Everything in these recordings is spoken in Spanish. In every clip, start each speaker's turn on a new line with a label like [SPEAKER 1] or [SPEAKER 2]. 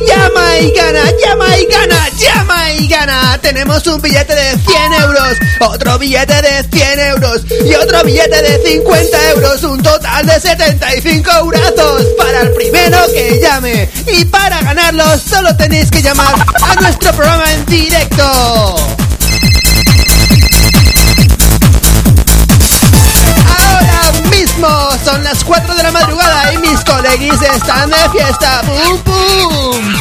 [SPEAKER 1] y gana, llama y gana, llama y gana. Tenemos un billete de 100 euros, otro billete de 100 euros y otro billete de 50 euros. Un total de 75 euros para el primero que llame. Y para ganarlos solo tenéis que llamar a nuestro programa en directo. Ahora mismo son las 4 de la madrugada y mis coleguis están de fiesta. ¡Pum, pum!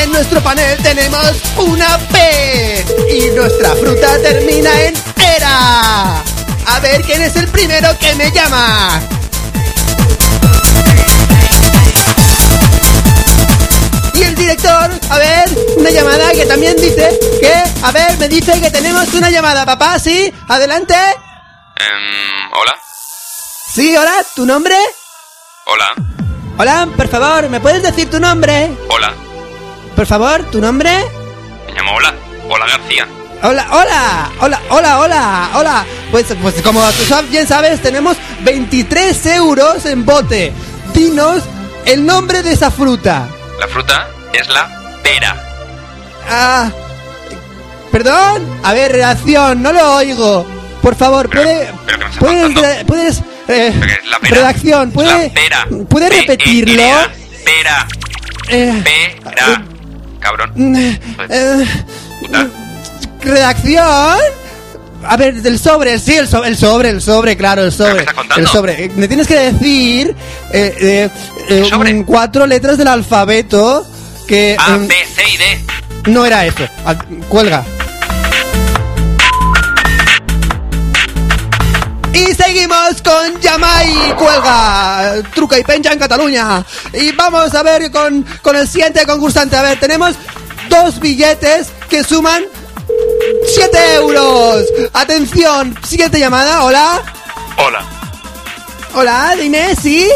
[SPEAKER 1] En nuestro panel tenemos una P y nuestra fruta termina en era. A ver quién es el primero que me llama. Y el director, a ver, una llamada que también dice que, a ver, me dice que tenemos una llamada, papá, ¿sí? Adelante.
[SPEAKER 2] Em, hola,
[SPEAKER 1] Sí, hola, ¿tu nombre?
[SPEAKER 2] hola,
[SPEAKER 1] Hola, por favor, ¿me puedes decir tu nombre?
[SPEAKER 2] hola.
[SPEAKER 1] Por favor, ¿tu nombre?
[SPEAKER 2] Me llamo Hola, Hola García.
[SPEAKER 1] Hola, hola, hola, hola, hola, hola. Pues, pues como tú sab- bien sabes, tenemos 23 euros en bote. Dinos el nombre de esa fruta.
[SPEAKER 2] La fruta es la pera.
[SPEAKER 1] Ah, perdón. A ver, redacción, no lo oigo. Por favor,
[SPEAKER 2] Pero-
[SPEAKER 1] puede,
[SPEAKER 2] pero que me está
[SPEAKER 1] puedes,
[SPEAKER 2] faltando.
[SPEAKER 1] re- puedes, eh,
[SPEAKER 2] Porque es la pera.
[SPEAKER 1] redacción,
[SPEAKER 2] Es
[SPEAKER 1] puede,
[SPEAKER 2] la pera.
[SPEAKER 1] puede
[SPEAKER 2] P-E-R-A,
[SPEAKER 1] repetirlo.
[SPEAKER 2] Pera,
[SPEAKER 1] Eh,
[SPEAKER 2] pera. Cabrón.
[SPEAKER 1] Mm, eh,
[SPEAKER 2] Puta.
[SPEAKER 1] redacción. A ver, del sobre, sí, el, so- el sobre, el sobre, claro, el
[SPEAKER 2] ¿Pero qué
[SPEAKER 1] sobre.
[SPEAKER 2] estás contando?
[SPEAKER 1] El sobre. Eh, Me tienes que decir eh, eh, eh,
[SPEAKER 2] ¿El sobre?
[SPEAKER 1] mm, cuatro letras del alfabeto que
[SPEAKER 2] A,
[SPEAKER 1] mm,
[SPEAKER 2] B, C y D.
[SPEAKER 1] no era eso. Ah, Cuelga. Y seguimos con Yamai Cuelga, Truca y Pencha en Cataluña. Y vamos a ver con, con el siguiente concursante. A ver, tenemos dos billetes que suman 7 euros. Atención, siguiente llamada. Hola,
[SPEAKER 3] Hola,
[SPEAKER 1] hola, dime, sí.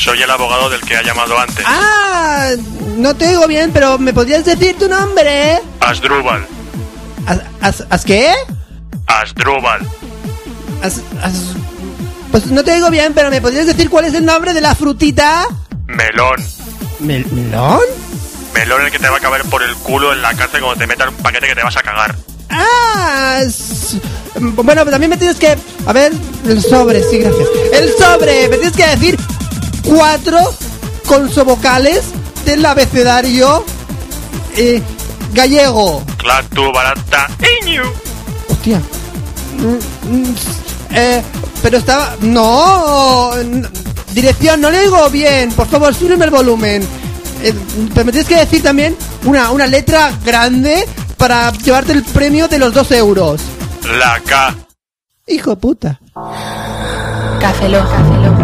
[SPEAKER 3] soy el abogado del que ha llamado antes.
[SPEAKER 1] Ah, no te digo bien, pero ¿me podrías decir tu nombre?
[SPEAKER 3] Asdrúbal,
[SPEAKER 1] ¿Haz, haz- haz qué?
[SPEAKER 3] Asdrúbal,
[SPEAKER 1] As- as- Pues no te digo bien, pero ¿me podrías decir cuál es el nombre de la frutita?
[SPEAKER 3] melón.
[SPEAKER 1] ¿Mel- ¿Melón?
[SPEAKER 3] Melón el que te va a caber por el culo en la cárcel cuando te metan un paquete que te vas a cagar.
[SPEAKER 1] Ah, es- bueno, pero también me tienes que... A ver, el sobre, sí, gracias. El sobre, me tienes que decir cuatro consovocales del abecedario eh, gallego.
[SPEAKER 3] Clatu, barata, iñu.
[SPEAKER 1] Hostia. Mm, mm, eh, pero estaba... No, n- Dirección, no le oigo bien. Por favor, súbeme el volumen. Eh, pero me tienes que decir también una, una letra grande para llevarte el premio de los dos euros.
[SPEAKER 3] La K.
[SPEAKER 1] Hijo de puta.
[SPEAKER 4] Café Lock. Café Lock.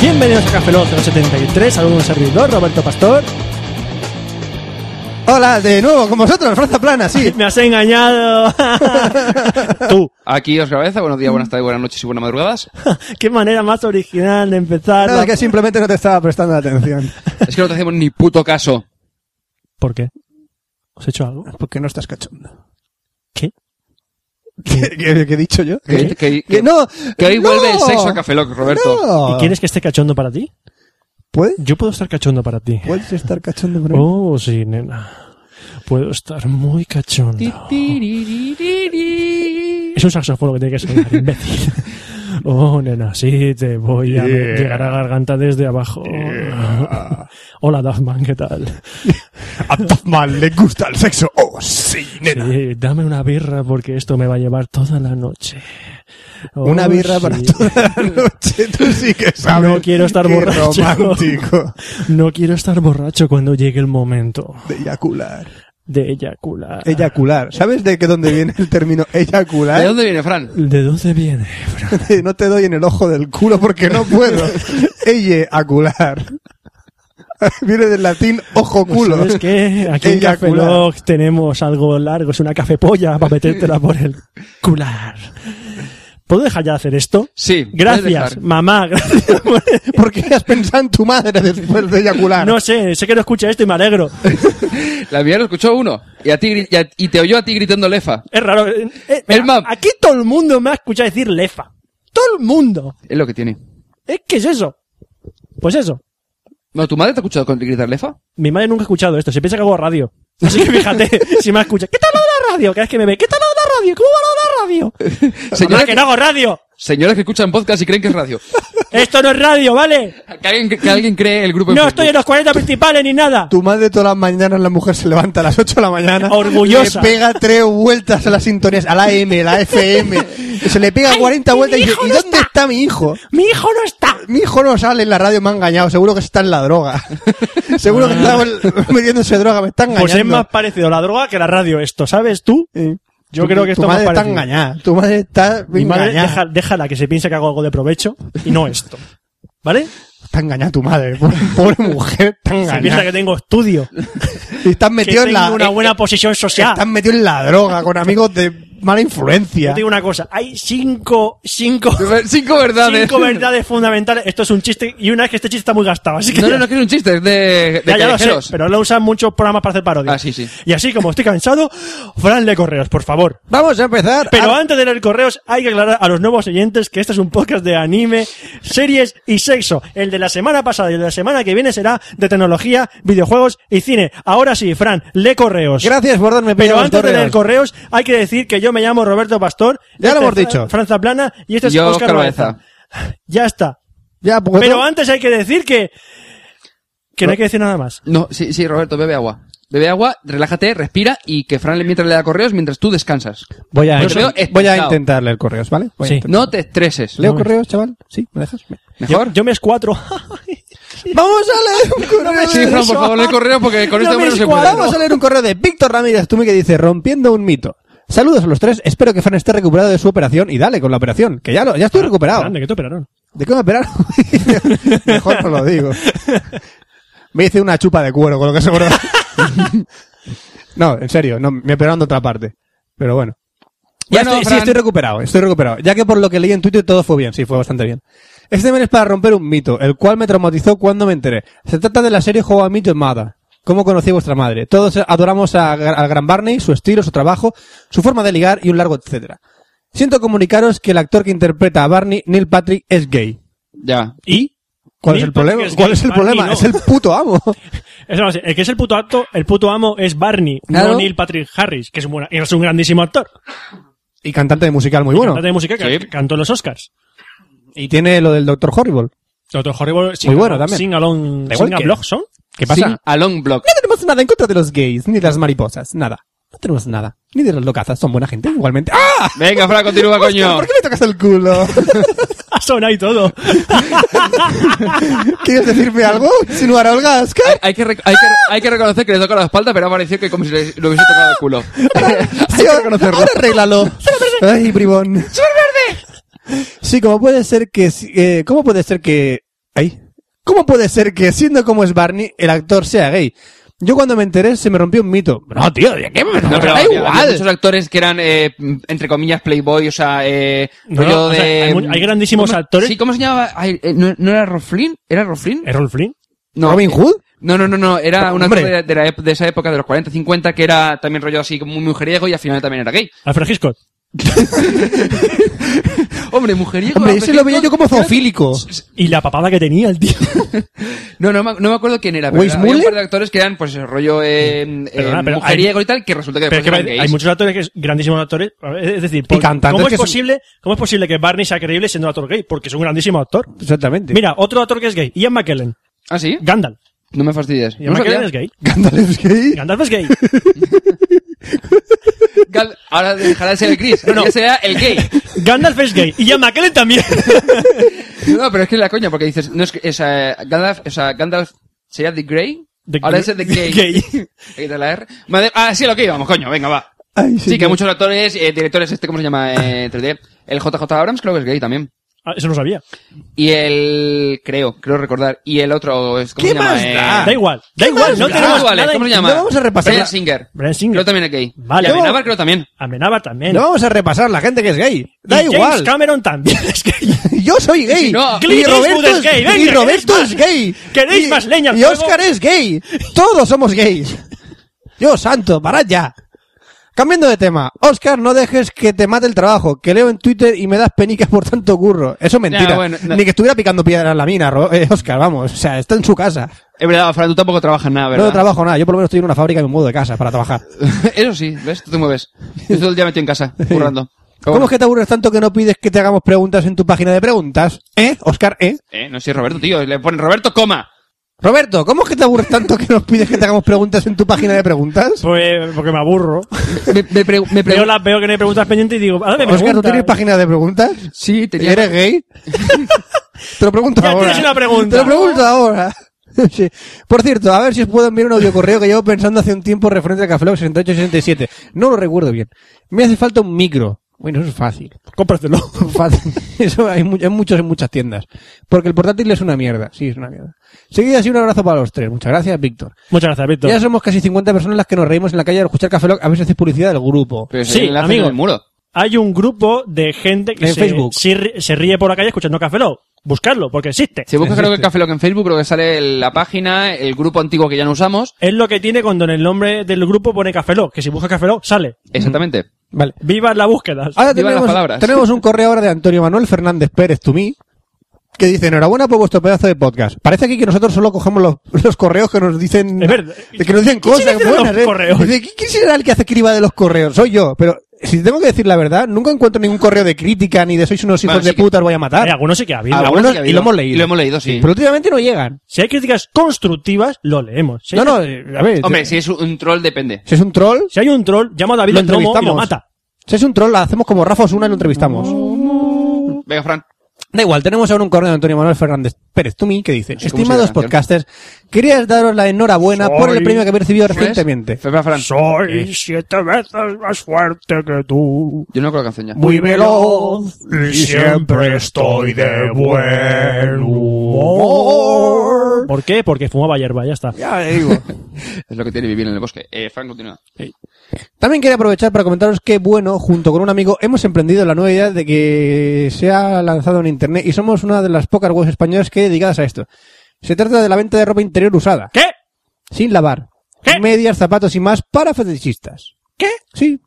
[SPEAKER 5] Bienvenidos a Café Lock 073, saludos un servidor, Roberto Pastor.
[SPEAKER 1] Hola, de nuevo con vosotros, Franza Plana, sí.
[SPEAKER 5] Me has engañado. Tú.
[SPEAKER 6] Aquí os cabeza, buenos días, buenas tardes, buenas noches y buenas madrugadas.
[SPEAKER 5] Qué manera más original de empezar.
[SPEAKER 1] No,
[SPEAKER 5] la-
[SPEAKER 1] es que simplemente no te estaba prestando atención.
[SPEAKER 6] Es que no te hacemos ni puto caso.
[SPEAKER 5] ¿Por qué? ¿Os he hecho algo?
[SPEAKER 1] Porque no estás cachondo.
[SPEAKER 5] ¿Qué?
[SPEAKER 1] ¿Qué, qué- qué he dicho yo?
[SPEAKER 6] Que, que-
[SPEAKER 1] Que no.
[SPEAKER 6] que hoy
[SPEAKER 1] no.
[SPEAKER 6] vuelve el sexo a Café Lock, Roberto.
[SPEAKER 1] No.
[SPEAKER 5] ¿Y quieres que esté cachondo para ti?
[SPEAKER 1] ¿Puedes,
[SPEAKER 5] Yo puedo estar cachondo para ti.
[SPEAKER 1] puedes estar cachondo, bro?
[SPEAKER 5] Oh, sí, nena. Puedo estar muy cachondo. Es un saxofón lo que tiene que sonar, imbécil. Oh, nena, sí, te voy a llegar a la garganta desde abajo. Hola, Duffman, ¿qué tal?
[SPEAKER 7] A Duffman le gusta el sexo. Oh, sí, nena.
[SPEAKER 5] Sí, dame una birra porque esto me va a llevar toda la noche. Oh,
[SPEAKER 1] Una birra para
[SPEAKER 5] sí.
[SPEAKER 1] toda la noche, tú sí que sabes.
[SPEAKER 5] No quiero estar
[SPEAKER 1] Qué
[SPEAKER 5] borracho.
[SPEAKER 1] romántico
[SPEAKER 5] No quiero estar borracho cuando llegue el momento
[SPEAKER 1] de eyacular.
[SPEAKER 5] de eyacular.
[SPEAKER 1] Eyacular. ¿Sabes de qué dónde viene el término eyacular?
[SPEAKER 6] ¿De dónde viene, Fran?
[SPEAKER 5] ¿De dónde viene? Fran?
[SPEAKER 1] De no te doy en el ojo del culo porque no puedo. Eyecular.
[SPEAKER 7] Viene del latín ojo culo.
[SPEAKER 5] ¿Sabes qué? Aquí en Café
[SPEAKER 7] Eyacular.
[SPEAKER 5] Lock tenemos algo largo, es una cafepolla para metértela por el cular. ¿Puedo dejar ya de hacer esto?
[SPEAKER 6] Sí, puedes
[SPEAKER 5] Gracias,
[SPEAKER 6] dejar.
[SPEAKER 5] mamá. Gracias.
[SPEAKER 7] ¿Por qué has pensado en tu madre después de eyacular?
[SPEAKER 5] No sé, sé que no escucha esto y me alegro.
[SPEAKER 6] La mía lo escuchó uno. Y, a ti, gri- y, a- y te oyó a ti gritando lefa.
[SPEAKER 5] Es raro. Eh, eh,
[SPEAKER 6] El mam.
[SPEAKER 5] Aquí todo el mundo me ha escuchado decir lefa. Todo el mundo.
[SPEAKER 6] Es lo que tiene.
[SPEAKER 5] ¿Es que ¿Eh? es eso? Pues eso.
[SPEAKER 6] No, ¿tu madre te ha escuchado con- gritar lefa?
[SPEAKER 5] Mi madre nunca ha escuchado esto, se piensa que hago radio. Así que fíjate, si me escucha. ¿Qué tal lo de la radio? Cada vez que me ve, ¿qué tal lo de la radio? ¿Cómo va lo de la radio?
[SPEAKER 6] Señora
[SPEAKER 5] Mamá, que
[SPEAKER 6] que-
[SPEAKER 5] no hago radio.
[SPEAKER 6] Señoras que escuchan podcast y creen que es radio.
[SPEAKER 5] Esto no es radio, ¿vale?
[SPEAKER 6] Que alguien, que alguien cree el grupo
[SPEAKER 7] Pues
[SPEAKER 6] en
[SPEAKER 5] No
[SPEAKER 6] Facebook.
[SPEAKER 5] estoy en los 40 principales ni nada.
[SPEAKER 7] Tu madre todas las mañanas, la mujer se levanta a las 8 de la mañana.
[SPEAKER 5] Orgullosa.
[SPEAKER 7] Le pega tres vueltas a las sintonías, a la M, la FM. Se le pega
[SPEAKER 5] Ay,
[SPEAKER 7] 40
[SPEAKER 5] mi
[SPEAKER 7] vueltas y dice,
[SPEAKER 5] hijo
[SPEAKER 7] ¿y
[SPEAKER 5] no
[SPEAKER 7] dónde
[SPEAKER 5] está".
[SPEAKER 7] está mi hijo?
[SPEAKER 5] Mi hijo no está.
[SPEAKER 7] Mi hijo no sale en la radio, me ha engañado. Seguro que está en la droga. Seguro que está metiéndose droga, me está engañando.
[SPEAKER 5] Ah. Pues es más parecido la droga que la radio esto, ¿sabes tú?
[SPEAKER 7] Eh,
[SPEAKER 5] Yo
[SPEAKER 7] tu-
[SPEAKER 5] creo que esto es
[SPEAKER 7] tu
[SPEAKER 5] más
[SPEAKER 7] madre está
[SPEAKER 5] parecido.
[SPEAKER 7] engañada. Tu madre está
[SPEAKER 5] Mi madre,
[SPEAKER 7] engañada.
[SPEAKER 5] deja- déjala que se piense que hago algo de provecho y no esto. ¿Vale?
[SPEAKER 7] Está engañada tu madre. Pobre, pobre mujer, está
[SPEAKER 5] Se piensa que
[SPEAKER 7] engañada.
[SPEAKER 5] tengo estudio,
[SPEAKER 7] Y estás
[SPEAKER 5] que
[SPEAKER 7] metido
[SPEAKER 5] tengo
[SPEAKER 7] en la... eh,
[SPEAKER 5] una buena posición social.
[SPEAKER 7] Estás metido en la droga con amigos de mala
[SPEAKER 5] Yo
[SPEAKER 7] influencia.
[SPEAKER 5] te digo una cosa, hay cinco, cinco,
[SPEAKER 6] Ver- Cinco verdades.
[SPEAKER 5] cinco verdades fundamentales. Esto es un chiste y una es que este chiste está muy gastado, así que
[SPEAKER 6] No, no, no, que es un chiste, es de, de
[SPEAKER 5] ya, ya lo sé,
[SPEAKER 6] callejeros.
[SPEAKER 5] pero lo usan muchos programas para hacer parodias.
[SPEAKER 6] Ah, sí, sí.
[SPEAKER 5] Y así como estoy cansado, Fran lee correos, por favor.
[SPEAKER 7] Vamos a empezar.
[SPEAKER 5] Pero antes de leer correos, hay que aclarar a los nuevos oyentes que este es un podcast de anime, series y sexo. El de la semana pasada y el de la semana que viene será de tecnología, videojuegos y cine. Ahora sí, Fran, lee correos.
[SPEAKER 7] Gracias por darme
[SPEAKER 5] Pero
[SPEAKER 7] pena
[SPEAKER 5] antes de leer
[SPEAKER 7] correo.
[SPEAKER 5] correos, hay que decir que yo me llamo Roberto Pastor.
[SPEAKER 7] Ya lo
[SPEAKER 5] este
[SPEAKER 7] hemos
[SPEAKER 5] es Fra-
[SPEAKER 7] dicho.
[SPEAKER 5] Franza Plana y este es
[SPEAKER 6] Yo,
[SPEAKER 5] Oscar
[SPEAKER 6] Oscar
[SPEAKER 5] Baeza. Ya está.
[SPEAKER 7] Ya, pues,
[SPEAKER 5] Pero antes hay que decir que... Que no hay que decir nada más.
[SPEAKER 6] No, sí, sí, Roberto, bebe agua. Bebe agua, relájate, respira y que Fran le- mientras le da correos mientras tú descansas.
[SPEAKER 7] voy a,
[SPEAKER 6] Yo te veo
[SPEAKER 7] voy a
[SPEAKER 6] estresado.
[SPEAKER 7] intentar leer correos, ¿vale? Voy a
[SPEAKER 5] Sí.
[SPEAKER 7] intentar.
[SPEAKER 6] No te estreses.
[SPEAKER 7] ¿Leo correos, chaval? ¿Sí? ¿Me dejas?
[SPEAKER 6] ¿Mejor?
[SPEAKER 5] Yo, yo me es cuatro.
[SPEAKER 7] Vamos a leer un correo.
[SPEAKER 6] sí, Fran, por favor, lee correos porque con
[SPEAKER 5] Yo
[SPEAKER 6] este
[SPEAKER 5] me
[SPEAKER 6] hombre no se puede.
[SPEAKER 5] escuadro.
[SPEAKER 7] Vamos a leer un correo de Víctor Ramírez Tumi que dice, rompiendo un mito. Saludos a los tres, espero que Fran esté recuperado de su operación y dale con la operación, que ya, lo, ya estoy recuperado.
[SPEAKER 5] Fran, ¿de qué te operaron?
[SPEAKER 7] ¿De qué me operaron? Mejor no lo digo. Me hice una chupa de cuero, con lo que se verdad. no, en serio, no, me operaron de otra parte. Pero bueno. Ya
[SPEAKER 6] Bueno,
[SPEAKER 7] estoy, sí,
[SPEAKER 6] Fran.
[SPEAKER 7] estoy recuperado, estoy recuperado. Ya que por lo que leí en Twitter todo fue bien, sí, fue bastante bien. Este mail es para romper un mito, el cual me traumatizó cuando me enteré. Se trata de la serie Juego a Mito en Mada. ¿Cómo conocí a vuestra madre? Todos adoramos a- al gran Barney, su estilo, su trabajo, su forma de ligar y un largo etcétera. Siento comunicaros que el actor que interpreta a Barney, Neil Patrick, es gay.
[SPEAKER 6] Ya.
[SPEAKER 5] ¿Y?
[SPEAKER 7] ¿Cuál
[SPEAKER 5] Neil
[SPEAKER 7] es
[SPEAKER 5] Patrick
[SPEAKER 7] el problema?
[SPEAKER 5] es
[SPEAKER 7] ¿Cuál
[SPEAKER 5] gay,
[SPEAKER 7] es el
[SPEAKER 5] Barney
[SPEAKER 7] problema?
[SPEAKER 5] no.
[SPEAKER 7] Es el puto amo.
[SPEAKER 5] Eso no sé, el que es el puto acto, el puto amo es Barney,
[SPEAKER 6] Claro.
[SPEAKER 5] no Neil Patrick Harris, que es un, buena- es un grandísimo actor.
[SPEAKER 7] Y cantante de musical muy bueno.
[SPEAKER 5] Cantante de música que
[SPEAKER 6] Sí.
[SPEAKER 5] cantó en los Oscars.
[SPEAKER 7] Y tiene lo del Doctor Horrible.
[SPEAKER 5] Otro horrible
[SPEAKER 7] Muy bueno también.
[SPEAKER 5] Sing Along,
[SPEAKER 7] Da igual
[SPEAKER 5] Sing
[SPEAKER 7] que-
[SPEAKER 5] Along Song.
[SPEAKER 7] ¿Qué pasa?
[SPEAKER 6] Sin a long block.
[SPEAKER 7] No tenemos nada en contra de los gays, ni de las mariposas, nada. No tenemos nada. Ni de las locazas, son buena gente igualmente. ¡Ah!
[SPEAKER 6] Venga, Fran, continúa, coño.
[SPEAKER 7] ¿Por qué me tocas el culo?
[SPEAKER 5] Ha sonado y todo.
[SPEAKER 7] ¿Quieres decirme algo? ¿Sinuar algo, Oscar?
[SPEAKER 6] Hay que, rec- hay, que, hay que reconocer que le toca la espalda, pero ha parecido que como si le, le hubiese tocado el culo.
[SPEAKER 7] Sí, ahora arréglalo. Ay, bribón. Sí, como puede ser que... si- eh, ¿Cómo puede ser que... Ay. ¿Cómo puede ser que, siendo como es Barney, el actor sea gay? Yo cuando me enteré se me rompió un mito. No, tío, ¿de qué? me-
[SPEAKER 6] No, pero
[SPEAKER 7] da
[SPEAKER 6] había- había
[SPEAKER 7] igual.
[SPEAKER 6] muchos actores que eran, eh, entre comillas, playboy, o sea, eh,
[SPEAKER 5] No,
[SPEAKER 6] rollo
[SPEAKER 5] o sea,
[SPEAKER 6] de...
[SPEAKER 5] hay mu- hay grandísimos
[SPEAKER 6] ¿Cómo-
[SPEAKER 5] actores.
[SPEAKER 6] Sí, ¿cómo se llamaba? Ay, eh, ¿no, no era Roflin? ¿Era Roflin?
[SPEAKER 5] Errol Flynn.
[SPEAKER 6] No,
[SPEAKER 7] ¿Robin
[SPEAKER 6] eh,
[SPEAKER 7] Hood?
[SPEAKER 6] No, no, no, no, era un actor
[SPEAKER 7] Hombre.
[SPEAKER 6] de, de la ep- de esa época, de los 40, 50, que era también rollo así, muy mujeriego y al final también era gay.
[SPEAKER 5] Alfred Hitchcock.
[SPEAKER 6] Hombre, mujeriego.
[SPEAKER 7] Hombre, ese lo veía yo como
[SPEAKER 6] era-
[SPEAKER 7] zoofílico.
[SPEAKER 5] Y la papada que tenía el tío.
[SPEAKER 6] No, no, me- no me acuerdo quién era, pero
[SPEAKER 7] ¿Weiss
[SPEAKER 6] era- había un
[SPEAKER 7] Muller?
[SPEAKER 6] par de actores que eran, pues, rollo eh, eh,
[SPEAKER 5] Perdona, pero hay-
[SPEAKER 6] mujeriego y tal, que resulta que
[SPEAKER 5] Pero es
[SPEAKER 6] después
[SPEAKER 5] que
[SPEAKER 6] eran
[SPEAKER 5] hay,
[SPEAKER 6] gays.
[SPEAKER 5] hay muchos actores que es grandísimos actores. A ver, Es decir, por-
[SPEAKER 7] cantantes
[SPEAKER 5] ¿cómo, es
[SPEAKER 7] que son-
[SPEAKER 5] posible, ¿cómo es posible que Barney sea creíble siendo un actor gay? Porque es un grandísimo actor.
[SPEAKER 7] Exactamente.
[SPEAKER 5] Mira, otro actor que es gay. Ian McKellen.
[SPEAKER 6] ¿Ah, sí?
[SPEAKER 5] Gandalf.
[SPEAKER 6] No me fastidies.
[SPEAKER 5] Ian
[SPEAKER 6] No
[SPEAKER 5] McKellen
[SPEAKER 6] sabía.
[SPEAKER 5] es gay.
[SPEAKER 7] Gandalf es gay.
[SPEAKER 5] Gandalf es gay.
[SPEAKER 6] Gal- ahora dejará de ser el Chris,
[SPEAKER 5] no.
[SPEAKER 6] ya será el gay.
[SPEAKER 5] Gandalf es gay. Y Ian McKellen también.
[SPEAKER 6] No, pero es que es la coña, porque dices, no es que, es, eh, Gandalf, o sea, Gandalf sería The Grey.
[SPEAKER 5] The
[SPEAKER 6] Ahora
[SPEAKER 5] Grey-
[SPEAKER 6] es el The
[SPEAKER 5] The
[SPEAKER 6] Gay.
[SPEAKER 5] Grey.
[SPEAKER 6] Hay que quitar la R. Madre- ah, sí, lo que íbamos, coño, venga, va.
[SPEAKER 7] Ay,
[SPEAKER 6] Sí, que
[SPEAKER 7] señor.
[SPEAKER 6] muchos actores, eh, directores, este, ¿cómo se llama? Eh, 3D. El JJ Abrams creo que es gay también.
[SPEAKER 5] Ah, Eso no sabía.
[SPEAKER 6] Y el, creo, creo recordar. Y el otro es, ¿cómo
[SPEAKER 1] ¿Qué
[SPEAKER 6] se llama?
[SPEAKER 1] más
[SPEAKER 6] Eh,
[SPEAKER 1] da?
[SPEAKER 5] Da igual, da igual, no
[SPEAKER 6] Ah,
[SPEAKER 5] tenemos
[SPEAKER 6] vale,
[SPEAKER 5] nada
[SPEAKER 6] ¿cómo se
[SPEAKER 5] en-
[SPEAKER 6] llama?
[SPEAKER 7] no vamos a repasar
[SPEAKER 6] Bryan
[SPEAKER 7] la-
[SPEAKER 6] Singer.
[SPEAKER 5] Bryan Singer.
[SPEAKER 6] Creo también es gay.
[SPEAKER 5] Vale.
[SPEAKER 6] Y Amenábar creo también.
[SPEAKER 5] Amenábar también.
[SPEAKER 7] No vamos a repasar la gente que es gay. Da
[SPEAKER 5] Y James
[SPEAKER 7] igual.
[SPEAKER 5] Cameron también es gay.
[SPEAKER 7] Yo soy gay.
[SPEAKER 6] Sí, no.
[SPEAKER 7] Y
[SPEAKER 5] Clint Eastwood
[SPEAKER 7] Roberto
[SPEAKER 5] es
[SPEAKER 7] es
[SPEAKER 5] gay,
[SPEAKER 7] gay.
[SPEAKER 5] venga,
[SPEAKER 7] Y
[SPEAKER 5] ¿queréis
[SPEAKER 7] Roberto
[SPEAKER 5] más?
[SPEAKER 7] es gay.
[SPEAKER 5] ¿Queréis
[SPEAKER 7] Y-
[SPEAKER 5] más leña al
[SPEAKER 7] Y
[SPEAKER 5] fuego?
[SPEAKER 7] Oscar es gay. Todos somos gays. Yo, santo, parad ya. Cambiando de tema, Oscar, no dejes que te mate el trabajo, que leo en Twitter y me das penicas por tanto curro. Eso es mentira.
[SPEAKER 6] Ya, bueno, no.
[SPEAKER 7] Ni que estuviera picando piedra en la mina, Ro- eh, Oscar, vamos. O sea, está en su casa.
[SPEAKER 6] Es verdad, Fran, tú tampoco trabajas nada, ¿verdad?
[SPEAKER 7] No trabajo nada. Yo por lo menos estoy en una fábrica y me mudo de casa para trabajar.
[SPEAKER 6] Eso sí, ¿ves? Tú te mueves. Yo todo el día metido en casa, currando.
[SPEAKER 7] ¿Cómo es que te aburres tanto que no pides que te hagamos preguntas en tu página de preguntas? ¿Eh? Oscar, ¿eh?
[SPEAKER 6] Eh, no sé, Roberto, tío. Le ponen Roberto, coma.
[SPEAKER 7] Roberto, ¿cómo es que te aburres tanto que nos pides que te hagamos preguntas en tu página de preguntas?
[SPEAKER 5] Pues, porque me aburro.
[SPEAKER 6] Me, me pre- me
[SPEAKER 5] Veo,
[SPEAKER 6] pregun-
[SPEAKER 5] la, veo que no hay preguntas pendientes y digo, ¿a dónde me
[SPEAKER 7] Oscar, ¿tú
[SPEAKER 5] preguntas?
[SPEAKER 7] tienes página de preguntas?
[SPEAKER 6] Sí, tenía-
[SPEAKER 7] ¿Eres gay? te lo pregunto
[SPEAKER 5] Ya
[SPEAKER 7] ahora.
[SPEAKER 5] tienes una pregunta.
[SPEAKER 7] Te lo pregunto ahora. Sí. Por cierto, a ver si os puedo enviar un audio correo que llevo pensando hace un tiempo referente a Café Lock 6867. No lo recuerdo bien. Me hace falta un micro. Bueno, eso es fácil.
[SPEAKER 5] Cómpraselo.
[SPEAKER 7] Fácil. Eso hay, mu- en muchos en muchas tiendas. Porque el portátil es una mierda. Sí, es una mierda. Seguida así un abrazo para los tres. Muchas gracias, Víctor.
[SPEAKER 5] Muchas gracias, Víctor.
[SPEAKER 7] Ya somos casi 50 personas las que nos reímos en la calle al escuchar Café Lock. A ver si hacéis publicidad del grupo.
[SPEAKER 6] Pero
[SPEAKER 5] Sí,
[SPEAKER 6] sí, enlace
[SPEAKER 5] amigo.
[SPEAKER 6] en el muro.
[SPEAKER 5] Hay un grupo de gente que
[SPEAKER 7] En
[SPEAKER 5] se,
[SPEAKER 7] Facebook.
[SPEAKER 5] se ri- se ríe por la calle escuchando Café Lock. Buscarlo, porque existe.
[SPEAKER 6] Si buscas creo que
[SPEAKER 7] Existe.
[SPEAKER 6] Café Lock en Facebook, creo que sale la página, el grupo antiguo que ya no usamos.
[SPEAKER 5] Es lo que tiene cuando en el nombre del grupo pone Café Lock, que si buscas Café Lock, sale.
[SPEAKER 6] Exactamente.
[SPEAKER 7] Vale.
[SPEAKER 5] Viva la búsqueda.
[SPEAKER 7] Ahora
[SPEAKER 6] Vivan las
[SPEAKER 7] tenemos,
[SPEAKER 6] palabras.
[SPEAKER 7] tenemos un correo ahora de Antonio Manuel Fernández Pérez Tumí que dice, enhorabuena por vuestro pedazo de podcast. Parece aquí que nosotros solo cogemos los, los correos que nos dicen,
[SPEAKER 5] Es verdad.
[SPEAKER 7] que nos
[SPEAKER 5] ¿Quién
[SPEAKER 7] dicen cosas
[SPEAKER 5] será que hace
[SPEAKER 7] buenas.
[SPEAKER 5] los
[SPEAKER 7] ¿eh?
[SPEAKER 5] correos?
[SPEAKER 7] Dice, "¿Qui- ¿Quién será el que hace criba de los correos? Soy yo, pero si tengo que decir la verdad, nunca encuentro ningún correo de crítica ni de sois unos hijos
[SPEAKER 6] Bueno,
[SPEAKER 7] de
[SPEAKER 6] sí que-
[SPEAKER 7] puta, os voy a matar.
[SPEAKER 5] Hay Eh, algunos sí que ha habido.
[SPEAKER 6] Ah, bueno.
[SPEAKER 7] Algunos-
[SPEAKER 6] sí que ha
[SPEAKER 7] y
[SPEAKER 6] habido.
[SPEAKER 7] lo hemos leído.
[SPEAKER 6] Lo hemos leído, sí.
[SPEAKER 7] Pero últimamente no llegan.
[SPEAKER 5] Si hay críticas constructivas, lo leemos. Si hay,
[SPEAKER 7] No, no, eh, a ver.
[SPEAKER 6] Hombre, si es un troll, depende.
[SPEAKER 7] Si es un troll,
[SPEAKER 5] si hay un troll, llamo a David
[SPEAKER 7] lo
[SPEAKER 5] el Nomo y lo
[SPEAKER 7] entrevistamos.
[SPEAKER 5] mata.
[SPEAKER 7] Si es un troll, la hacemos como Rafa Osuna y lo entrevistamos.
[SPEAKER 6] Venga, Fran.
[SPEAKER 7] Da igual, tenemos ahora un correo de Antonio Manuel Fernández Pérez Tumi que dice,
[SPEAKER 6] sé cómo se llama
[SPEAKER 7] estimados
[SPEAKER 6] la
[SPEAKER 7] podcasters, quería daros la enhorabuena por el
[SPEAKER 5] Soy-
[SPEAKER 7] premio que habéis recibido
[SPEAKER 6] ¿Ves?
[SPEAKER 7] recientemente.
[SPEAKER 6] Fran, Fran.
[SPEAKER 5] Soy siete veces más fuerte que tú.
[SPEAKER 6] Yo no con la canción ya.
[SPEAKER 7] Muy veloz y siempre
[SPEAKER 5] estoy de buen humor. ¿Por qué? Porque fumaba hierba, ya está.
[SPEAKER 6] Es lo que tiene vivir en el bosque. Eh, Fran, continúa.
[SPEAKER 7] También quería aprovechar para comentaros que, bueno, junto con un amigo hemos emprendido la nueva idea de que se ha lanzado en internet y somos una de las pocas webs españolas que hay dedicadas a esto. Se trata de la venta de ropa interior usada,
[SPEAKER 5] ¿Qué?
[SPEAKER 7] sin lavar,
[SPEAKER 5] ¿Qué?
[SPEAKER 7] medias, zapatos y más para fetichistas.
[SPEAKER 5] ¿Qué?
[SPEAKER 7] Sí.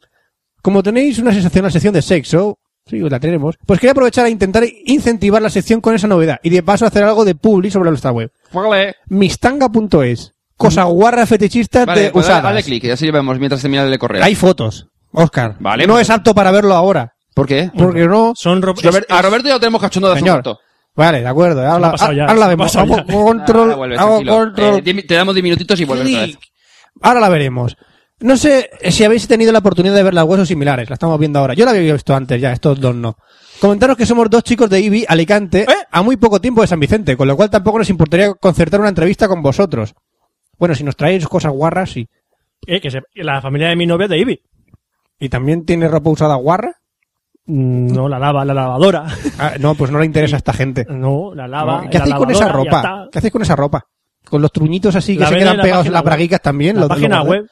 [SPEAKER 7] Como tenéis una sensación, la sección de sexo, sí, la tenemos, pues quería aprovechar a intentar incentivar la sección con esa novedad y de paso hacer algo de publi sobre nuestra web.
[SPEAKER 6] Póngale.
[SPEAKER 7] Mistanga.es. Cosa
[SPEAKER 5] Mm.
[SPEAKER 7] guarra fetichistas
[SPEAKER 6] Vale,
[SPEAKER 7] de
[SPEAKER 6] pues dale,
[SPEAKER 7] usadas.
[SPEAKER 6] dale clic, y así llevamos mientras termina de correo.
[SPEAKER 7] Hay fotos, Oscar.
[SPEAKER 6] Vale,
[SPEAKER 7] No
[SPEAKER 6] pues-
[SPEAKER 7] es apto para verlo ahora.
[SPEAKER 6] ¿Por qué?
[SPEAKER 7] Porque no...
[SPEAKER 5] Son ropa.
[SPEAKER 6] Robert- a Roberto ya lo tenemos cachondo de hace un
[SPEAKER 7] Pues Señor.
[SPEAKER 6] rato.
[SPEAKER 7] Vale, de acuerdo. Ahora,
[SPEAKER 5] me ha pasado ya,
[SPEAKER 7] ahora
[SPEAKER 5] se me
[SPEAKER 7] la
[SPEAKER 5] ha
[SPEAKER 7] vemos.
[SPEAKER 5] pasado ya.
[SPEAKER 7] Hago control,
[SPEAKER 6] Ah, vuelves,
[SPEAKER 7] hago
[SPEAKER 6] tranquilo.
[SPEAKER 7] control.
[SPEAKER 6] Eh, di- te damos 10 minutitos y vuelves otra vez.
[SPEAKER 7] Ahora la veremos. No sé eh, si habéis tenido la oportunidad de ver las huesos similares. La estamos viendo ahora. Yo la había visto antes ya, estos dos no. Comentaros que somos dos chicos de IBI, Alicante,
[SPEAKER 6] ¿Eh?
[SPEAKER 7] a muy poco tiempo de San Vicente, con lo cual tampoco nos importaría concertar una entrevista con vosotros. Bueno, si nos traéis cosas guarras, sí.
[SPEAKER 5] Eh, que se- la familia de mi novia es de Ibi.
[SPEAKER 7] ¿Y también tiene ropa usada guarra?
[SPEAKER 5] Mm, No, la lava, la lavadora.
[SPEAKER 7] Ah, no, pues no le interesa a esta gente.
[SPEAKER 5] No, la lava.
[SPEAKER 7] ¿Qué
[SPEAKER 5] la
[SPEAKER 7] hacéis con esa
[SPEAKER 5] lavadora, ya
[SPEAKER 7] ropa?
[SPEAKER 5] está.
[SPEAKER 7] ¿Qué hacéis con esa ropa? Con los truñitos así que
[SPEAKER 5] La
[SPEAKER 7] se
[SPEAKER 5] venden
[SPEAKER 7] quedan
[SPEAKER 5] en la
[SPEAKER 7] pegados en
[SPEAKER 5] página
[SPEAKER 7] las
[SPEAKER 5] web.
[SPEAKER 7] braguitas también.
[SPEAKER 5] La
[SPEAKER 7] lo- ¿eh? lo
[SPEAKER 5] página
[SPEAKER 7] guardáis?
[SPEAKER 5] web.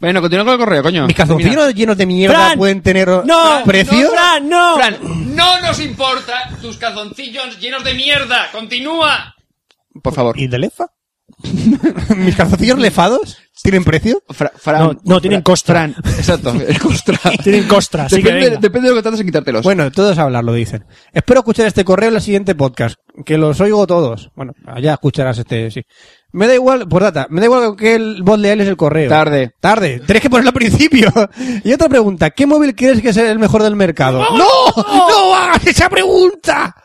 [SPEAKER 6] Bueno, continúa con el correo, coño.
[SPEAKER 7] Mis calzoncillos llenos de mierda
[SPEAKER 5] Fran,
[SPEAKER 7] pueden tener
[SPEAKER 5] ¡No!
[SPEAKER 7] precio.
[SPEAKER 5] ¡No, Fran, no!
[SPEAKER 6] Termina. Fran, no nos importa tus calzoncillos llenos de mierda. Continúa. Por favor.
[SPEAKER 7] ¿Y de lefa? ¿Mis calzoncillos lefados tienen precio?
[SPEAKER 6] Fra- Fran,
[SPEAKER 5] No, no, tienen
[SPEAKER 6] Fra-
[SPEAKER 5] costra.
[SPEAKER 6] Fran, exacto, el costra.
[SPEAKER 5] Tienen costra, así que
[SPEAKER 6] depende,
[SPEAKER 5] venga.
[SPEAKER 6] depende de lo que tardes en quitártelos.
[SPEAKER 7] Bueno, todos a hablarlo, dicen. Espero escuchar este correo en el siguiente podcast, que los oigo todos. Bueno, allá escucharás este, sí. Me da igual, por data, me da igual que el voz leal es el correo.
[SPEAKER 6] Tarde.
[SPEAKER 7] Tarde, tenés que ponerlo al principio. Y otra pregunta, ¿qué móvil crees que es el mejor del mercado? ¡No! ¡No hagas esa pregunta!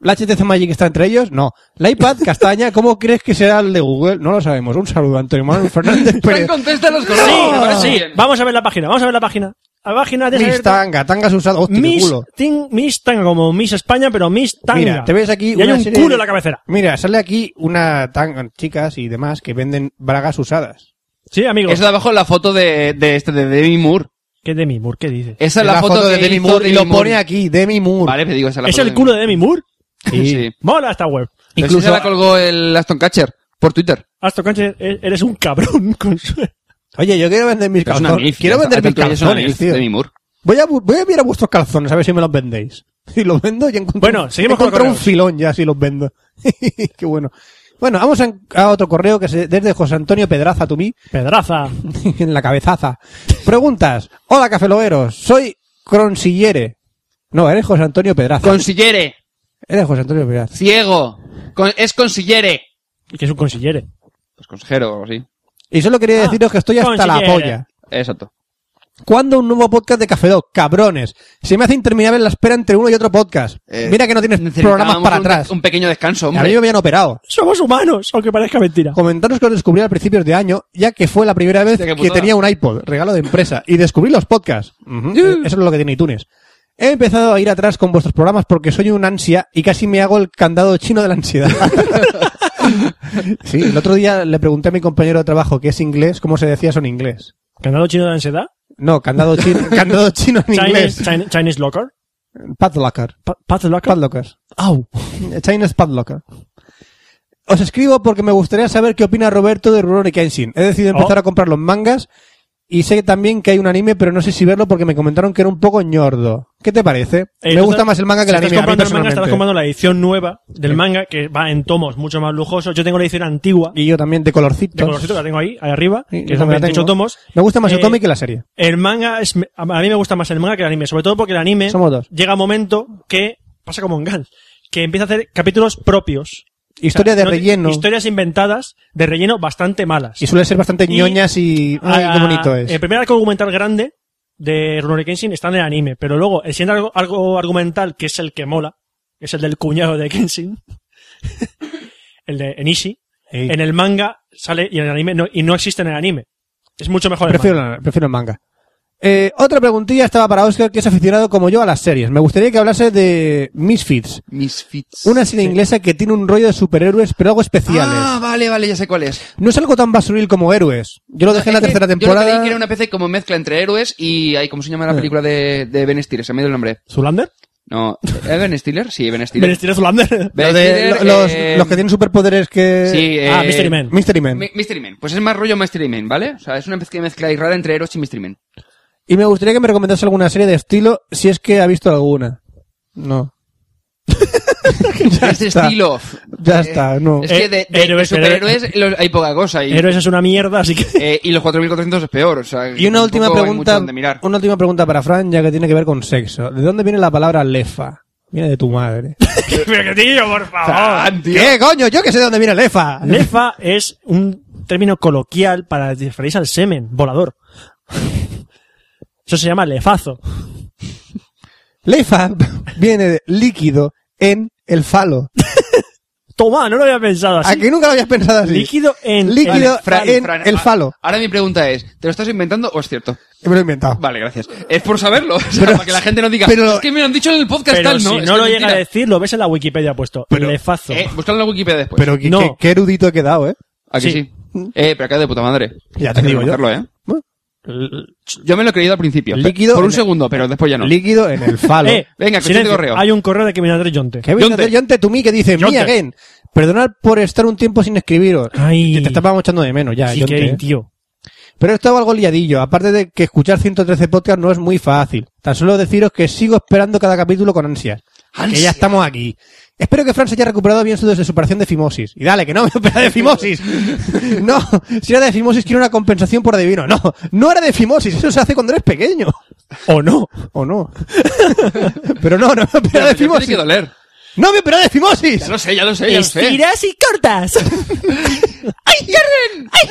[SPEAKER 7] ¿La HTC Magic está entre ellos? No. ¿La iPad castaña? ¿Cómo crees que será el de Google? No lo sabemos. Un saludo, Antonio Manuel Fernández
[SPEAKER 6] Fran,
[SPEAKER 7] Pérez.
[SPEAKER 6] contesta los correos.
[SPEAKER 5] Sí,
[SPEAKER 6] me parece
[SPEAKER 5] sí.
[SPEAKER 6] bien.
[SPEAKER 5] Vamos a ver la página, vamos a ver la página. La página de
[SPEAKER 7] Mis tanga, tangas usadas. Hostia, qué
[SPEAKER 5] Miss,
[SPEAKER 7] culo.
[SPEAKER 5] Ting- Miss Tanga, como Miss España, pero Miss Tanga.
[SPEAKER 7] Mira, te ves aquí
[SPEAKER 5] Y hay
[SPEAKER 7] una
[SPEAKER 5] un
[SPEAKER 7] serie
[SPEAKER 5] culo
[SPEAKER 7] de-
[SPEAKER 5] en la cabecera.
[SPEAKER 7] Mira, sale aquí una tan chicas y demás que venden bragas usadas.
[SPEAKER 5] Sí, amigos.
[SPEAKER 6] Eso de abajo es la foto de, de este, de Demi Moore.
[SPEAKER 5] ¿Qué Demi Moore? ¿Qué dices?
[SPEAKER 6] Esa es la, foto, que
[SPEAKER 7] Demi
[SPEAKER 6] hizo
[SPEAKER 7] Moore y lo
[SPEAKER 6] Demi Moore.
[SPEAKER 7] pone aquí, Demi Moore.
[SPEAKER 6] Vale, te digo, esa es la
[SPEAKER 5] ¿Es
[SPEAKER 6] foto
[SPEAKER 5] el
[SPEAKER 6] de-
[SPEAKER 5] culo de Demi Moore?
[SPEAKER 6] Sí.
[SPEAKER 5] Mola esta web.
[SPEAKER 6] Pero sí se la colgó el Aston Catcher por Twitter.
[SPEAKER 5] Astro Conche, e- eres un cabrón. con su-
[SPEAKER 7] Oye, yo quiero vender mis
[SPEAKER 6] Pero es una
[SPEAKER 7] calzones.
[SPEAKER 6] milf,
[SPEAKER 7] Quiero
[SPEAKER 6] ya está.
[SPEAKER 7] vender mis
[SPEAKER 6] Tanto que es una
[SPEAKER 7] calzones,
[SPEAKER 6] milf,
[SPEAKER 7] tío.
[SPEAKER 6] Demi Moore.
[SPEAKER 7] Voy a, bu- voy a mirar vuestros calzones a ver si me los vendéis. Si los vendo, ya encuentro,
[SPEAKER 5] Bueno, seguimos con
[SPEAKER 7] encuentro un
[SPEAKER 5] correos.
[SPEAKER 7] filón ya si los vendo. Qué bueno. Bueno, vamos a, a otro correo que se, desde José Antonio Pedraza Tumí,
[SPEAKER 5] Pedraza.
[SPEAKER 7] en la cabezaza. Preguntas. Hola, cafelogueros. Soy Cronsillere. No, eres José Antonio Pedraza.
[SPEAKER 6] Consillere,
[SPEAKER 7] Eres José Antonio Pedraza.
[SPEAKER 6] ciego. Con- es consillere.
[SPEAKER 5] Que es un consillere.
[SPEAKER 6] Pues consejero o algo así.
[SPEAKER 7] Y solo quería
[SPEAKER 5] Ah,
[SPEAKER 7] deciros que estoy hasta la
[SPEAKER 5] Cronsillere.
[SPEAKER 7] polla.
[SPEAKER 6] Exacto.
[SPEAKER 7] ¿Cuándo un nuevo podcast de Café Lock? Cabrones. Se me hace interminable la espera entre uno y otro podcast.
[SPEAKER 6] Eh,
[SPEAKER 7] Mira que no tienes
[SPEAKER 6] necesitábamos
[SPEAKER 7] programas para
[SPEAKER 6] un-
[SPEAKER 7] atrás.
[SPEAKER 6] Un pequeño descanso,
[SPEAKER 7] a mí
[SPEAKER 6] hombre.
[SPEAKER 7] me habían operado.
[SPEAKER 5] Somos humanos, aunque parezca mentira.
[SPEAKER 7] Comentaros que lo descubrí a principios de año, ya que fue la primera vez
[SPEAKER 6] Hostia, qué
[SPEAKER 7] que
[SPEAKER 6] putada.
[SPEAKER 7] tenía un iPod, regalo de empresa, y descubrí los podcasts. Ujú, Eso es lo que tiene iTunes. He empezado a ir atrás con vuestros programas porque soy un ansia y casi me hago el candado chino de la ansiedad. sí, el otro día le pregunté a mi compañero de trabajo que es inglés, cómo se decía eso en inglés.
[SPEAKER 5] ¿Candado chino de ansiedad?
[SPEAKER 7] No, candado chino, candado chino en
[SPEAKER 5] Chinese,
[SPEAKER 7] inglés.
[SPEAKER 5] Chin- Chinese Locker.
[SPEAKER 7] Padlocker.
[SPEAKER 5] Pa- Path Locker.
[SPEAKER 7] Padlocker. Chinese Padlocker. Os escribo porque me gustaría saber qué opina Roberto de Rurouni Kenshin. He decidido empezar
[SPEAKER 5] Oh.
[SPEAKER 7] a comprar los mangas y sé también que hay un anime, pero no sé si verlo porque me comentaron que era un poco ñordo. ¿Qué te parece?
[SPEAKER 5] Eh, tú
[SPEAKER 7] me gusta
[SPEAKER 5] estás-
[SPEAKER 7] más el manga
[SPEAKER 5] si
[SPEAKER 7] que el anime.
[SPEAKER 5] Estás
[SPEAKER 7] a mí
[SPEAKER 5] comprando el manga, estarás
[SPEAKER 7] personalmente.
[SPEAKER 5] comprando la edición nueva del manga, que va en tomos mucho más lujosos. Yo tengo la edición antigua,
[SPEAKER 7] Y yo también, de colorcitos.
[SPEAKER 5] de colorcito, que la tengo ahí, ahí arriba,
[SPEAKER 7] Sí,
[SPEAKER 5] que
[SPEAKER 7] yo
[SPEAKER 5] son
[SPEAKER 7] también la
[SPEAKER 5] 28
[SPEAKER 7] tengo.
[SPEAKER 5] tomos.
[SPEAKER 7] Me gusta más el
[SPEAKER 5] Eh,
[SPEAKER 7] cómic que la serie.
[SPEAKER 5] El manga, es, a mí me gusta más el manga que el anime, sobre todo porque el anime
[SPEAKER 7] Somos dos.
[SPEAKER 5] llega un momento que, pasa como en Gantz, que empieza a hacer capítulos propios.
[SPEAKER 7] Historia
[SPEAKER 5] O sea,
[SPEAKER 7] de
[SPEAKER 5] no te-
[SPEAKER 7] relleno.
[SPEAKER 5] Historias inventadas de relleno bastante malas.
[SPEAKER 7] Y suele ser bastante ñoñas y... Ay,
[SPEAKER 5] Ah,
[SPEAKER 7] qué bonito es.
[SPEAKER 5] El primer arco argumental grande de Rurouni Kenshin está en el anime, pero luego el siguiente arco, arco argumental, que es el que mola, que es el del cuñado de Kenshin, el de Enishi,
[SPEAKER 7] Sí.
[SPEAKER 5] en el manga sale y en el anime no, y no existe en el anime. Es mucho mejor el manga.
[SPEAKER 7] Prefiero, prefiero el manga. Eh, otra preguntilla estaba para Oscar, que es aficionado como yo a las series. Me gustaría que hablase de Misfits,
[SPEAKER 6] Misfits.
[SPEAKER 7] una serie inglesa que tiene un rollo de superhéroes, pero algo especiales.
[SPEAKER 6] Ah, vale, vale, ya sé cuál es.
[SPEAKER 7] No es algo tan basuril como héroes. Yo lo dejé en la
[SPEAKER 6] Es que
[SPEAKER 7] tercera
[SPEAKER 6] Yo lo
[SPEAKER 7] temporada. Eh.
[SPEAKER 6] creí que era una especie como mezcla entre héroes y... ay, ¿Cómo se llama la película de, de Ben Stiller? Se me ha ido el nombre.
[SPEAKER 5] ¿Zulander?
[SPEAKER 6] No, ¿es Ben Stiller? Sí, Ben Stiller.
[SPEAKER 5] ¿Me Zulander?
[SPEAKER 6] Ben
[SPEAKER 7] Lo de-
[SPEAKER 6] Stiller,
[SPEAKER 7] lo- los,
[SPEAKER 6] eh,
[SPEAKER 7] los que tienen superpoderes que...
[SPEAKER 6] Sí, eh,
[SPEAKER 5] Ah, Mystery Men.
[SPEAKER 7] Mystery Men.
[SPEAKER 6] Mi- Mystery Men. Pues es más rollo Mystery Men, ¿vale? O sea, es una mezcla, mezcla ahí rara entre héroes y Mystery Men.
[SPEAKER 7] Y me gustaría que me recomendase alguna serie de estilo, si es que ha visto alguna. No. Ya
[SPEAKER 6] es de este
[SPEAKER 7] está.
[SPEAKER 6] estilo.
[SPEAKER 7] Ya está, no.
[SPEAKER 6] Es
[SPEAKER 5] Eh,
[SPEAKER 6] que de, de- de
[SPEAKER 5] héroes, pero-
[SPEAKER 6] superhéroes los- hay poca cosa. Y,
[SPEAKER 5] Héroes es una mierda, así que...
[SPEAKER 6] eh, y los 4400 es peor. O sea,
[SPEAKER 7] Y una última
[SPEAKER 6] tampoco hay mucho
[SPEAKER 7] pregunta,
[SPEAKER 6] donde mirar.
[SPEAKER 7] una última pregunta para Fran, ya que tiene que ver con sexo. ¿De dónde viene la palabra lefa? Viene de tu madre.
[SPEAKER 5] Pero que tío, por favor.
[SPEAKER 7] ¡Ah, ¿Qué coño? Yo que sé de dónde viene lefa.
[SPEAKER 5] Lefa es un término coloquial para referirse al semen, volador. Eso se llama lefazo.
[SPEAKER 7] Lefa viene de líquido en el falo.
[SPEAKER 5] Toma, no lo había pensado así.
[SPEAKER 7] ¿A que nunca lo habías pensado así?
[SPEAKER 5] ¿Ah, Líquido en
[SPEAKER 7] Líquido
[SPEAKER 6] Vale, Fran,
[SPEAKER 7] en
[SPEAKER 6] Fran, ah.
[SPEAKER 7] el
[SPEAKER 6] a-
[SPEAKER 7] falo.
[SPEAKER 6] Ahora mi pregunta es, ¿te lo estás inventando o es cierto?
[SPEAKER 7] Me lo he inventado.
[SPEAKER 6] Vale, gracias. Es por saberlo, o sea,
[SPEAKER 7] Pero-
[SPEAKER 6] para que la gente no diga,
[SPEAKER 7] pero-
[SPEAKER 6] es que me lo han dicho en el podcast
[SPEAKER 5] Pero
[SPEAKER 6] tal, ¿no?
[SPEAKER 5] si
[SPEAKER 6] es
[SPEAKER 5] no
[SPEAKER 6] que
[SPEAKER 5] lo
[SPEAKER 6] es
[SPEAKER 5] llega a
[SPEAKER 6] mentira".
[SPEAKER 5] decir, lo ves en la Wikipedia puesto. lefazo.
[SPEAKER 6] Eh, buscadlo en la Wikipedia después.
[SPEAKER 7] Pero qué,
[SPEAKER 5] No.
[SPEAKER 7] qué- qué erudito he quedado, ¿eh?
[SPEAKER 6] ¿A que
[SPEAKER 5] sí.
[SPEAKER 6] sí? Eh, pero acá de puta madre.
[SPEAKER 7] Ya
[SPEAKER 6] Hay
[SPEAKER 7] te
[SPEAKER 6] que
[SPEAKER 7] digo yo.
[SPEAKER 6] reconocerlo, ¿eh?
[SPEAKER 7] Bueno.
[SPEAKER 6] Yo me lo he creído al principio.
[SPEAKER 7] Líquido
[SPEAKER 6] Por un
[SPEAKER 7] en el-
[SPEAKER 6] segundo, pero después ya no.
[SPEAKER 7] Líquido en el falo.
[SPEAKER 5] Eh,
[SPEAKER 6] Venga, que
[SPEAKER 5] silencio.
[SPEAKER 6] siete correo.
[SPEAKER 5] Hay un correo de Kiminadre Yonte.
[SPEAKER 7] ¿Qué vienes a
[SPEAKER 6] Yonte.
[SPEAKER 7] hacer, Yonte Tumi, que dice,
[SPEAKER 5] Yonte.
[SPEAKER 7] mi again, perdonad por estar un tiempo sin escribiros.
[SPEAKER 5] Ay.
[SPEAKER 7] Te, te estábamos echando de menos ya,
[SPEAKER 5] Sí,
[SPEAKER 7] Yonte,
[SPEAKER 5] que
[SPEAKER 7] ¿eh?
[SPEAKER 5] tío.
[SPEAKER 7] Pero estaba algo liadillo, aparte de que escuchar 113 podcasts no es muy fácil. Tan solo deciros que sigo esperando cada capítulo con ansias. Que ya estamos aquí. Espero que Fran se haya recuperado bien su de superación de fimosis. Y dale, que no me opera de fimosis. No, si era de fimosis quiero una compensación por adivino. No, no era de fimosis, eso se hace cuando eres pequeño.
[SPEAKER 5] O no.
[SPEAKER 7] ¿O no? Pero no, no me
[SPEAKER 6] Pero
[SPEAKER 7] opera de
[SPEAKER 6] te tiene
[SPEAKER 7] fimosis.
[SPEAKER 6] que doler.
[SPEAKER 7] ¡No me operó de fimosis!
[SPEAKER 6] Ya lo sé, ya lo sé, ya lo sé.
[SPEAKER 5] y cortas.
[SPEAKER 7] ¡Ay, Carmen! ¡Ay!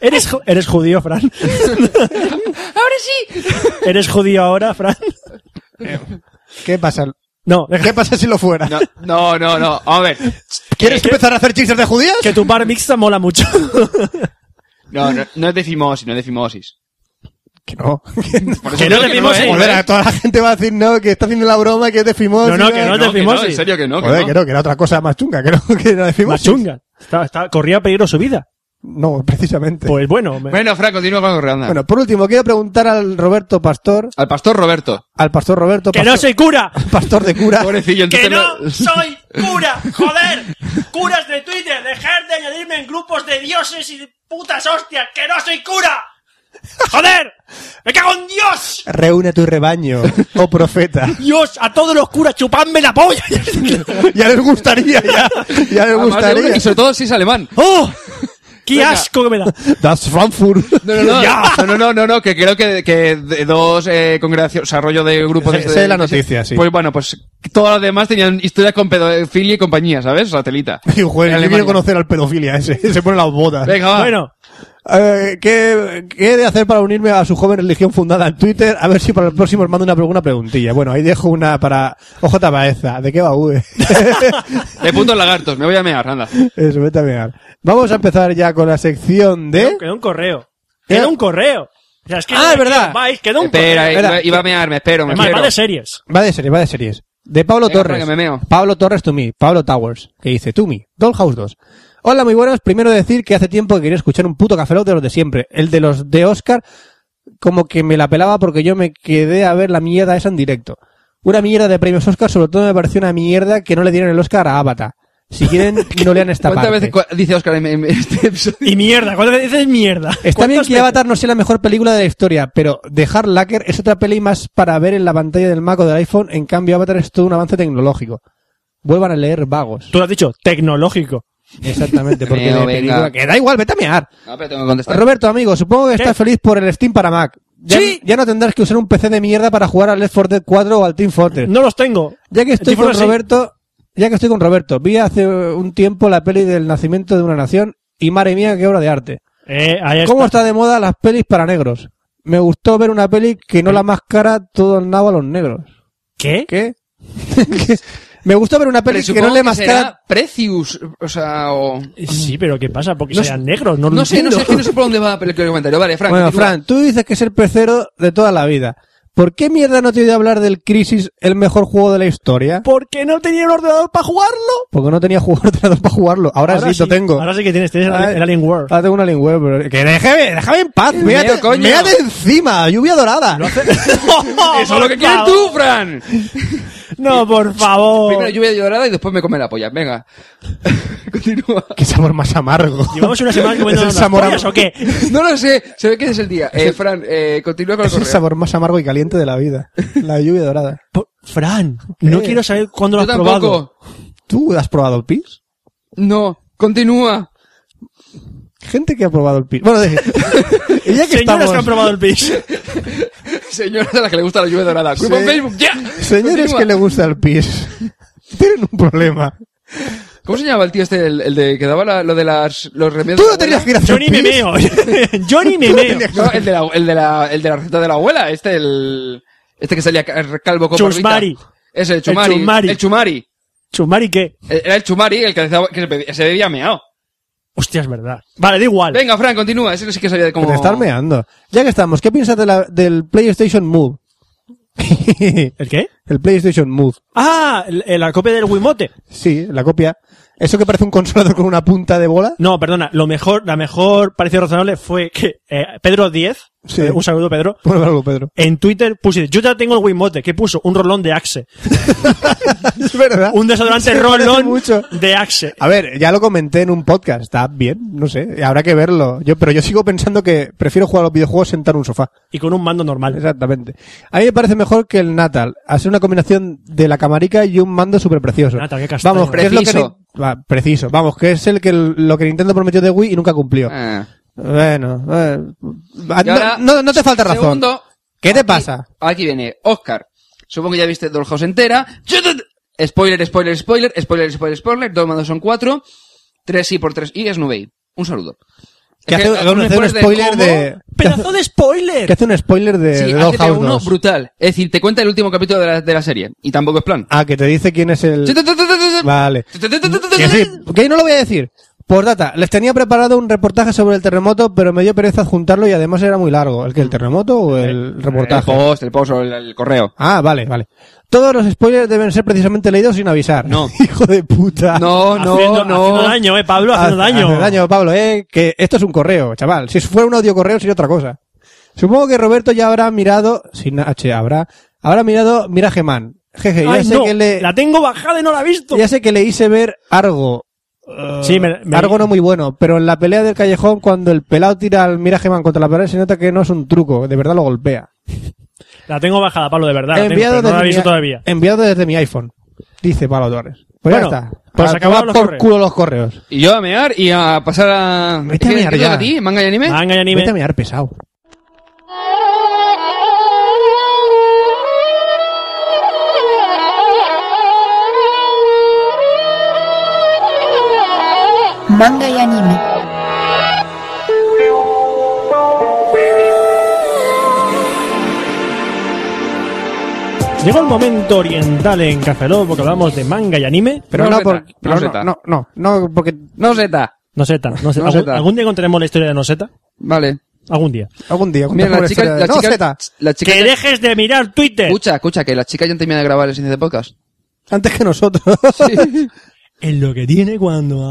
[SPEAKER 5] ¿Eres, ju- eres judío, Fran.
[SPEAKER 6] Ahora sí.
[SPEAKER 5] ¿Eres judío ahora, Fran?
[SPEAKER 7] ¿Qué pasa?
[SPEAKER 5] No, deja-
[SPEAKER 7] ¿Qué pasa si lo fuera?
[SPEAKER 6] Eh, No, eh, no, no, no. Vamos a ver.
[SPEAKER 7] ¿Quieres empezar a hacer chistes de judías?
[SPEAKER 5] que tu bar mixta mola mucho.
[SPEAKER 6] No, no, no es de fimosis, no es de fimosis.
[SPEAKER 7] Que no.
[SPEAKER 6] Por eso
[SPEAKER 5] Que
[SPEAKER 6] digo
[SPEAKER 5] no es de fimosis.
[SPEAKER 6] ¿eh?
[SPEAKER 7] Joder, a toda la gente va a decir no, que está haciendo la broma, que es de fimosis.
[SPEAKER 5] No, no, que no es de
[SPEAKER 6] No, que no,
[SPEAKER 5] fimosis.
[SPEAKER 6] en serio que no. que
[SPEAKER 7] Joder,
[SPEAKER 6] no.
[SPEAKER 7] que no, que era otra cosa más chunga, que no, que no de fimosis.
[SPEAKER 5] Más chunga. Estaba- estaba- corría peligro su vida.
[SPEAKER 7] No, precisamente.
[SPEAKER 5] Pues bueno, me-
[SPEAKER 6] Bueno, Franco, continúa con la ronda.
[SPEAKER 7] eh. Bueno, por último, quiero preguntar al Roberto Pastor,
[SPEAKER 6] Al pastor Roberto.
[SPEAKER 7] al Pastor Roberto,
[SPEAKER 5] que no
[SPEAKER 7] pastor,
[SPEAKER 5] soy cura.
[SPEAKER 7] pastor de cura.
[SPEAKER 6] Pobrecillo,
[SPEAKER 5] ¡Que
[SPEAKER 6] entonces
[SPEAKER 5] no
[SPEAKER 6] lo-
[SPEAKER 5] soy cura! ¡Joder! ¡Curas de Twitter! ¡Dejar de añadirme en grupos de dioses y de putas hostias! ¡Que no soy cura! ¡Joder! ¡Me cago en Dios!
[SPEAKER 7] Reúne tu rebaño, oh profeta.
[SPEAKER 5] Dios, a todos los curas chupadme la polla.
[SPEAKER 7] ya les gustaría, ya,
[SPEAKER 6] Además Ah,
[SPEAKER 7] ya les
[SPEAKER 6] de
[SPEAKER 7] gustaría.
[SPEAKER 6] uno, Y sobre todo si es alemán.
[SPEAKER 5] ¡Oh! ¡Qué
[SPEAKER 6] Venga.
[SPEAKER 5] asco que me da!
[SPEAKER 7] Das Frankfurt.
[SPEAKER 6] No, no, no,
[SPEAKER 5] Ya.
[SPEAKER 6] no, no, no, no, no, que creo que, que de dos eh, congregaciones, o sea, rollo de grupos...
[SPEAKER 7] Sé-
[SPEAKER 6] de-
[SPEAKER 7] sé la noticia, sí.
[SPEAKER 6] Pues bueno, pues todas las demás tenían historias con pedofilia y compañía, ¿sabes? Satelita.
[SPEAKER 7] Y, joder, yo
[SPEAKER 6] Alemania.
[SPEAKER 7] quiero conocer al pedofilia ese. Se pone las botas.
[SPEAKER 6] Venga, va.
[SPEAKER 5] Bueno,
[SPEAKER 7] Eh, ¿qué, ¿Qué he de hacer para unirme a su joven religión fundada en Twitter? A ver si para el próximo os mando una, alguna preguntilla. Bueno, ahí dejo una para OJ Baeza. ¿De qué va E? V?
[SPEAKER 6] De puntos lagartos, me voy a mear, anda.
[SPEAKER 7] Eso, vete a mirar. Vamos a empezar ya con la sección
[SPEAKER 6] ¿Eh?
[SPEAKER 7] de...
[SPEAKER 5] quedó un correo.
[SPEAKER 7] ¿Qué?
[SPEAKER 5] Quedó un correo. O sea, es que
[SPEAKER 7] Ah, es verdad.
[SPEAKER 5] Vais, quedó un
[SPEAKER 6] Espera,
[SPEAKER 5] correo.
[SPEAKER 6] iba, iba a mearme, espero, me
[SPEAKER 5] Además,
[SPEAKER 6] espero.
[SPEAKER 5] va de series.
[SPEAKER 7] Va de series, va de series. De Pablo
[SPEAKER 6] Venga,
[SPEAKER 7] Torres.
[SPEAKER 6] Frank, que me meo.
[SPEAKER 7] Pablo Torres to me. Pablo Towers. Que dice to me. Dollhouse 2. Hola, muy buenas. Primero decir que hace tiempo que quería escuchar un puto café Lock de los de siempre. El de los de Oscar como que me la pelaba porque yo me quedé a ver la mierda esa en directo. Una mierda de premios Oscar, sobre todo me pareció una mierda que no le dieron el Oscar a Avatar. Si quieren, no lean esta
[SPEAKER 6] ¿Cuántas
[SPEAKER 7] parte.
[SPEAKER 6] veces cua- dice Oscar en, en este episodio?
[SPEAKER 5] Y mierda, ¿cuántas veces dices mierda?
[SPEAKER 7] Está bien
[SPEAKER 5] ¿Cuántas
[SPEAKER 7] que
[SPEAKER 5] veces?
[SPEAKER 7] Avatar no sea la mejor película de la historia, pero dejar Lacker es otra peli más para ver en la pantalla del Mac o del iPhone. En cambio, Avatar es todo un avance tecnológico. Vuelvan a leer vagos.
[SPEAKER 5] Tú lo has dicho, tecnológico.
[SPEAKER 7] Exactamente, porque
[SPEAKER 6] Meo,
[SPEAKER 7] de
[SPEAKER 6] venga.
[SPEAKER 7] película- Que da igual, vete a mear.
[SPEAKER 6] No, pero tengo que contestar.
[SPEAKER 7] Roberto, amigo, supongo que estás
[SPEAKER 5] ¿Qué?
[SPEAKER 7] feliz por el Steam para Mac. Ya,
[SPEAKER 5] Sí.
[SPEAKER 7] ya no tendrás que usar un PC de mierda para jugar al Left 4 Dead 4 o al Team Fortress.
[SPEAKER 5] No los tengo.
[SPEAKER 7] Ya que estoy
[SPEAKER 5] Team
[SPEAKER 7] con
[SPEAKER 5] Fortress sí.
[SPEAKER 7] Roberto, ya que estoy con Roberto, vi hace un tiempo la peli del nacimiento de una nación y madre mía, qué obra de arte.
[SPEAKER 5] Eh, ahí está.
[SPEAKER 7] ¿Cómo está de moda las pelis para negros? Me gustó ver una peli que no la mascara todo el nabo a los negros.
[SPEAKER 5] ¿Qué?
[SPEAKER 7] ¿Qué? Me gustó ver una peli que
[SPEAKER 6] Presupongo
[SPEAKER 7] no le
[SPEAKER 6] que
[SPEAKER 7] mascara...
[SPEAKER 6] será Precious, o sea, o...
[SPEAKER 5] Sí, pero ¿qué pasa? Porque
[SPEAKER 6] No
[SPEAKER 5] sean negros, no lo
[SPEAKER 6] No sé, no sé, es
[SPEAKER 5] entiendo.
[SPEAKER 6] que no sé por dónde va el comentario. Vale, Frank.
[SPEAKER 7] bueno,
[SPEAKER 6] continúa.
[SPEAKER 7] Fran, tú dices que es el pecero de toda la vida. ¿Por qué mierda no te he oído hablar del Crisis, el mejor juego de la historia?
[SPEAKER 5] ¿Por qué no tenía un ordenador para jugarlo?
[SPEAKER 7] Porque no tenía jugador ordenador para jugarlo. Ahora, sí, lo tengo.
[SPEAKER 5] Ahora sí que tienes, tienes el-
[SPEAKER 7] Ay,
[SPEAKER 5] el
[SPEAKER 6] Ah.
[SPEAKER 5] Alien World.
[SPEAKER 7] Ahora tengo un Alien Web, pero... Que déjame, déjame en paz.
[SPEAKER 6] Meo,
[SPEAKER 7] Mírate,
[SPEAKER 6] coño.
[SPEAKER 7] mírate encima, lluvia dorada.
[SPEAKER 6] Ah, Eso es lo que quieres tú, Fran.
[SPEAKER 5] No, por favor.
[SPEAKER 6] Primero lluvia llorada y después me come la polla. Venga. Continúa.
[SPEAKER 7] Qué sabor más amargo.
[SPEAKER 5] ¿Llevamos una semana
[SPEAKER 7] Es el
[SPEAKER 5] comiendo las
[SPEAKER 7] sabor a-
[SPEAKER 5] pollas o qué?
[SPEAKER 6] No lo sé. Se ve que es el día. Eh, Fran, eh, continúa con el
[SPEAKER 7] Es el
[SPEAKER 6] correo.
[SPEAKER 7] sabor más amargo y caliente de la vida. La lluvia dorada. Eh.
[SPEAKER 5] Por- Fran, no
[SPEAKER 7] ¿Qué?
[SPEAKER 5] quiero saber cuándo lo
[SPEAKER 6] Yo
[SPEAKER 5] has probado.
[SPEAKER 6] tampoco.
[SPEAKER 7] ¿Tú has probado el pis?
[SPEAKER 6] No. Continúa.
[SPEAKER 7] Gente que ha probado el pis. Bueno, deje. Y ya que
[SPEAKER 5] Señoras
[SPEAKER 7] estamos,
[SPEAKER 5] que han probado el PIS.
[SPEAKER 6] Señora a la que le gusta la lluvia dorada. Grupo
[SPEAKER 7] Sí.
[SPEAKER 6] en Facebook. ¡Ya!
[SPEAKER 7] Señores
[SPEAKER 6] Continúa.
[SPEAKER 7] que le gusta el pis. Tienen un problema.
[SPEAKER 6] ¿Cómo se llamaba el tío este? El, el de que daba la- lo de las, los remedios.
[SPEAKER 7] Tú
[SPEAKER 6] de
[SPEAKER 7] no
[SPEAKER 6] la
[SPEAKER 7] tenías que ir a hacer
[SPEAKER 5] Johnny
[SPEAKER 7] pis.
[SPEAKER 5] Memeo. Johnny Memeo.
[SPEAKER 6] abuela? No, el de la, el de la, el de la receta de la abuela. Este, el, este que salía ca- calvo con barbita.
[SPEAKER 5] Chusmari.
[SPEAKER 6] Ese, el chumari.
[SPEAKER 5] El chumari.
[SPEAKER 6] El chumari.
[SPEAKER 5] ¿Chumari qué?
[SPEAKER 6] Era el chumari el que, decía- que se bebía- se bebía meao.
[SPEAKER 5] Hostia, es verdad. Vale, da igual.
[SPEAKER 6] Venga, Fran, continúa. Ese sí que sabía de
[SPEAKER 7] Que
[SPEAKER 6] cómo.
[SPEAKER 7] Te estás meando. Ya que estamos, ¿qué piensas de la- del PlayStation Move?
[SPEAKER 5] ¿El qué?
[SPEAKER 7] el PlayStation Move.
[SPEAKER 5] Ah, el- el- la copia del Wiimote.
[SPEAKER 7] Sí, la copia. Eso que parece un consolador con una punta de bola.
[SPEAKER 5] No, perdona, lo mejor, la mejor pareció razonable fue que eh, Pedro 10,
[SPEAKER 7] Sí.
[SPEAKER 5] eh, un saludo Pedro,
[SPEAKER 7] Bueno, algo, Pedro.
[SPEAKER 5] en Twitter puse, yo ya tengo el Wiimote, que puso un rolón de Axe,
[SPEAKER 7] Es verdad.
[SPEAKER 5] un desodorante
[SPEAKER 7] Se parece
[SPEAKER 5] rolón
[SPEAKER 7] mucho.
[SPEAKER 5] de Axe.
[SPEAKER 7] A ver, ya lo comenté en un podcast, está bien, no sé, habrá que verlo. Yo, pero yo sigo pensando que prefiero jugar a los videojuegos sentado en un sofá.
[SPEAKER 5] Y con un mando normal.
[SPEAKER 7] Exactamente. A mí me parece mejor que el Natal, hacer una combinación de la camarica y un mando súper precioso.
[SPEAKER 5] Natal, qué castaño.
[SPEAKER 7] Vamos, que es lo
[SPEAKER 6] Preciso.
[SPEAKER 7] que Ni- Va, preciso. Vamos, que es el que lo que Nintendo prometió de Wii y nunca cumplió.
[SPEAKER 6] Ah.
[SPEAKER 7] Bueno, eh,
[SPEAKER 6] Y ahora,
[SPEAKER 7] no, no- no te falta razón.
[SPEAKER 6] Segundo,
[SPEAKER 7] ¿Qué te
[SPEAKER 6] aquí-
[SPEAKER 7] pasa?
[SPEAKER 6] Aquí viene Oscar. Supongo que ya viste Dollhouse entera. Spoiler, spoiler, spoiler, spoiler, spoiler, spoiler. Dos mandos son cuatro. Tres i por tres i es nube i. Un saludo.
[SPEAKER 7] Que
[SPEAKER 6] Es
[SPEAKER 7] hace, hace un spoiler de, que hace-
[SPEAKER 5] ¡Pedazo de spoiler!
[SPEAKER 7] que hace un spoiler de,
[SPEAKER 6] Sí,
[SPEAKER 7] de
[SPEAKER 6] hace de
[SPEAKER 7] Dollhouse
[SPEAKER 6] uno
[SPEAKER 7] 2.
[SPEAKER 6] brutal. Es decir, te cuenta el último capítulo de la, de la serie. Y tampoco es plan.
[SPEAKER 7] Ah, que te dice quién es el... Vale. Que sí, que no lo voy a decir. Por data, les tenía preparado un reportaje sobre el terremoto, pero me dio pereza adjuntarlo y además era muy largo. ¿El que el terremoto o
[SPEAKER 5] Eh,
[SPEAKER 7] el reportaje?
[SPEAKER 6] El post, el post o el, el correo.
[SPEAKER 7] Ah, vale, vale. Todos los spoilers deben ser precisamente leídos sin avisar.
[SPEAKER 6] No.
[SPEAKER 7] Hijo de puta.
[SPEAKER 6] No, no,
[SPEAKER 5] haciendo,
[SPEAKER 6] no.
[SPEAKER 5] haciendo daño, eh, Pablo, haciendo
[SPEAKER 7] Haz-
[SPEAKER 5] daño.
[SPEAKER 7] hazme Pablo, eh. Que esto es un correo, chaval. Si fuera un audio correo sería otra cosa. Supongo que Roberto ya habrá mirado, sin H habrá, habrá mirado Mira Man. Jeje, ya
[SPEAKER 5] Ay,
[SPEAKER 7] sé
[SPEAKER 5] no,
[SPEAKER 7] que le,
[SPEAKER 5] La tengo bajada y no la he visto.
[SPEAKER 7] ya sé que le hice ver algo. eh,
[SPEAKER 5] Sí, me- me-
[SPEAKER 7] algo no muy bueno, pero en la pelea del callejón cuando el pelado tira al Mira Man contra la pared se nota que no es un truco, de verdad lo golpea.
[SPEAKER 5] La tengo bajada, Pablo, de verdad. la tengo,
[SPEAKER 7] enviado,
[SPEAKER 5] pero no la he
[SPEAKER 7] desde
[SPEAKER 5] visto
[SPEAKER 7] mi,
[SPEAKER 5] todavía.
[SPEAKER 7] enviado desde mi iPhone, dice Pablo Torres. Pues
[SPEAKER 5] Bueno,
[SPEAKER 7] ya está.
[SPEAKER 5] pues
[SPEAKER 7] A
[SPEAKER 5] acabaron
[SPEAKER 7] tomar
[SPEAKER 5] los
[SPEAKER 7] por
[SPEAKER 5] correos.
[SPEAKER 7] culo los correos.
[SPEAKER 6] Y yo a mear y a pasar a...
[SPEAKER 7] Vete a
[SPEAKER 6] ¿Qué-
[SPEAKER 7] mear
[SPEAKER 6] qué
[SPEAKER 7] ya.
[SPEAKER 6] toca a ti? ¿Manga y anime?
[SPEAKER 5] Manga y anime.
[SPEAKER 7] ¿Eh? Vete a mirar pesado.
[SPEAKER 4] Manga y anime.
[SPEAKER 5] Llegó el momento oriental en Café Lock, porque hablamos de manga y anime.
[SPEAKER 7] Pero
[SPEAKER 6] No,
[SPEAKER 7] no,
[SPEAKER 6] Zeta,
[SPEAKER 7] por-
[SPEAKER 6] no,
[SPEAKER 7] pero no,
[SPEAKER 6] Zeta.
[SPEAKER 7] no, no, no, porque
[SPEAKER 6] No, Zeta.
[SPEAKER 5] Noseta. Noseta.
[SPEAKER 6] Noseta.
[SPEAKER 5] ¿Algún, algún día contaremos la historia de Noseta.
[SPEAKER 6] Vale.
[SPEAKER 5] Algún día.
[SPEAKER 7] algún día
[SPEAKER 6] Mira,
[SPEAKER 7] contamos
[SPEAKER 6] la chica...
[SPEAKER 7] historia de-
[SPEAKER 6] La
[SPEAKER 7] No,
[SPEAKER 6] chica,
[SPEAKER 7] Zeta,
[SPEAKER 6] la chica
[SPEAKER 5] ¡Que dejes de mirar Twitter!
[SPEAKER 6] Escucha, escucha, que la chica ya han terminado de grabar el siguiente podcast.
[SPEAKER 7] antes que nosotros.
[SPEAKER 5] En lo que tiene cuando...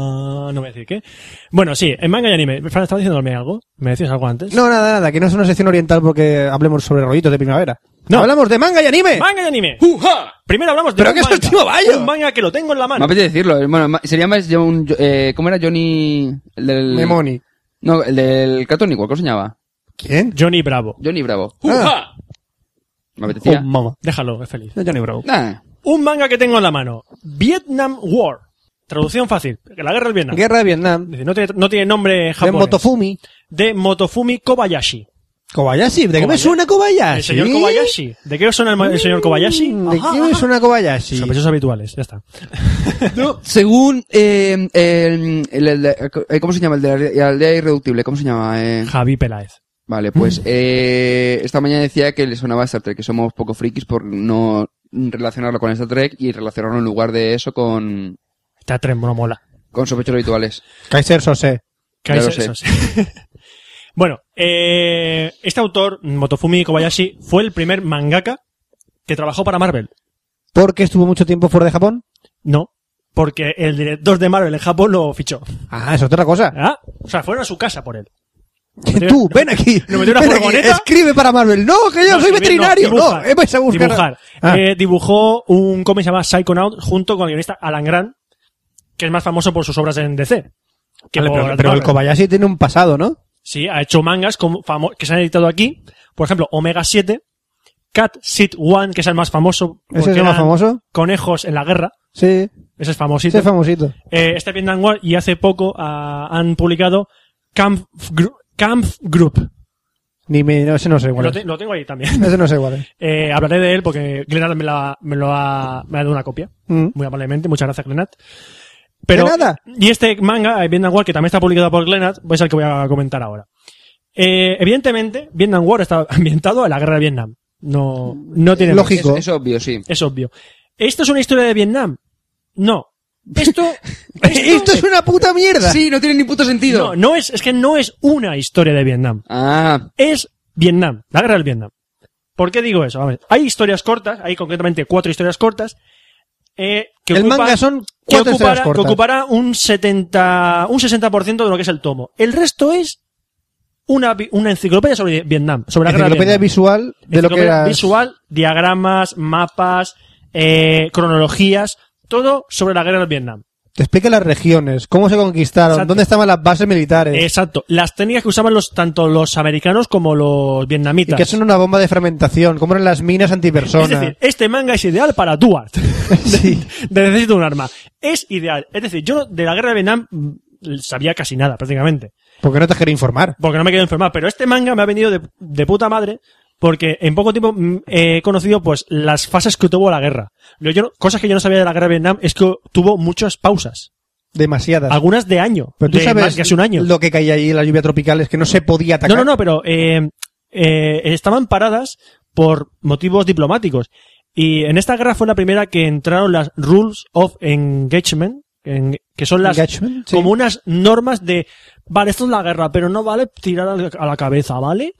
[SPEAKER 5] ah, no me decir qué. Bueno, sí, en manga y anime. Fran, ¿estabas diciéndome algo? ¿Me decías algo antes?
[SPEAKER 7] no, nada, nada, que no es una sección oriental porque hablemos sobre rollitos de primavera.
[SPEAKER 5] No.
[SPEAKER 7] Hablamos de manga y anime.
[SPEAKER 5] ¡Manga y anime!
[SPEAKER 6] ¡Uja!
[SPEAKER 5] Primero hablamos de
[SPEAKER 7] Pero
[SPEAKER 5] un
[SPEAKER 7] que es
[SPEAKER 5] manga.
[SPEAKER 7] último baño.
[SPEAKER 5] Un manga que lo tengo en la
[SPEAKER 6] Me
[SPEAKER 5] mano.
[SPEAKER 6] apetece decirlo. eh, Bueno, ma- sería más yo un... yo- Eh, ¿Cómo era Johnny... El del...
[SPEAKER 7] Memoni.
[SPEAKER 6] No, el del Catónico, ¿cómo se llamaba?
[SPEAKER 7] ¿Quién?
[SPEAKER 5] Johnny Bravo.
[SPEAKER 6] Johnny Bravo.
[SPEAKER 7] Ah.
[SPEAKER 6] Me apetecía.
[SPEAKER 7] Oh, mamá.
[SPEAKER 5] Déjalo, es feliz.
[SPEAKER 7] Johnny Bravo.
[SPEAKER 6] Nah.
[SPEAKER 5] Un manga que tengo en la mano. Vietnam War. Traducción fácil. La guerra del Vietnam.
[SPEAKER 7] Guerra de Vietnam.
[SPEAKER 5] Dice, No tiene, no tiene nombre
[SPEAKER 7] De
[SPEAKER 5] japonés.
[SPEAKER 7] Motofumi.
[SPEAKER 5] De Motofumi Kobayashi.
[SPEAKER 7] Kobayashi. ¿De qué me
[SPEAKER 5] Kobayashi.
[SPEAKER 7] suena Kobayashi?
[SPEAKER 5] El señor Kobayashi. ¿De qué os suena el, ma- el señor Kobayashi?
[SPEAKER 7] Ah, Mm, ¿De qué me suena Kobayashi?
[SPEAKER 5] Sospechosos habituales, ya está.
[SPEAKER 6] No, según eh, el, el- el- eh, ¿cómo se llama? El de la- la aldea irreductible, ¿cómo se llama? Eh,
[SPEAKER 5] Javi Peláez.
[SPEAKER 6] vale, pues eh, esta mañana decía que le sonaba Star Trek, que somos poco frikis por no relacionarlo con Star Trek y relacionarlo en lugar de eso con,
[SPEAKER 5] Está tren, Este no mola.
[SPEAKER 6] con sospechosos habituales.
[SPEAKER 7] Kaiser Sose.
[SPEAKER 5] Que
[SPEAKER 6] Ya
[SPEAKER 5] hay
[SPEAKER 6] lo
[SPEAKER 5] sexos. bueno, eh, este autor, Motofumi Kobayashi, fue el primer mangaka que trabajó para Marvel.
[SPEAKER 7] ¿Por qué estuvo mucho tiempo fuera de Japón?
[SPEAKER 5] No, porque el director de Marvel en Japón lo fichó.
[SPEAKER 7] Ah, eso es otra cosa.
[SPEAKER 5] ¿Ah? O sea, fueron a su casa por él.
[SPEAKER 7] Tú, ven aquí.
[SPEAKER 5] ¿Lo metió en una
[SPEAKER 7] Ven aquí,
[SPEAKER 5] furgoneta?
[SPEAKER 7] Escribe para Marvel. No, que yo
[SPEAKER 5] No,
[SPEAKER 7] soy
[SPEAKER 5] escribir,
[SPEAKER 7] veterinario.
[SPEAKER 5] no,
[SPEAKER 7] No,
[SPEAKER 5] dibujar,
[SPEAKER 7] eh, vais a buscar.
[SPEAKER 5] dibujar.
[SPEAKER 7] Ah.
[SPEAKER 5] Eh, dibujó un cómic llamado Psychonaut junto con el guionista Alan Grant, que es más famoso por sus obras en DC. que
[SPEAKER 7] Vale,
[SPEAKER 5] por
[SPEAKER 7] pero, pero el
[SPEAKER 5] Marvel.
[SPEAKER 7] Kobayashi tiene un pasado, ¿no?
[SPEAKER 5] Sí, ha hecho mangas como famo- que se han editado aquí. Por ejemplo, Omega 7, Cat Sit One, que es el más famoso.
[SPEAKER 7] ¿Ese es
[SPEAKER 5] porque
[SPEAKER 7] el más
[SPEAKER 5] eran
[SPEAKER 7] famoso?
[SPEAKER 5] Conejos en la guerra.
[SPEAKER 7] Sí,
[SPEAKER 5] Ese es
[SPEAKER 7] ese
[SPEAKER 5] famosito.
[SPEAKER 7] es famosito.
[SPEAKER 5] Eh, este Vietnam War y hace poco ah, han publicado Camp, Gru- Camp Group.
[SPEAKER 7] Ni me, no, ese no sé cuál
[SPEAKER 5] Lo,
[SPEAKER 7] es.
[SPEAKER 5] te- lo tengo ahí también.
[SPEAKER 7] Ese no sé cuál es.
[SPEAKER 5] Eh, hablaré de él porque Glenat me, la- me lo ha, me ha dado una copia.
[SPEAKER 7] Mm.
[SPEAKER 5] Muy amablemente. Muchas gracias, Glenat. Pero,
[SPEAKER 7] De nada.
[SPEAKER 5] Y este manga, eh, Vietnam War, que también está publicado por Glenat, es el que voy a comentar ahora. Eh, evidentemente, Vietnam War está ambientado en la guerra de Vietnam. No, no tiene más.
[SPEAKER 7] Lógico.
[SPEAKER 6] Es, es obvio, sí.
[SPEAKER 5] Es, es obvio. ¿Esto es una historia de Vietnam? No. Esto,
[SPEAKER 7] Esto es una puta mierda.
[SPEAKER 6] Sí, no tiene ni puto sentido.
[SPEAKER 5] no, no es, es que no es una historia de Vietnam.
[SPEAKER 6] Ah,
[SPEAKER 5] es Vietnam, la guerra del Vietnam. ¿Por qué digo eso? A ver, hay historias cortas, hay concretamente cuatro historias cortas, eh, que,
[SPEAKER 7] el
[SPEAKER 5] ocupan-
[SPEAKER 7] manga son
[SPEAKER 5] que, ocupará,
[SPEAKER 7] cuatro estrellas
[SPEAKER 5] que
[SPEAKER 7] cortas.
[SPEAKER 5] ocupará un 70, un 60% de lo que es el tomo. El resto es una, bi- una enciclopedia sobre Vietnam, sobre la guerra de
[SPEAKER 7] Enciclopedia
[SPEAKER 5] Vietnam.
[SPEAKER 7] visual de lo que
[SPEAKER 5] Enciclopedia
[SPEAKER 7] era.
[SPEAKER 5] visual, diagramas, mapas, eh, cronologías, todo sobre la guerra del Vietnam.
[SPEAKER 7] Te explica las regiones, cómo se conquistaron,
[SPEAKER 5] Exacto.
[SPEAKER 7] dónde estaban las bases militares.
[SPEAKER 5] Exacto, las técnicas que usaban los tanto los americanos como los
[SPEAKER 7] y
[SPEAKER 5] vietnamitas.
[SPEAKER 7] que son una bomba de fermentación, cómo eran las minas
[SPEAKER 5] Es
[SPEAKER 7] antipersona.
[SPEAKER 5] decir, este manga es ideal para Duarte.
[SPEAKER 7] Sí.
[SPEAKER 5] De necesito un arma. Es ideal. Es decir, yo de la guerra de Vietnam mm, sabía casi nada, prácticamente.
[SPEAKER 7] Porque no te quería informar.
[SPEAKER 5] Porque no me quedo enfermar. Pero este manga me ha venido de, de puta madre. Porque en poco tiempo mm, he conocido pues las fases que tuvo la guerra. Lo- Yo, no- cosas que yo no sabía de la guerra de Vietnam es que tuvo muchas pausas.
[SPEAKER 7] Demasiadas.
[SPEAKER 5] Algunas de año.
[SPEAKER 7] Pero tú
[SPEAKER 5] de
[SPEAKER 7] sabes
[SPEAKER 5] más que hace un año.
[SPEAKER 7] lo que caía allí en la lluvia tropical es que no se podía atacar.
[SPEAKER 5] No, no, no, pero eh, eh, estaban paradas por motivos diplomáticos. Y en esta guerra fue la primera que entraron las Rules of Engagement, en- que son las
[SPEAKER 7] Engagement, sí.
[SPEAKER 5] como unas normas de vale esto es la guerra pero no vale tirar a la- a la cabeza vale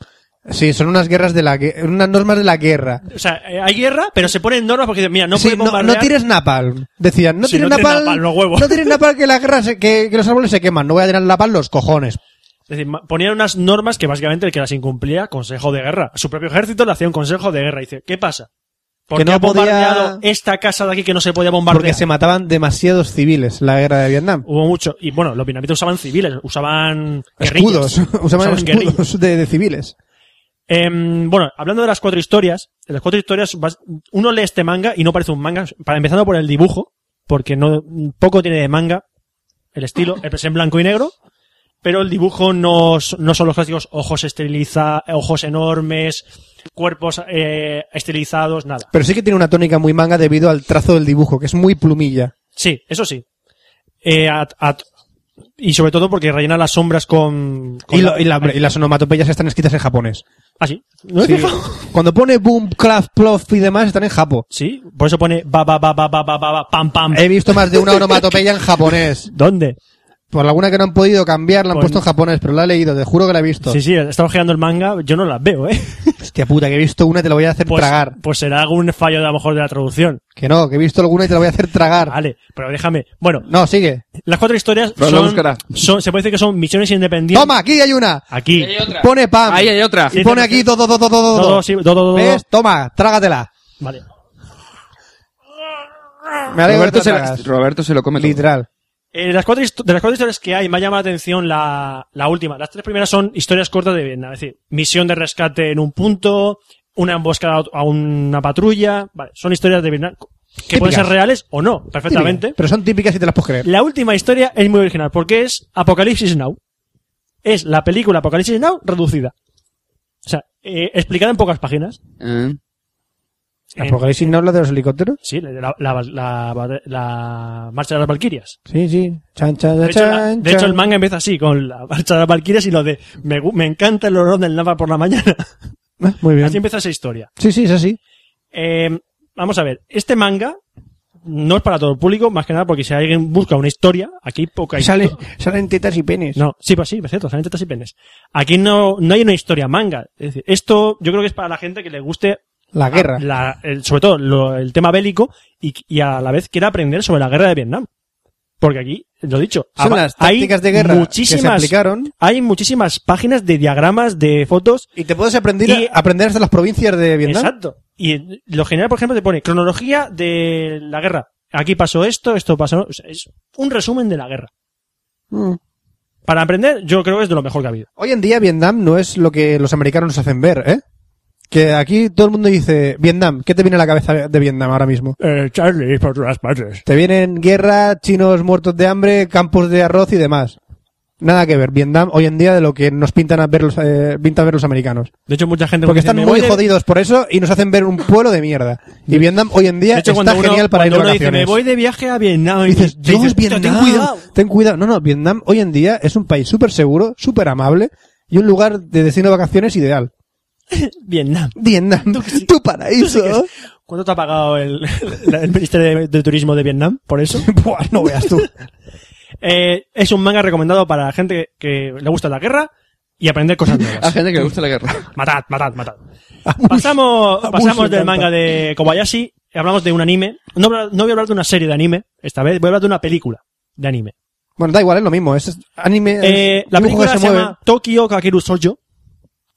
[SPEAKER 7] Sí, son unas guerras de la gue- unas normas de la guerra.
[SPEAKER 5] o sea eh, hay guerra pero se ponen normas porque dicen, mira no
[SPEAKER 7] Sí,
[SPEAKER 5] puedes
[SPEAKER 7] no,
[SPEAKER 5] bombardear
[SPEAKER 7] no tires napalm. Decían, no
[SPEAKER 5] Sí,
[SPEAKER 7] tires
[SPEAKER 5] no tires
[SPEAKER 7] napalm.
[SPEAKER 5] napalm, los huevos.
[SPEAKER 7] no tires napalm que la guerra se- que, que los árboles se queman. No voy a tirar napalm los cojones.
[SPEAKER 5] Es decir, ma- ponían unas normas que básicamente el que las incumplía, consejo de guerra. Su propio ejército le hacía un consejo de guerra. Y dice, ¿qué pasa? ¿Por
[SPEAKER 7] Que
[SPEAKER 5] qué
[SPEAKER 7] no
[SPEAKER 5] ha bombardeado
[SPEAKER 7] podía-
[SPEAKER 5] esta casa de aquí que no se podía bombardear?
[SPEAKER 7] Porque se mataban demasiados civiles en la guerra de Vietnam.
[SPEAKER 5] Hubo mucho. Y bueno, los vietnamitas usaban civiles, usaban guerrillas.
[SPEAKER 7] Escudos. Usaban
[SPEAKER 5] guerrillas.
[SPEAKER 7] escudos de, de civiles.
[SPEAKER 5] Em, bueno, hablando de las cuatro historias, de las cuatro historias, vas- uno lee este manga y no parece un manga, para empezando por el dibujo, porque no poco tiene de manga el estilo, es en blanco y negro, pero el dibujo no, s- no son los clásicos ojos esterilizados, ojos enormes, cuerpos eh, estilizados, nada.
[SPEAKER 7] Pero sí que tiene una tónica muy manga debido al trazo del dibujo, que es muy plumilla.
[SPEAKER 5] Sí, eso sí. Eh, a- a- y sobre todo porque rellena las sombras con... con
[SPEAKER 7] Y, lo- y la- y las onomatopeyas están escritas en japonés.
[SPEAKER 5] Ah, sí. ¿No he
[SPEAKER 7] Sí.
[SPEAKER 5] fijado?
[SPEAKER 7] Cuando pone boom, clap, plof y demás, están en japo.
[SPEAKER 5] Sí, por eso pone ba ba ba ba ba ba ba ba, pam pam.
[SPEAKER 7] He visto más de una onomatopeya en japonés.
[SPEAKER 5] ¿Dónde?
[SPEAKER 7] Por alguna que no han podido cambiar, la han
[SPEAKER 5] Con-
[SPEAKER 7] puesto en japonés, pero la he leído, te juro que la he visto.
[SPEAKER 5] Pues Sí, sí, he estado girando el manga, yo no las veo, ¿eh?
[SPEAKER 7] Hostia puta, que he visto una y te la voy a hacer
[SPEAKER 5] Pues,
[SPEAKER 7] tragar.
[SPEAKER 5] pues será algún fallo de, a lo mejor de la traducción.
[SPEAKER 7] Que no, que he visto alguna y te la voy a hacer tragar.
[SPEAKER 5] Vale, pero déjame. Bueno,
[SPEAKER 7] No, sigue.
[SPEAKER 5] las cuatro historias
[SPEAKER 6] Lo- lo
[SPEAKER 5] son,
[SPEAKER 6] buscará.
[SPEAKER 5] son- Se puede decir que son misiones independientes.
[SPEAKER 7] Toma, aquí hay una.
[SPEAKER 5] Aquí.
[SPEAKER 7] Pone pam.
[SPEAKER 6] Ah, Ahí hay otra.
[SPEAKER 7] Y pone aquí todo, todo, todo, todo.
[SPEAKER 5] Todo, sí, todo, todo,
[SPEAKER 7] ¿Ves?
[SPEAKER 5] todo.
[SPEAKER 7] Toma, trágatela.
[SPEAKER 5] Vale.
[SPEAKER 7] Me alegro de que
[SPEAKER 6] Roberto
[SPEAKER 7] te
[SPEAKER 6] se,
[SPEAKER 7] la
[SPEAKER 6] la-
[SPEAKER 7] tragas.
[SPEAKER 6] Roberto se lo come todo.
[SPEAKER 7] Literal.
[SPEAKER 5] Eh, las cuatro, histo- de las cuatro historias que hay, me ha llamado la atención la, la última. Las tres primeras son historias cortas de Vietnam. Es decir, misión de rescate en un punto, una emboscada a ot- a una patrulla. Vale, son historias de Vietnam que pueden
[SPEAKER 7] Típicas.
[SPEAKER 5] ser reales o no, perfectamente.
[SPEAKER 7] Típicas, Pero son típicas y te las puedes creer.
[SPEAKER 5] La última historia es muy original porque es Apocalipsis Now. Es la película Apocalipsis Now reducida. O sea, eh, explicada en pocas páginas.
[SPEAKER 6] Eh.
[SPEAKER 5] En-
[SPEAKER 7] ¿Apocalipsis no habla de los helicópteros?
[SPEAKER 5] sí, la, la- la- la marcha de las Valquirias.
[SPEAKER 7] Sí, sí. Chan, chan,
[SPEAKER 5] De
[SPEAKER 7] chan,
[SPEAKER 5] hecho, la-
[SPEAKER 7] chan.
[SPEAKER 5] de hecho, el manga empieza así, con la marcha de las Valquirias y lo de me, gu- me encanta el olor del lava por la mañana.
[SPEAKER 7] Ah, Muy
[SPEAKER 5] Así
[SPEAKER 7] bien.
[SPEAKER 5] empieza esa historia.
[SPEAKER 7] Sí, sí, es así.
[SPEAKER 5] Eh, vamos a ver, este manga no es para todo el público, más que nada porque si alguien busca una historia, aquí hay poca
[SPEAKER 7] Sale-
[SPEAKER 5] historia.
[SPEAKER 7] salen tetas y penes.
[SPEAKER 5] No, sí, pues sí, es cierto, salen tetas y penes. Aquí no, no hay una historia manga. Es decir, esto yo creo que es para la gente que le guste
[SPEAKER 7] Ah, La guerra.
[SPEAKER 5] la- el- sobre todo lo- el tema bélico y, y a la vez quiera aprender sobre la guerra de Vietnam. Porque aquí, lo dicho,
[SPEAKER 7] Son
[SPEAKER 5] aba-
[SPEAKER 7] las
[SPEAKER 5] hay
[SPEAKER 7] tácticas de guerra
[SPEAKER 5] muchísimas,
[SPEAKER 7] que se aplicaron.
[SPEAKER 5] Hay muchísimas páginas de diagramas, de fotos.
[SPEAKER 7] Y te puedes aprender,
[SPEAKER 5] Y-
[SPEAKER 7] aprender hasta las provincias de Vietnam.
[SPEAKER 5] Exacto. Y lo general, por ejemplo, te pone cronología de la guerra. Aquí pasó esto, esto pasó. o sea, es un resumen de la guerra.
[SPEAKER 7] Mm.
[SPEAKER 5] Para aprender, yo creo que es de lo mejor que ha habido.
[SPEAKER 7] Hoy en día Vietnam no es lo que los americanos nos hacen ver, ¿eh? Que aquí todo el mundo dice, Vietnam, ¿qué te viene a la cabeza de Vietnam ahora mismo?
[SPEAKER 5] Eh, Charlie, por todas partes.
[SPEAKER 7] Te vienen guerra, chinos muertos de hambre, campos de arroz y demás. Nada que ver, Vietnam hoy en día de lo que nos pintan a ver los, eh, pintan ver los americanos.
[SPEAKER 5] De hecho, mucha gente
[SPEAKER 7] Porque
[SPEAKER 5] dice,
[SPEAKER 7] están
[SPEAKER 5] "Me voy
[SPEAKER 7] muy
[SPEAKER 5] de-".
[SPEAKER 7] jodidos por eso y nos hacen ver un pueblo de mierda. Y Vietnam hoy en día
[SPEAKER 5] De hecho,
[SPEAKER 7] eh, está
[SPEAKER 5] cuando uno,
[SPEAKER 7] genial para ir de
[SPEAKER 5] cuando uno dice, me
[SPEAKER 7] vacaciones.
[SPEAKER 5] voy de viaje a Vietnam, y
[SPEAKER 7] dices,
[SPEAKER 5] te
[SPEAKER 7] Dios,
[SPEAKER 5] "Hostia,
[SPEAKER 7] Vietnam,
[SPEAKER 5] ten cuidado.
[SPEAKER 7] ten cuidado. No, no, Vietnam hoy en día es un país súper seguro, súper amable y un lugar de destino de vacaciones ideal.
[SPEAKER 5] Vietnam.
[SPEAKER 7] Vietnam, tu paraíso.
[SPEAKER 5] ¿Cuánto te ha pagado el, el Ministerio de, de Turismo de Vietnam por eso?
[SPEAKER 7] Buah, no veas tú.
[SPEAKER 5] Eh, es un manga recomendado para la gente que le gusta la guerra y aprender cosas
[SPEAKER 6] A
[SPEAKER 5] nuevas.
[SPEAKER 6] gente que le gusta la guerra.
[SPEAKER 5] matad, matad, matad. Pasamos,
[SPEAKER 7] abuso
[SPEAKER 5] pasamos del
[SPEAKER 7] encanta.
[SPEAKER 5] manga de Kobayashi, hablamos de un anime. No, habla- no voy a hablar de una serie de anime, esta vez voy a hablar de una película de anime.
[SPEAKER 7] Bueno, da igual, es lo mismo. Es anime.
[SPEAKER 5] Eh,
[SPEAKER 7] es
[SPEAKER 5] la
[SPEAKER 7] dibujo que
[SPEAKER 5] película se,
[SPEAKER 7] mueve.
[SPEAKER 5] llama Tokyo Kakeru Sojo.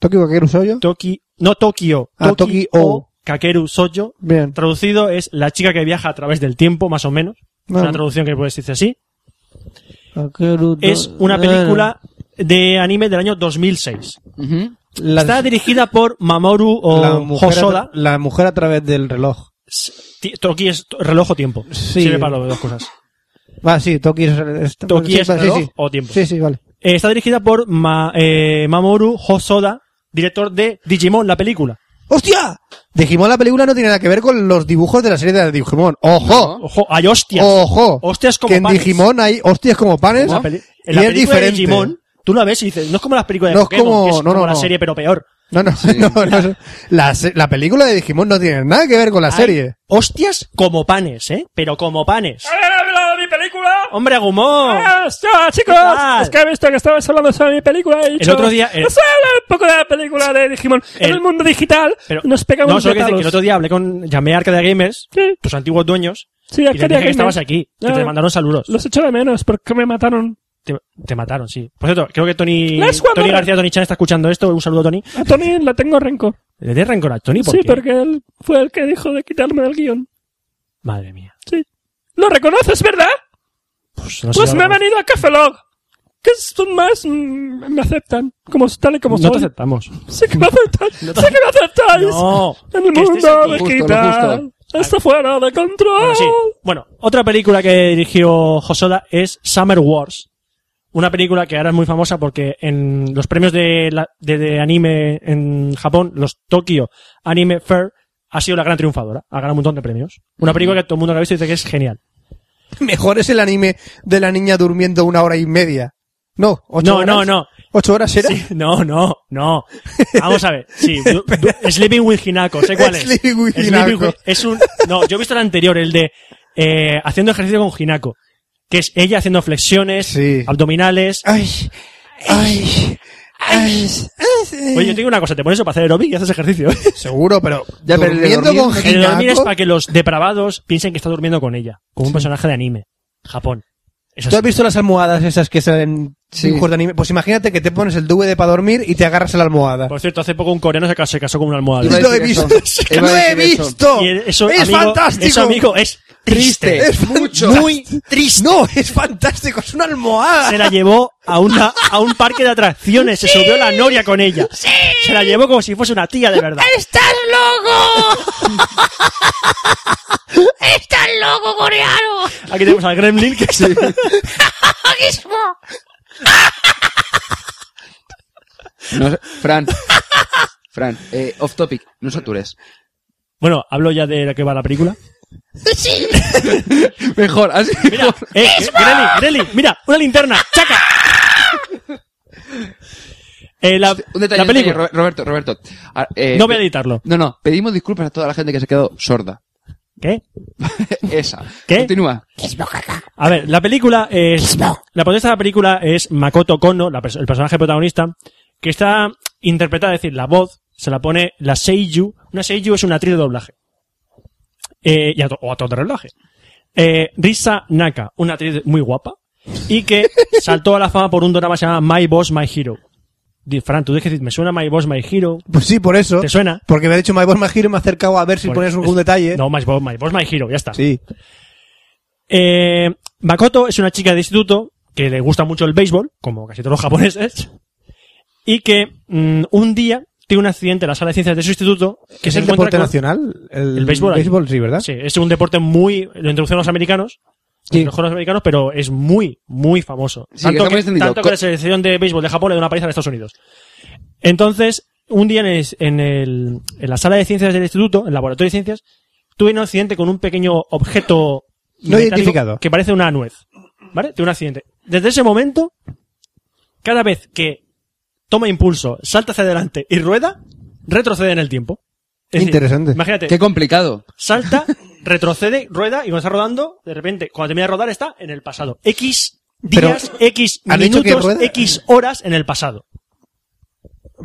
[SPEAKER 7] Tokyo Kakeru Shoujo.
[SPEAKER 5] Toki, no Tokio,
[SPEAKER 7] Ah,
[SPEAKER 5] Tokio
[SPEAKER 7] Tokio.
[SPEAKER 5] Kakeru Sojo.
[SPEAKER 7] Bien.
[SPEAKER 5] Traducido es la chica que viaja a través del tiempo, más o menos. Es
[SPEAKER 7] Ah.
[SPEAKER 5] Una traducción que puedes decirse así. Es una película de anime del año 2006.
[SPEAKER 6] Ujú.
[SPEAKER 7] La,
[SPEAKER 5] Está dirigida por Mamoru o
[SPEAKER 7] la mujer
[SPEAKER 5] Hosoda.
[SPEAKER 7] a- la mujer a través del reloj.
[SPEAKER 5] Ti- Toki es to- reloj o tiempo.
[SPEAKER 7] Sí.
[SPEAKER 5] Sirve para las dos cosas.
[SPEAKER 7] Va, sí, Toki es. es-
[SPEAKER 5] Toki
[SPEAKER 7] sí,
[SPEAKER 5] es
[SPEAKER 7] va, sí,
[SPEAKER 5] reloj
[SPEAKER 7] sí.
[SPEAKER 5] o tiempo.
[SPEAKER 7] Sí, sí, vale.
[SPEAKER 5] Eh, está dirigida por Ma- eh, Mamoru Hosoda, director de Digimon, la película.
[SPEAKER 7] ¡Hostia! Digimon, la película no tiene nada que ver con los dibujos de la serie de Digimon. ¡Ojo!
[SPEAKER 5] Ojo, hay hostias.
[SPEAKER 7] Oh, ¡Ojo!
[SPEAKER 5] Hostias como
[SPEAKER 7] que en
[SPEAKER 5] panes.
[SPEAKER 7] Digimon hay hostias como panes.
[SPEAKER 5] En la, peli- en
[SPEAKER 7] y
[SPEAKER 5] la
[SPEAKER 7] es
[SPEAKER 5] película de
[SPEAKER 7] diferente.
[SPEAKER 5] Digimon, tú la ves y dices, no es como las películas de
[SPEAKER 7] No es
[SPEAKER 5] Pokémon,
[SPEAKER 7] como-
[SPEAKER 5] que es
[SPEAKER 7] no, no,
[SPEAKER 5] como la
[SPEAKER 7] no.
[SPEAKER 5] serie pero peor.
[SPEAKER 7] No, no, no, no, no. La, se- la película de Digimon no tiene nada que ver con la
[SPEAKER 5] Hay
[SPEAKER 7] serie.
[SPEAKER 5] Hostias como panes, ¿eh? Pero como panes.
[SPEAKER 3] ¿Alguien ha hablado de mi película?
[SPEAKER 5] ¡Hombre, Agumón!
[SPEAKER 8] ¡Ya, Ah, chicos!
[SPEAKER 5] ¿Qué tal?
[SPEAKER 8] Es que he visto que estabais hablando sobre mi película y
[SPEAKER 5] El otro día- el-
[SPEAKER 8] No sé, hablar un poco de la película de Digimon. en
[SPEAKER 5] El-
[SPEAKER 8] el mundo digital
[SPEAKER 5] Pero-
[SPEAKER 8] nos pegamos
[SPEAKER 5] No, solo que,
[SPEAKER 8] de
[SPEAKER 5] decir que el otro día hablé con... Llamé a Arcadia Gamers,
[SPEAKER 8] Sí.
[SPEAKER 5] tus antiguos dueños,
[SPEAKER 8] Sí,
[SPEAKER 5] y les dije
[SPEAKER 8] Arcadia
[SPEAKER 5] que
[SPEAKER 8] Gamer.
[SPEAKER 5] estabas aquí, que
[SPEAKER 8] Ah.
[SPEAKER 5] te mandaron saludos.
[SPEAKER 8] Los echo de menos porque me mataron.
[SPEAKER 5] Te, te mataron, sí. Por cierto, creo que Tony,
[SPEAKER 8] Las cuatro-
[SPEAKER 5] Tony García, Tony Chan está escuchando esto. Un saludo a Tony.
[SPEAKER 8] A Tony le tengo rencor.
[SPEAKER 5] ¿Le des rencor a Tony? ¿Por
[SPEAKER 8] Sí,
[SPEAKER 5] qué?
[SPEAKER 8] porque él fue el que dijo de quitarme el guión.
[SPEAKER 5] Madre mía.
[SPEAKER 8] Sí. ¿Lo reconoces, verdad?
[SPEAKER 5] Pues, no sé
[SPEAKER 8] Pues
[SPEAKER 5] si
[SPEAKER 8] me he
[SPEAKER 5] algo-
[SPEAKER 8] venido a Cafelog. Que son más... mm, me aceptan. Como tal y como
[SPEAKER 5] No te
[SPEAKER 8] soy.
[SPEAKER 5] aceptamos.
[SPEAKER 8] Sí que me aceptan. sí que me aceptáis.
[SPEAKER 5] No.
[SPEAKER 8] En el
[SPEAKER 5] que estés
[SPEAKER 8] mundo
[SPEAKER 5] aquí.
[SPEAKER 8] de
[SPEAKER 6] Justo, lo
[SPEAKER 8] quitar.
[SPEAKER 6] justo.
[SPEAKER 8] Está fuera de control.
[SPEAKER 5] Bueno, sí. Bueno, otra película que dirigió Hosoda es Summer Wars. Una película que ahora es muy famosa porque en los premios de, la- de- de anime en Japón, los Tokyo Anime Fair, ha sido la gran triunfadora. Ha ganado un montón de premios. Una película que todo el mundo que ha visto dice que es genial.
[SPEAKER 7] Mejor es el anime de la niña durmiendo una hora y media. No, ocho
[SPEAKER 5] No,
[SPEAKER 7] horas.
[SPEAKER 5] no, no.
[SPEAKER 7] ¿Ocho horas era?
[SPEAKER 5] Sí, no, no, no. Vamos a ver. Sí, du- du- Sleeping with Hinako, sé cuál es.
[SPEAKER 7] Sleeping with Hinako.
[SPEAKER 5] es un, no, yo he visto el anterior, el de eh, haciendo ejercicio con Hinako, que es ella haciendo flexiones,
[SPEAKER 7] Sí.
[SPEAKER 5] abdominales.
[SPEAKER 7] Ay, ay, ay. ay.
[SPEAKER 5] Oye, yo te digo una cosa, te pones eso para hacer aeróbic y haces ejercicio. ¿eh?
[SPEAKER 7] Seguro, pero
[SPEAKER 6] Ya, pero el de
[SPEAKER 7] durmiendo
[SPEAKER 6] dormir-
[SPEAKER 7] con
[SPEAKER 6] el
[SPEAKER 5] El dormir es
[SPEAKER 7] Hinako.
[SPEAKER 5] para que los depravados piensen que está durmiendo con ella, como un personaje de anime. Japón. Es así.
[SPEAKER 7] ¿Tú has visto las almohadas esas que salen
[SPEAKER 6] Sí.
[SPEAKER 7] dibujos de anime? Pues imagínate que te pones el DVD para dormir y te agarras a la almohada.
[SPEAKER 5] Por cierto, hace poco un coreano se casó, se casó con una
[SPEAKER 6] Iba
[SPEAKER 5] almohada.
[SPEAKER 6] a
[SPEAKER 7] lo he
[SPEAKER 6] decir
[SPEAKER 7] visto.
[SPEAKER 6] eso. Iba
[SPEAKER 7] ¡Lo
[SPEAKER 6] a
[SPEAKER 7] he
[SPEAKER 6] decir eso.
[SPEAKER 7] visto!
[SPEAKER 5] Y eso,
[SPEAKER 7] ¡Es
[SPEAKER 5] amigo,
[SPEAKER 7] fantástico!
[SPEAKER 5] Eso, amigo, es triste.
[SPEAKER 7] Es mucho.
[SPEAKER 5] Muy
[SPEAKER 7] triste. No, es fantástico, es una almohada.
[SPEAKER 5] se la llevó a, una, a un parque de atracciones, se subió la noria con ella. Se la llevó como si fuese una tía de verdad.
[SPEAKER 9] ¡Estás loco! ¡Estás loco, coreano!
[SPEAKER 5] Aquí tenemos al Gremlin que se...
[SPEAKER 9] ¡Aguismo!
[SPEAKER 6] No sé- Fran. Fran, eh, off topic, no satures.
[SPEAKER 5] Bueno, hablo ya de la que va la película.
[SPEAKER 9] ¡Sí!
[SPEAKER 6] Mejor, así.
[SPEAKER 5] Mira, eh, eh, Gremlin, Gremlin, mira, una linterna, chaca. Eh, la,
[SPEAKER 6] Un detalle,
[SPEAKER 5] la
[SPEAKER 6] un
[SPEAKER 5] película.
[SPEAKER 6] detalle, Ro- Roberto, Roberto. Ah, eh,
[SPEAKER 5] no voy a editarlo.
[SPEAKER 6] No, no, pedimos disculpas a toda la gente que se ha quedado sorda.
[SPEAKER 5] ¿Qué?
[SPEAKER 6] Esa.
[SPEAKER 5] ¿Qué?
[SPEAKER 6] Continúa.
[SPEAKER 5] A ver, la película es. La protagonista de la película es Makoto Kono, la pers- el personaje protagonista, que está interpretada, es decir, la voz se la pone la Seiyu. Una Seiyu es una actriz de doblaje. Eh, y a to- o actor de doblaje. Eh, Risa Naka, una actriz muy guapa, y que saltó a la fama por un drama llamado My Boss, My Hero. Di- Fran, tú dijiste, me suena My Boss, My Hero.
[SPEAKER 7] Pues sí, por eso.
[SPEAKER 5] ¿Te suena?
[SPEAKER 7] Porque me ha dicho My Boss My Hero y me ha acercado a ver si
[SPEAKER 5] Por-
[SPEAKER 7] pones algún detalle.
[SPEAKER 5] No, My Boss, My Boss, My Hero, ya está.
[SPEAKER 7] Sí.
[SPEAKER 5] Eh, Makoto es una chica de instituto que le gusta mucho el béisbol, como casi todos los japoneses, y que mm, un día tiene un accidente en la sala de ciencias de su instituto que
[SPEAKER 7] ¿Es
[SPEAKER 5] se
[SPEAKER 7] el
[SPEAKER 5] encuentra
[SPEAKER 7] deporte
[SPEAKER 5] con-
[SPEAKER 7] nacional?
[SPEAKER 5] el béisbol.
[SPEAKER 7] sí, ¿verdad?
[SPEAKER 5] Sí, es un deporte muy lo introducen los americanos, lo
[SPEAKER 7] Sí.
[SPEAKER 5] introdujeron los americanos, pero es muy muy famoso.
[SPEAKER 6] Sí, que está muy extendido.
[SPEAKER 5] tanto
[SPEAKER 6] Co-
[SPEAKER 5] que la selección de béisbol de Japón le da una paliza a Estados Unidos. Entonces, un día en, el, en, el- en la sala de ciencias del instituto, en el laboratorio de ciencias, tuve un accidente con un pequeño objeto metálico
[SPEAKER 7] identificado.
[SPEAKER 5] que parece una nuez. ¿Vale? Tuve un accidente. Desde ese momento, cada vez que toma impulso, salta hacia adelante y rueda, retrocede en el tiempo. Es decir,
[SPEAKER 7] Interesante.
[SPEAKER 5] imagínate,
[SPEAKER 6] Qué complicado.
[SPEAKER 5] salta, retrocede, rueda y cuando está rodando, de repente, cuando termina de rodar, está en el pasado. X días, X
[SPEAKER 7] ¿han dicho que
[SPEAKER 5] minutos,
[SPEAKER 7] rueda?
[SPEAKER 5] X horas en el pasado.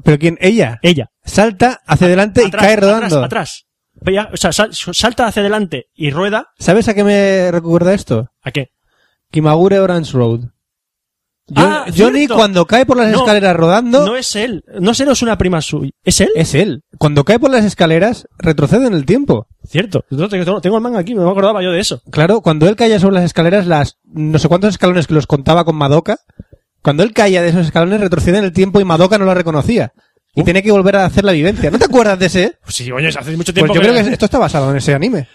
[SPEAKER 7] ¿Pero quién? ¿Ella?
[SPEAKER 5] Ella.
[SPEAKER 7] Salta hacia adelante
[SPEAKER 5] Atrás,
[SPEAKER 7] y cae rodando.
[SPEAKER 5] Atrás, atrás. Ella, o sea, sal- salta hacia adelante y rueda.
[SPEAKER 7] ¿Sabes a qué me recuerda esto?
[SPEAKER 5] ¿A qué?
[SPEAKER 7] Kimagure Orange Road. Yo-
[SPEAKER 5] Ah,
[SPEAKER 7] Johnny
[SPEAKER 5] cierto.
[SPEAKER 7] cuando cae por las
[SPEAKER 5] No,
[SPEAKER 7] escaleras rodando,
[SPEAKER 5] No es él. No sé, no es una prima suya. ¿Es él?
[SPEAKER 7] es él. Cuando cae por las escaleras, retrocede en el tiempo.
[SPEAKER 5] Cierto. No, Tengo tengo el manga aquí, no me acordaba yo de eso.
[SPEAKER 7] Claro, cuando él caía sobre las escaleras, las no sé cuántos escalones que los contaba con Madoka, cuando él caía de esos escalones, retrocede en el tiempo y Madoka no la reconocía. Y
[SPEAKER 5] Uh.
[SPEAKER 7] tenía que volver a hacer la vivencia. ¿No te acuerdas de ese?
[SPEAKER 5] Pues sí, coño, hace mucho
[SPEAKER 7] Pues
[SPEAKER 5] tiempo
[SPEAKER 7] yo creo que esto está basado en ese anime.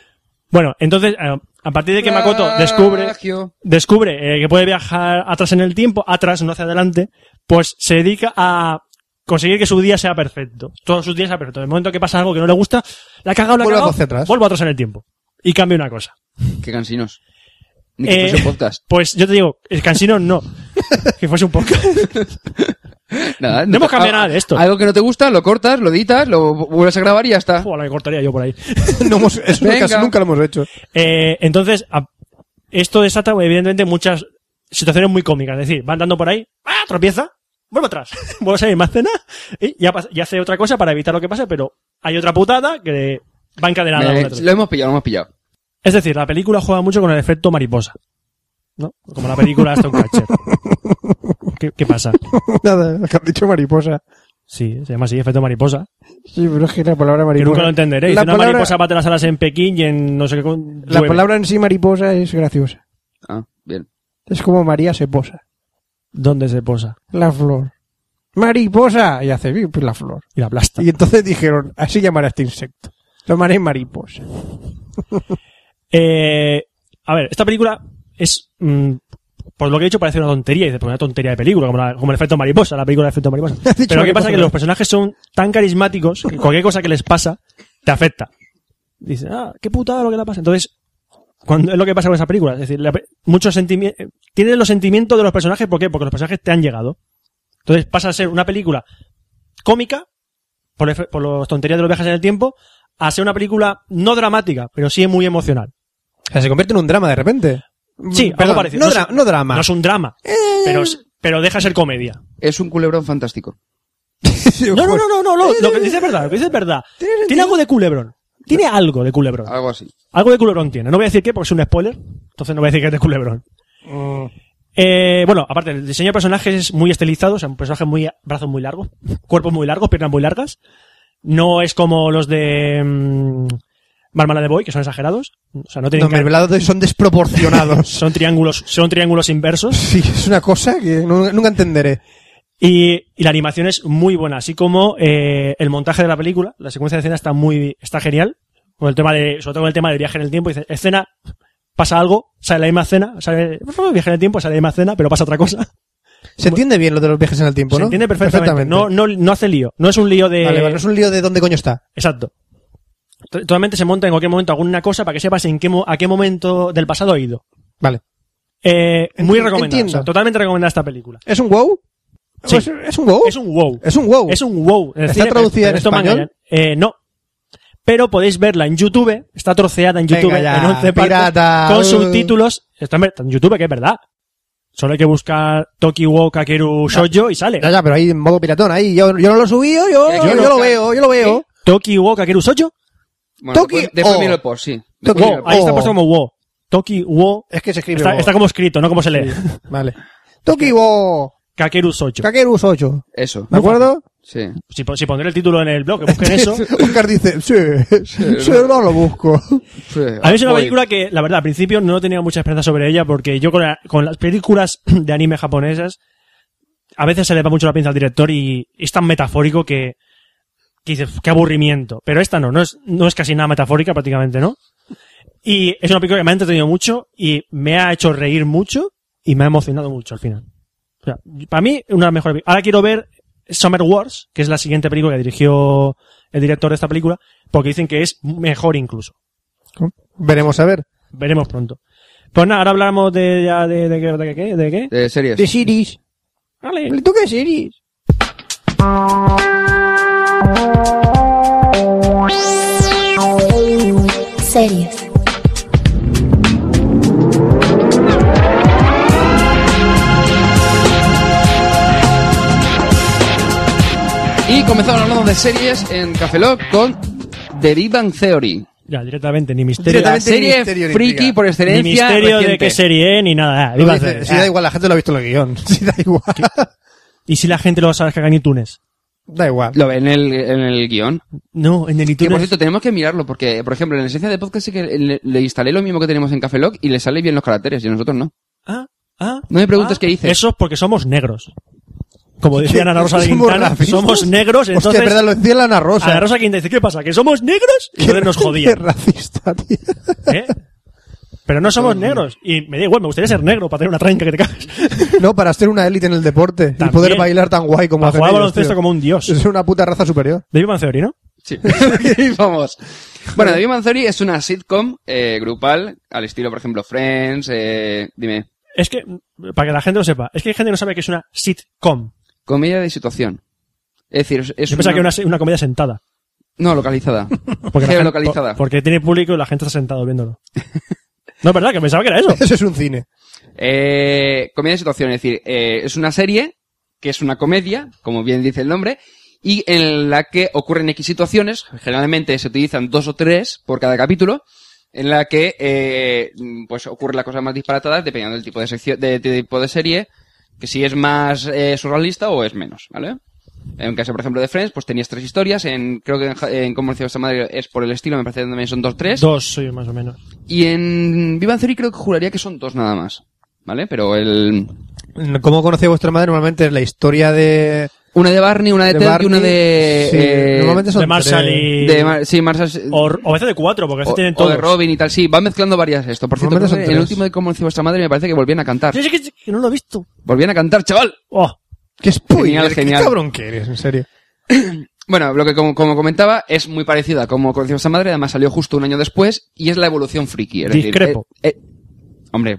[SPEAKER 5] Bueno, entonces, eh, a partir de que Makoto
[SPEAKER 7] Ah,
[SPEAKER 5] descubre...
[SPEAKER 6] Plagio.
[SPEAKER 5] descubre eh, que puede viajar atrás en el tiempo, atrás, no hacia adelante, pues se dedica a conseguir que su día sea perfecto. Todos sus días sea perfecto. En el momento que pasa algo que no le gusta, la caga o la
[SPEAKER 7] Vuelve
[SPEAKER 5] caga,
[SPEAKER 7] hacia atrás.
[SPEAKER 5] vuelvo atrás en el tiempo. Y cambia una cosa.
[SPEAKER 6] Qué cansinos. Ni que
[SPEAKER 5] Eh,
[SPEAKER 6] fuese un podcast.
[SPEAKER 5] Pues yo te digo, el cansino no. que fuese un podcast.
[SPEAKER 6] Nada,
[SPEAKER 5] no hemos cambiado
[SPEAKER 6] a-
[SPEAKER 5] nada de esto.
[SPEAKER 6] Algo que no te gusta, lo cortas, lo editas, lo vuelves a grabar y ya está.
[SPEAKER 5] Joder, la que cortaría yo por ahí.
[SPEAKER 7] No hemos- eso nunca,
[SPEAKER 6] Venga.
[SPEAKER 7] nunca lo hemos hecho.
[SPEAKER 5] Eh, entonces, a- esto desata, evidentemente, muchas situaciones muy cómicas. Es decir, va andando por ahí, ¡ah! tropieza, vuelve atrás, vuelve a ser más cena y ya, pas- ya hace otra cosa para evitar lo que pase, pero hay otra putada que va encadenada.
[SPEAKER 6] Mira,
[SPEAKER 5] una
[SPEAKER 6] eh,
[SPEAKER 5] tras
[SPEAKER 6] lo hemos pillado, lo hemos pillado.
[SPEAKER 5] es decir, la película juega mucho con el efecto mariposa. ¿No? Como la película Aston Catcher. ¿Qué, qué pasa?
[SPEAKER 7] Nada, que has dicho mariposa.
[SPEAKER 5] Sí, se llama así, efecto mariposa.
[SPEAKER 7] Sí, pero es que la palabra
[SPEAKER 5] Que
[SPEAKER 7] mariposa.
[SPEAKER 5] nunca lo entenderéis.
[SPEAKER 7] La
[SPEAKER 5] una
[SPEAKER 7] palabra-
[SPEAKER 5] mariposa bate las alas en Pekín y en no sé qué. con-
[SPEAKER 7] La
[SPEAKER 5] llueve.
[SPEAKER 7] palabra en sí mariposa es graciosa.
[SPEAKER 6] Ah, bien.
[SPEAKER 7] Es como María se posa.
[SPEAKER 5] ¿Dónde se posa?
[SPEAKER 7] La flor. Mariposa. Y hace "Uy, pues la flor.
[SPEAKER 5] Y la aplasta.
[SPEAKER 7] Y entonces dijeron, así llamará este insecto. Lo llamaré mariposa.
[SPEAKER 5] Eh, a ver, esta película es. mm, por lo que he dicho, parece una tontería. Y dices, pues una tontería de película, como, la- como el efecto mariposa, la película de efecto mariposa.
[SPEAKER 7] Has dicho
[SPEAKER 5] Pero lo que pasa
[SPEAKER 7] mariposa.
[SPEAKER 5] es que los personajes son tan carismáticos que cualquier cosa que les pasa te afecta. Dices, ah, qué putada lo que le pasa. Entonces, cuando es lo que pasa con esa película. Es decir, la pe- muchos sentimientos. Tienes los sentimientos de los personajes, ¿por qué? Porque los personajes te han llegado. Entonces pasa a ser una película cómica, por, efe- por las tonterías de los viajes en el tiempo, a ser una película no dramática, pero sí muy emocional.
[SPEAKER 7] O sea, se convierte en un drama de repente.
[SPEAKER 5] Sí, algo
[SPEAKER 7] Perdón,
[SPEAKER 5] parecido.
[SPEAKER 7] No,
[SPEAKER 5] No
[SPEAKER 7] dra-
[SPEAKER 5] sé.
[SPEAKER 7] no drama.
[SPEAKER 5] No es un drama, Eh. pero, es- pero deja ser comedia.
[SPEAKER 6] Es un culebrón fantástico.
[SPEAKER 5] No, no, no, no, no, lo, lo que dice es verdad, lo que dice es verdad. Tiene algo de culebrón. Tiene algo de culebrón.
[SPEAKER 6] Algo así.
[SPEAKER 5] Algo de culebrón tiene. No voy a decir qué porque es un spoiler. Entonces no voy a decir que es de culebrón. Mm. Eh, bueno, aparte, el diseño de personajes es muy estilizado. O sea, un personaje muy. brazos muy largos, cuerpos muy largos, piernas muy largas. No es como los de. mm, Marmalade Boy, que son exagerados. O sea, no tienen.
[SPEAKER 7] Los
[SPEAKER 5] cara-
[SPEAKER 7] mermelados son desproporcionados.
[SPEAKER 5] son triángulos, son triángulos inversos.
[SPEAKER 7] sí, es una cosa que nu- nunca entenderé.
[SPEAKER 5] Y, y la animación es muy buena, así como eh, el montaje de la película, la secuencia de escena está muy, está genial, con el tema de, sobre todo con el tema del viaje en el tiempo, dice, escena, pasa algo, sale la misma escena, sale, viaje en el tiempo, sale la misma escena, pero pasa otra cosa.
[SPEAKER 7] Se entiende bien lo de los viajes en el tiempo,
[SPEAKER 5] Se
[SPEAKER 7] ¿no?
[SPEAKER 5] entiende perfectamente, No, no, no hace lío, no es un lío de...
[SPEAKER 7] Vale, vale, es un lío de dónde coño está.
[SPEAKER 5] Exacto. To- Totalmente se monta en cualquier momento alguna cosa para que sepas en qué, mo- a qué momento del pasado ha ido.
[SPEAKER 7] Vale.
[SPEAKER 5] Eh, muy
[SPEAKER 7] Enti-
[SPEAKER 5] recomendada, o
[SPEAKER 7] entiendo.
[SPEAKER 5] sea, totalmente recomendada esta película.
[SPEAKER 7] ¿Es un wow?
[SPEAKER 5] Sí.
[SPEAKER 7] ¿Es, es un wow?
[SPEAKER 5] Es un wow.
[SPEAKER 7] Es un wow.
[SPEAKER 5] Es un wow. Es
[SPEAKER 7] ¿Está traducida
[SPEAKER 5] pero
[SPEAKER 7] en
[SPEAKER 5] esto manga
[SPEAKER 7] español?
[SPEAKER 5] ya- eh, no. Pero podéis verla en YouTube. Está troceada en
[SPEAKER 7] Venga
[SPEAKER 5] YouTube
[SPEAKER 7] ya,
[SPEAKER 5] en 11 partes,
[SPEAKER 7] pirata.
[SPEAKER 5] con
[SPEAKER 7] Uh.
[SPEAKER 5] subtítulos. Está en está en YouTube, que es verdad. Solo hay que buscar Toki Wo Kakeru Shoujo y sale.
[SPEAKER 7] Ya, ya, pero ahí en modo piratón, ahí. Yo, yo no lo subí, yo, yo,
[SPEAKER 6] Aquí lo
[SPEAKER 7] yo lo
[SPEAKER 6] busca.
[SPEAKER 7] veo, yo lo veo.
[SPEAKER 5] Toki Wo Kakeru Shoujo.
[SPEAKER 6] Bueno,
[SPEAKER 7] Toki
[SPEAKER 6] después, después
[SPEAKER 7] o-
[SPEAKER 6] miro el post, sí.
[SPEAKER 7] Toki
[SPEAKER 6] Después miro
[SPEAKER 5] Wo.
[SPEAKER 6] el post.
[SPEAKER 5] Ahí está
[SPEAKER 7] Oh.
[SPEAKER 5] puesto como Wo. Toki Wo.
[SPEAKER 7] Es que se escribe
[SPEAKER 5] Está,
[SPEAKER 7] wow.
[SPEAKER 5] está como escrito, no como se lee.
[SPEAKER 7] Vale. Toki wo
[SPEAKER 5] Kakeru Shoujo.
[SPEAKER 7] Kakerus 8.
[SPEAKER 6] Eso.
[SPEAKER 7] ¿De acuerdo?
[SPEAKER 6] Sí.
[SPEAKER 5] Si, po- si pondré el título en el blog, que busquen eso.
[SPEAKER 7] Oscar dice, sí, sí, no lo busco.
[SPEAKER 6] Sí,
[SPEAKER 5] A mí es una
[SPEAKER 6] voy.
[SPEAKER 5] película que, la verdad, al principio no tenía mucha esperanza sobre ella porque yo con, la- con las películas de anime japonesas a veces se le va mucho la pinza al director y es tan metafórico que, que dices, "Uf, qué aburrimiento. Pero esta no, no es, no es casi nada metafórica prácticamente, ¿no? Y es una película que me ha entretenido mucho y me ha hecho reír mucho y me ha emocionado mucho al final. O sea, para mí, una mejor Ahora quiero ver Summer Wars, que es la siguiente película que dirigió el director de esta película, porque dicen que es mejor incluso.
[SPEAKER 7] Veremos a ver.
[SPEAKER 5] Veremos pronto. Pues nada, ahora hablamos de ya de, de, qué- de qué, de qué.
[SPEAKER 6] De series.
[SPEAKER 7] De series.
[SPEAKER 5] Vale.
[SPEAKER 7] ¿Tú qué series?
[SPEAKER 4] Series.
[SPEAKER 6] Y comenzamos hablando de series en Café Lock con The Big Bang Theory.
[SPEAKER 5] Ya, directamente, ni misterio.
[SPEAKER 6] La
[SPEAKER 7] Directamente
[SPEAKER 6] serie
[SPEAKER 7] misterio ni
[SPEAKER 6] friki
[SPEAKER 7] intriga.
[SPEAKER 6] por
[SPEAKER 5] Ni
[SPEAKER 6] excelencia.
[SPEAKER 5] misterio de
[SPEAKER 6] reciente.
[SPEAKER 5] qué serie, ni nada. ah,
[SPEAKER 7] Lo
[SPEAKER 5] viva
[SPEAKER 7] dice-
[SPEAKER 5] hacer,
[SPEAKER 7] si da
[SPEAKER 5] ah.
[SPEAKER 7] igual, la gente lo ha visto en el guión. Si da igual.
[SPEAKER 5] Y si la gente lo sabe que en iTunes.
[SPEAKER 7] Da igual.
[SPEAKER 6] Lo ve en el, en el guión.
[SPEAKER 5] No, en el
[SPEAKER 6] Que por
[SPEAKER 5] iTunes.
[SPEAKER 6] cierto, tenemos que mirarlo porque, por ejemplo, en la esencia de podcast sí que le, le instalé lo mismo que tenemos en Café Lock y le sale bien los caracteres y a nosotros no.
[SPEAKER 5] Ah, ah,
[SPEAKER 6] No me preguntes
[SPEAKER 5] ah.
[SPEAKER 6] qué hice.
[SPEAKER 5] Eso es porque somos negros. Como decía Ana Rosa de
[SPEAKER 7] ¿Somos
[SPEAKER 5] Quintana,
[SPEAKER 7] racistas?
[SPEAKER 5] somos negros,
[SPEAKER 7] Hostia,
[SPEAKER 5] entonces...
[SPEAKER 7] verdad, lo decía la Ana Rosa.
[SPEAKER 5] Ana Rosa Quintana dice, ¿qué pasa? ¿Que somos negros? Y entonces nos
[SPEAKER 7] Qué
[SPEAKER 5] jodían.
[SPEAKER 7] racista, tío.
[SPEAKER 5] ¿eh? Pero no somos negros. Y me da igual, me gustaría ser negro para tener una tranca que te cagas.
[SPEAKER 7] No, para ser una élite en el deporte y
[SPEAKER 5] También.
[SPEAKER 7] poder bailar tan guay como
[SPEAKER 5] Para
[SPEAKER 7] hacen
[SPEAKER 5] jugar
[SPEAKER 7] ellos,
[SPEAKER 5] baloncesto
[SPEAKER 7] tío.
[SPEAKER 5] como un dios.
[SPEAKER 7] Es una puta raza superior.
[SPEAKER 5] David Van Theory, ¿no?
[SPEAKER 6] Sí. Vamos. Bueno, The Big Bang Theory es una sitcom eh, grupal al estilo, por ejemplo, Friends. eh, dime,
[SPEAKER 5] Es que, mm, para que la gente lo sepa, es que hay gente que no sabe que es una sitcom.
[SPEAKER 6] comedia de situación. Es decir, es- es
[SPEAKER 5] Yo pensaba que era una, se- una comedia sentada.
[SPEAKER 6] No, localizada.
[SPEAKER 5] la gente-
[SPEAKER 6] Geolocalizada.
[SPEAKER 5] por- porque tiene público y la gente está sentada viéndolo. No, es verdad, que pensaba que era eso.
[SPEAKER 7] Eso es un cine.
[SPEAKER 6] Eh, comedia de situación, es decir, eh, es una serie que es una comedia, como bien dice el nombre, y en la que ocurren X situaciones, generalmente se utilizan dos o tres por cada capítulo, en la que eh, pues ocurre la cosa más disparatada dependiendo del tipo de, sección, de, de tipo de serie, que si es más eh, surrealista o es menos, ¿vale? En caso, por ejemplo, de Friends, pues tenías tres historias. En, creo que en, Ja- en Cómo conocí a vuestra madre es por el estilo, me parece que también son dos, tres.
[SPEAKER 5] Dos, soy más o menos.
[SPEAKER 6] Y en Viva Theory creo que juraría que son dos nada más. ¿Vale? Pero el.
[SPEAKER 7] Como conocí a vuestra madre? Normalmente es la historia de.
[SPEAKER 6] Una de Barney, una de, Ted y
[SPEAKER 7] Barney.
[SPEAKER 6] una de.
[SPEAKER 7] Sí,
[SPEAKER 6] eh,
[SPEAKER 7] normalmente son
[SPEAKER 5] De Marshall
[SPEAKER 7] tres.
[SPEAKER 5] y.
[SPEAKER 6] de Mar- sí, Marshall.
[SPEAKER 5] o, o a veces de cuatro, porque a veces
[SPEAKER 6] o-
[SPEAKER 5] tienen
[SPEAKER 6] o de
[SPEAKER 5] todos.
[SPEAKER 6] Robin y tal. Sí, van mezclando varias esto. Por cierto,
[SPEAKER 7] Normalmente
[SPEAKER 6] creo que
[SPEAKER 7] son
[SPEAKER 6] el
[SPEAKER 7] tres.
[SPEAKER 6] último de Cómo conocí a vuestra madre me parece que volvían a cantar.
[SPEAKER 5] Sí, sí, que, que no lo he visto.
[SPEAKER 6] Volvían a cantar, chaval.
[SPEAKER 5] Oh,
[SPEAKER 7] ¡Qué spoiler!
[SPEAKER 6] Genial, genial.
[SPEAKER 7] ¿Qué cabrón que eres, en serio?
[SPEAKER 6] Bueno, lo que como, como comentaba es muy parecida como conocí a vuestra madre, además salió justo un año después y es la evolución friki. es decir,
[SPEAKER 5] Discrepo.
[SPEAKER 6] eh, eh, hombre,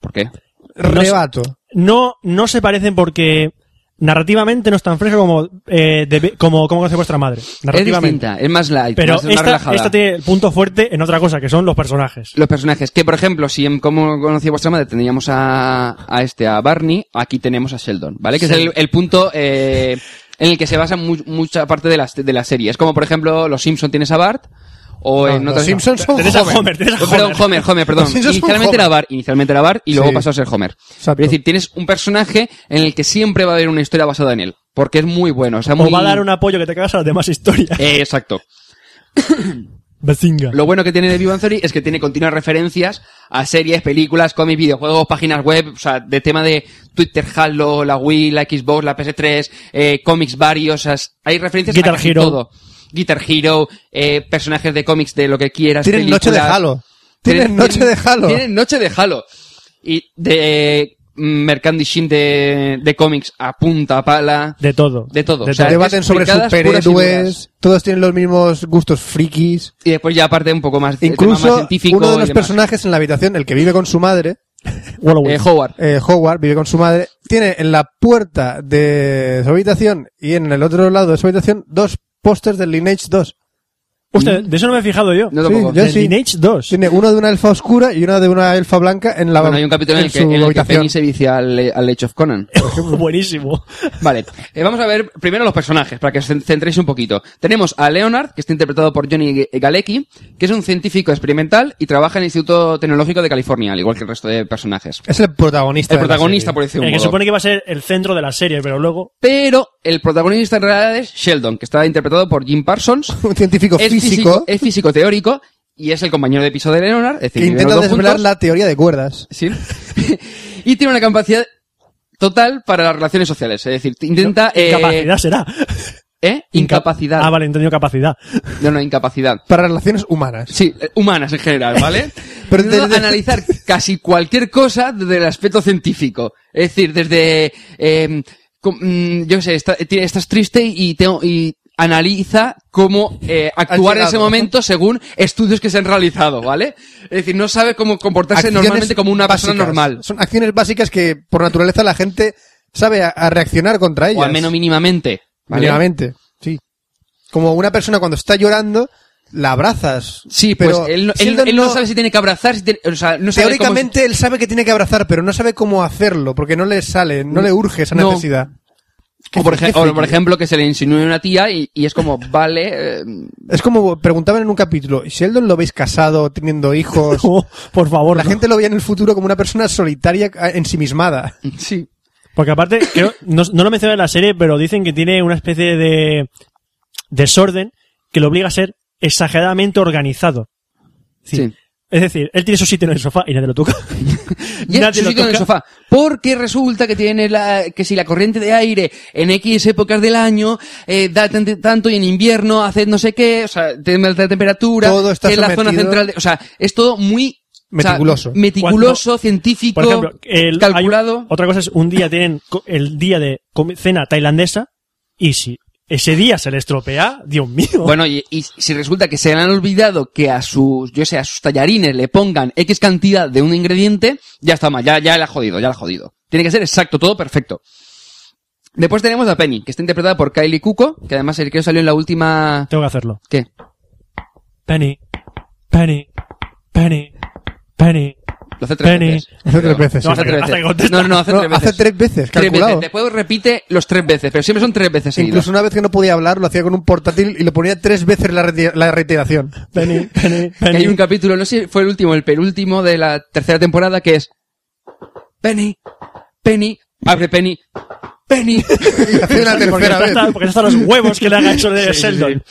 [SPEAKER 6] ¿por qué?
[SPEAKER 5] sé-
[SPEAKER 7] Rebato.
[SPEAKER 5] no, no se parecen porque narrativamente no es tan fresca como, eh, de- como, como conoce vuestra madre.
[SPEAKER 6] Es
[SPEAKER 5] Narrativamente.
[SPEAKER 6] distinta, es más light,
[SPEAKER 5] Pero
[SPEAKER 6] más, más
[SPEAKER 5] esta,
[SPEAKER 6] relajada.
[SPEAKER 5] esta tiene el punto fuerte en otra cosa, que son los personajes.
[SPEAKER 6] los personajes. Que, por ejemplo, si en Cómo conocí a vuestra madre teníamos a, a este, a Barney, aquí tenemos a Sheldon, ¿vale? Que es el, el punto eh, en el que se basa mu- mucha parte de la, de la serie. Es como, por ejemplo, Los Simpson tienes a Bart, o en
[SPEAKER 7] No,
[SPEAKER 6] otras...
[SPEAKER 7] los Simpsons son
[SPEAKER 5] Tenés a
[SPEAKER 7] joven.
[SPEAKER 5] Homer, tenés a
[SPEAKER 6] Oh, Perdón,
[SPEAKER 5] Homer.
[SPEAKER 6] Homer, Homer, perdón.
[SPEAKER 7] Los Simpsons son
[SPEAKER 6] Inicialmente
[SPEAKER 7] Homer.
[SPEAKER 6] era Bart, inicialmente era Bart y luego
[SPEAKER 7] Sí.
[SPEAKER 6] pasó a ser Homer.
[SPEAKER 7] Exacto.
[SPEAKER 6] Es decir, tienes un personaje en el que siempre va a haber una historia basada en él, porque es muy bueno. O, sea, muy-
[SPEAKER 5] O va a dar un apoyo que te cagas a las demás historias.
[SPEAKER 6] Eh, exacto.
[SPEAKER 5] Bazinga.
[SPEAKER 6] Lo bueno que tiene de Big Bang Theory es que tiene continuas referencias a series, películas, cómics, videojuegos, páginas web, o sea, de tema de Twitter, Halo, la Wii, la Xbox, la PS3, eh, cómics varios, o sea, es- hay referencias
[SPEAKER 5] Guitar
[SPEAKER 6] a casi
[SPEAKER 5] Hero.
[SPEAKER 6] todo. Guitar Hero, eh, personajes de cómics de lo que quieras.
[SPEAKER 7] Tienen noche de
[SPEAKER 6] películas.
[SPEAKER 7] Halo. Tienen noche de Halo.
[SPEAKER 6] Tienen noche de Halo. Y de mm, merchandising de, de cómics a punta, a pala,
[SPEAKER 5] De todo.
[SPEAKER 6] de todo.
[SPEAKER 5] De
[SPEAKER 6] o sea,
[SPEAKER 7] Debaten
[SPEAKER 6] es
[SPEAKER 7] sobre
[SPEAKER 6] fricadas puras y duras.
[SPEAKER 7] superhéroes. Todos tienen los mismos gustos frikis.
[SPEAKER 6] Y después ya aparte un poco más de tema más
[SPEAKER 7] Incluso
[SPEAKER 6] científico
[SPEAKER 7] uno de
[SPEAKER 6] y
[SPEAKER 7] los
[SPEAKER 6] demás.
[SPEAKER 7] personajes en la habitación, el que vive con su madre,
[SPEAKER 5] Walloway.
[SPEAKER 6] Eh, Howard.
[SPEAKER 7] eh, Howard, vive con su madre, tiene en la puerta de su habitación y en el otro lado de su habitación dos pósters del Lineage 2.
[SPEAKER 5] Hostia, de eso no me he fijado yo.
[SPEAKER 6] No
[SPEAKER 7] Sí,
[SPEAKER 6] tampoco.
[SPEAKER 7] yo
[SPEAKER 5] Del
[SPEAKER 7] sí.
[SPEAKER 5] Lineage 2.
[SPEAKER 7] Tiene uno de una elfa oscura y uno de una elfa blanca en la
[SPEAKER 6] Bueno, hay un capítulo en, el que,
[SPEAKER 7] su
[SPEAKER 6] en el que
[SPEAKER 7] habitación.
[SPEAKER 6] Penny se vicia al, al Age of Conan.
[SPEAKER 5] Buenísimo.
[SPEAKER 6] Vale, eh, vamos a ver primero los personajes, para que os cen- centréis un poquito. Tenemos a Leonard, que está interpretado por Johnny G- Galecki, que es un científico experimental y trabaja en el Instituto Tecnológico de California, al igual que el resto de personajes.
[SPEAKER 7] Es el protagonista.
[SPEAKER 6] El
[SPEAKER 7] de la
[SPEAKER 6] protagonista,
[SPEAKER 7] serie.
[SPEAKER 6] por decirlo
[SPEAKER 5] El
[SPEAKER 6] un
[SPEAKER 5] Eh, que
[SPEAKER 6] modo.
[SPEAKER 5] supone que va a ser el centro de la serie, pero luego.
[SPEAKER 6] Pero el protagonista en realidad es Sheldon, que está interpretado por Jim Parsons.
[SPEAKER 7] Un científico
[SPEAKER 6] Es
[SPEAKER 7] físico
[SPEAKER 6] Es físico teórico y es el compañero de piso de Leonard. Es decir,
[SPEAKER 7] que
[SPEAKER 6] viven
[SPEAKER 7] intenta
[SPEAKER 6] los dos
[SPEAKER 7] desvelar
[SPEAKER 6] juntos.
[SPEAKER 7] la teoría de cuerdas.
[SPEAKER 6] Sí. y tiene una capacidad total para las relaciones sociales. Es decir, intenta... eh,
[SPEAKER 5] Incapacidad será.
[SPEAKER 6] ¿Eh? Incapacidad.
[SPEAKER 5] Ah, vale, he entendido capacidad.
[SPEAKER 6] No, no, incapacidad.
[SPEAKER 7] Para relaciones humanas.
[SPEAKER 6] Sí, eh, humanas en general, ¿vale?
[SPEAKER 7] Pero
[SPEAKER 6] Pero
[SPEAKER 7] desde-
[SPEAKER 6] analizar casi cualquier cosa desde el aspecto científico. Es decir, desde... eh, com- mm, yo qué sé, está- ti- estás triste y, tengo- y analiza cómo eh, actuar en ese
[SPEAKER 7] llegado.
[SPEAKER 6] momento según estudios que se han realizado, ¿vale? Es decir, no sabe cómo comportarse
[SPEAKER 7] Acciones
[SPEAKER 6] normalmente como una persona
[SPEAKER 7] básicas.
[SPEAKER 6] normal.
[SPEAKER 7] Son acciones básicas que por naturaleza la gente sabe a, a reaccionar contra ellas.
[SPEAKER 6] O al menos mínimamente. ¿vale?
[SPEAKER 7] Mínimamente, sí. Como una persona cuando está llorando, la abrazas.
[SPEAKER 6] Sí,
[SPEAKER 7] pero
[SPEAKER 6] pues él, no- él-
[SPEAKER 7] Sheldon
[SPEAKER 6] él no sabe si tiene que abrazar, si tiene- o sea, no sabe cómo-
[SPEAKER 7] Teóricamente él sabe que tiene que abrazar, pero no sabe cómo hacerlo, porque no le sale, no le urge esa
[SPEAKER 6] No.
[SPEAKER 7] necesidad.
[SPEAKER 6] o, por ejem-
[SPEAKER 7] Qué
[SPEAKER 6] o
[SPEAKER 7] friki.
[SPEAKER 6] por ejemplo, que se le insinúe una tía y, y es como, vale, eh,
[SPEAKER 7] Es como preguntaban en un capítulo, ¿Sheldon lo veis casado, teniendo hijos?
[SPEAKER 5] Oh, por favor.
[SPEAKER 7] La
[SPEAKER 5] no.
[SPEAKER 7] gente lo veía en el futuro como una persona solitaria, eh, ensimismada.
[SPEAKER 6] sí.
[SPEAKER 5] Porque aparte, creo, no, no lo mencionan en la serie, pero dicen que tiene una especie de desorden que lo obliga a ser exageradamente organizado. Sí.
[SPEAKER 6] Sí.
[SPEAKER 5] Es decir, él tiene su sitio en el sofá y nadie lo toca.
[SPEAKER 6] Y él
[SPEAKER 5] Nadie
[SPEAKER 6] su
[SPEAKER 5] lo
[SPEAKER 6] sitio en el
[SPEAKER 5] toca.
[SPEAKER 6] sofá. Porque resulta que tiene la, que si la corriente de aire en X épocas del año eh, da tant- tanto y en invierno hace no sé qué, o sea, tiene alta temperatura,
[SPEAKER 7] Todo está
[SPEAKER 6] que en la
[SPEAKER 7] sometido-
[SPEAKER 6] zona central, de- o sea, es todo muy o sea,
[SPEAKER 7] Meticuloso.
[SPEAKER 6] meticuloso,
[SPEAKER 5] Cuando-
[SPEAKER 6] científico,
[SPEAKER 5] Por ejemplo, el, hay un-
[SPEAKER 6] calculado.
[SPEAKER 5] otra cosa es un día tienen co- el día de com- cena tailandesa y si ese día se le estropea, Dios mío.
[SPEAKER 6] Bueno, y, y si resulta que se le han olvidado que a sus, yo sé, a sus tallarines le pongan X cantidad de un ingrediente, ya está mal, ya, ya la ha jodido, ya la ha jodido. Tiene que ser exacto, todo perfecto. Después tenemos a Penny, que está interpretada por Kylie Cuco, que además el que salió en la última...
[SPEAKER 5] Tengo que hacerlo.
[SPEAKER 6] ¿Qué?
[SPEAKER 5] Penny, Penny, Penny, Penny.
[SPEAKER 6] Lo hace tres
[SPEAKER 5] Penny.
[SPEAKER 6] veces.
[SPEAKER 7] Hace tres veces.
[SPEAKER 5] No,
[SPEAKER 7] sí.
[SPEAKER 6] hace tres
[SPEAKER 5] Hasta que
[SPEAKER 6] veces.
[SPEAKER 5] contesta.
[SPEAKER 6] No, no, no, hace
[SPEAKER 7] No,
[SPEAKER 6] tres veces.
[SPEAKER 7] hace tres
[SPEAKER 6] Tres
[SPEAKER 7] veces, calculado.
[SPEAKER 6] veces. Después repite los tres veces, pero siempre son tres veces seguidas.
[SPEAKER 7] Incluso una vez que no podía hablar, lo hacía con un portátil y lo ponía tres veces la, reti- la reiteración.
[SPEAKER 5] Penny, Penny,
[SPEAKER 6] Que hay un
[SPEAKER 5] Penny.
[SPEAKER 6] capítulo, no sé si fue el último, el penúltimo de la tercera temporada, que es Penny, Penny, abre Penny, Penny.
[SPEAKER 7] Hace una
[SPEAKER 5] Porque
[SPEAKER 7] tercera
[SPEAKER 5] está
[SPEAKER 7] vez.
[SPEAKER 5] hasta, porque está hasta los huevos que le haga eso de
[SPEAKER 6] Sí, sí,
[SPEAKER 5] Sheldon.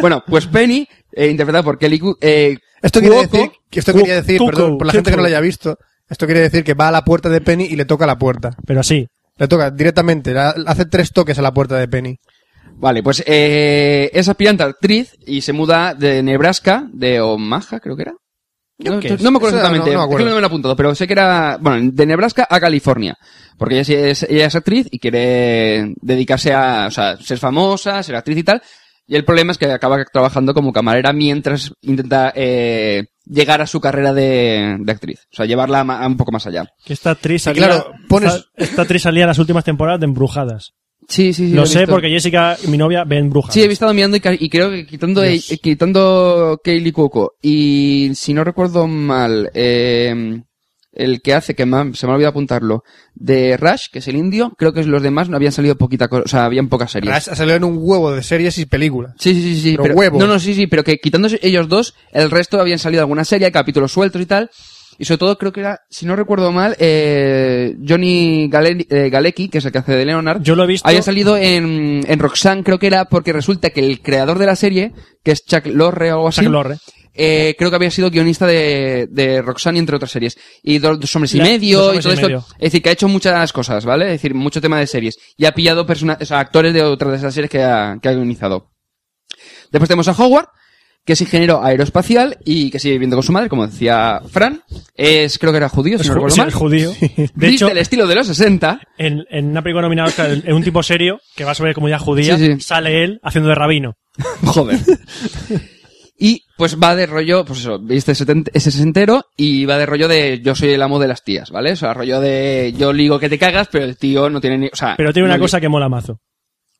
[SPEAKER 6] bueno, pues Penny, eh, interpretada por Kelly Cu- eh,
[SPEAKER 7] Esto quiere
[SPEAKER 6] Cuoco.
[SPEAKER 7] decir, que esto
[SPEAKER 5] Cuoco,
[SPEAKER 7] quería decir,
[SPEAKER 5] Cuoco,
[SPEAKER 7] perdón, por la gente que no lo haya visto, esto quiere decir que va a la puerta de Penny y le toca a la puerta.
[SPEAKER 5] Pero así.
[SPEAKER 7] Le toca directamente, la- hace tres toques a la puerta de Penny.
[SPEAKER 6] Vale, pues eh, es aspirante a actriz y se muda de Nebraska, de Omaha, creo que era. No,
[SPEAKER 7] qué sé.
[SPEAKER 6] no me acuerdo
[SPEAKER 7] Eso no-
[SPEAKER 6] exactamente, es
[SPEAKER 7] no me
[SPEAKER 6] que
[SPEAKER 7] acuerdo.
[SPEAKER 6] no me lo he apuntado, pero sé que era, bueno, de Nebraska a California, porque ella sí es, ella es actriz y quiere dedicarse a, o sea, ser famosa, ser actriz y tal, y el problema es que acaba trabajando como camarera mientras intenta eh, llegar a su carrera de, de actriz, o sea, llevarla ma- a un poco más allá.
[SPEAKER 5] Que está Tris salía,
[SPEAKER 7] claro, pones-
[SPEAKER 5] está, está Tris salía las últimas temporadas de Embrujadas.
[SPEAKER 6] Sí, sí, sí.
[SPEAKER 5] lo sé porque Jessica, mi novia, ve Embrujadas.
[SPEAKER 6] Sí, he estado mirando y, ca- y creo que quitando, eh,
[SPEAKER 5] Dios.
[SPEAKER 6] quitando Kaylee Cuoco y si no recuerdo mal, eh, el que hace, que me ha- se me ha olvidado apuntarlo, de Rush, que es el indio, creo que los demás no habían salido poquita cosa, o sea, habían pocas series.
[SPEAKER 7] Ha salido en un huevo de series y películas.
[SPEAKER 6] Sí, sí, sí, sí.
[SPEAKER 7] Pero huevo.
[SPEAKER 6] No, no, sí, sí, pero que quitando ellos dos, el resto habían salido alguna serie, capítulos sueltos y tal. Y sobre todo creo que era, si no recuerdo mal, eh, Johnny Gale- eh, Galecki, que es el que hace de Leonard,
[SPEAKER 5] Yo lo he visto.
[SPEAKER 6] había salido en, en Roxanne, creo que era, porque resulta que el creador de la serie, que es Chuck Lorre o algo así,
[SPEAKER 5] Chuck Lorre.
[SPEAKER 6] eh, creo que había sido guionista de, de Roxanne, entre otras series. Y dos, Dos hombres y
[SPEAKER 5] La-
[SPEAKER 6] medio,
[SPEAKER 5] Dos
[SPEAKER 6] y
[SPEAKER 5] hombres
[SPEAKER 6] todo
[SPEAKER 5] y
[SPEAKER 6] esto.
[SPEAKER 5] medio.
[SPEAKER 6] Es decir, que ha hecho muchas cosas, ¿vale? Es decir, mucho tema de series. Y ha pillado persona- o sea, actores de otras de esas series que ha, que ha guionizado. Después tenemos a Howard, que es ingeniero aeroespacial y que sigue viviendo con su madre, como decía Fran. Es, creo que era judío, si
[SPEAKER 5] Es
[SPEAKER 6] no
[SPEAKER 5] ju-
[SPEAKER 6] recuerdo
[SPEAKER 5] sí,
[SPEAKER 6] mal.
[SPEAKER 5] es judío. De
[SPEAKER 6] Riff
[SPEAKER 5] hecho,
[SPEAKER 6] del estilo de los 60.
[SPEAKER 5] en, en una película nominada a Oscar, en un tipo serio que va sobre comunidad judía,
[SPEAKER 6] Sí, sí.
[SPEAKER 5] sale él haciendo de rabino.
[SPEAKER 6] Joder. Y pues va de rollo, pues eso, viste seten- ese sesentero y va de rollo de yo soy el amo de las tías, ¿vale? O sea, rollo de yo ligo que te cagas, pero el tío no tiene ni... O sea,
[SPEAKER 5] Pero tiene una
[SPEAKER 6] no li-
[SPEAKER 5] cosa que mola mazo.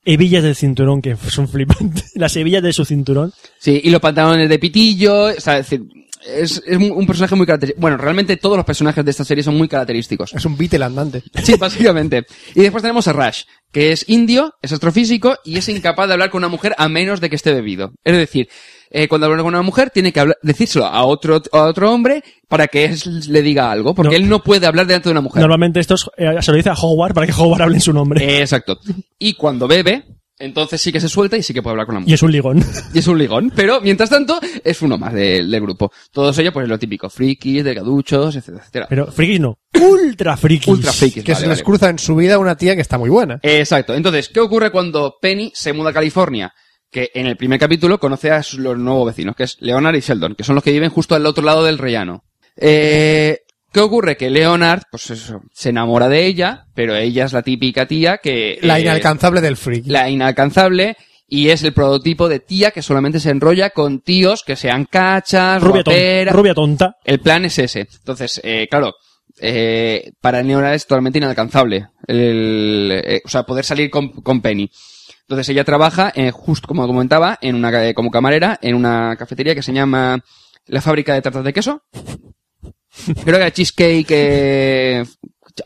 [SPEAKER 5] Hebillas del cinturón que son flipantes. Las hebillas de su cinturón.
[SPEAKER 6] Sí, y los pantalones de pitillo, o sea, es decir, es, es un un personaje muy característico. Bueno, realmente todos los personajes de esta serie son muy característicos.
[SPEAKER 7] Es un Beatle andante.
[SPEAKER 6] Sí, básicamente. Y después tenemos a Rush, que es indio, es astrofísico y es incapaz de hablar con una mujer a menos de que esté bebido. Es decir, eh, cuando habla con una mujer tiene que hablar- decírselo a otro, a otro hombre para que es- le diga algo, porque
[SPEAKER 5] No.
[SPEAKER 6] él no puede hablar delante de una mujer.
[SPEAKER 5] Normalmente esto es- eh, se lo dice a Howard para que Howard hable en su nombre.
[SPEAKER 6] Eh, exacto. Y cuando bebe, entonces sí que se suelta y sí que puede hablar con la mujer.
[SPEAKER 5] y es un ligón.
[SPEAKER 6] Y es un ligón, pero mientras tanto es uno más del, del grupo. Todos ellos, pues lo típico, frikis, delgaduchos, etcétera, etcétera.
[SPEAKER 5] Pero frikis no. Ultra frikis.
[SPEAKER 6] Ultra frikis.
[SPEAKER 7] Que
[SPEAKER 6] vale,
[SPEAKER 7] se les
[SPEAKER 6] vale. Eh,
[SPEAKER 7] cruza en su vida una tía que está muy buena.
[SPEAKER 6] Exacto. Entonces, ¿qué ocurre cuando Penny se muda a California? Que en el primer capítulo conoce a sus- los nuevos vecinos, que es Leonard y Sheldon, que son los que viven justo al otro lado del rellano. Eh, ¿Qué ocurre? Que Leonard, pues eso, se enamora de ella, pero ella es la típica tía que...
[SPEAKER 7] La
[SPEAKER 6] eh,
[SPEAKER 7] inalcanzable del freak.
[SPEAKER 6] la inalcanzable y es el prototipo de tía que solamente se enrolla con tíos que sean cachas,
[SPEAKER 5] Rubia, ton-
[SPEAKER 6] guaperas.
[SPEAKER 5] rubia tonta.
[SPEAKER 6] El plan es ese. Entonces, eh, claro, eh, para Neora es totalmente inalcanzable. El, eh, o sea, poder salir con, con Penny. Entonces ella trabaja, eh, justo como comentaba, en una, ca- como camarera en una cafetería que se llama La Fábrica de Tartas de Queso. Creo que era Cheesecake... eh,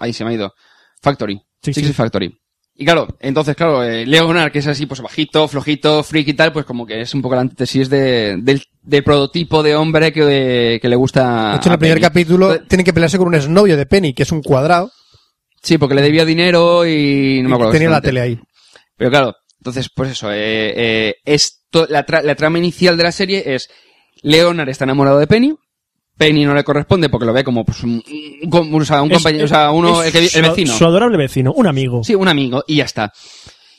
[SPEAKER 6] ahí se me ha ido. Factory.
[SPEAKER 5] Sí,
[SPEAKER 6] Cheesecake
[SPEAKER 5] sí.
[SPEAKER 6] Factory. Y claro, entonces, claro, eh, Leonard, que es así, pues bajito, flojito, freak y tal, pues como que es un poco la antítesis de, del, del prototipo de hombre que, que le gusta.
[SPEAKER 7] De hecho, en
[SPEAKER 6] a ah,
[SPEAKER 7] el primer
[SPEAKER 6] Penny. Pues-
[SPEAKER 7] capítulo
[SPEAKER 6] Entonces,
[SPEAKER 7] tienen que pelearse con un exnovio de Penny, que es un cuadrado.
[SPEAKER 6] Sí, porque le debía dinero y no me acuerdo.
[SPEAKER 7] tenía la
[SPEAKER 6] exactamente.
[SPEAKER 7] tele ahí.
[SPEAKER 6] Pero claro, entonces, pues eso, eh, eh, esto, la, tra- la trama inicial de la serie es Leonard está enamorado de Penny, Penny no le corresponde porque lo ve como pues, un, un com- o sea, un
[SPEAKER 5] Es-
[SPEAKER 6] compañero, o sea, uno,
[SPEAKER 5] es
[SPEAKER 6] el, que vi- el
[SPEAKER 5] su-
[SPEAKER 6] vecino.
[SPEAKER 5] Su adorable vecino, un amigo.
[SPEAKER 6] Sí, un amigo, y ya está.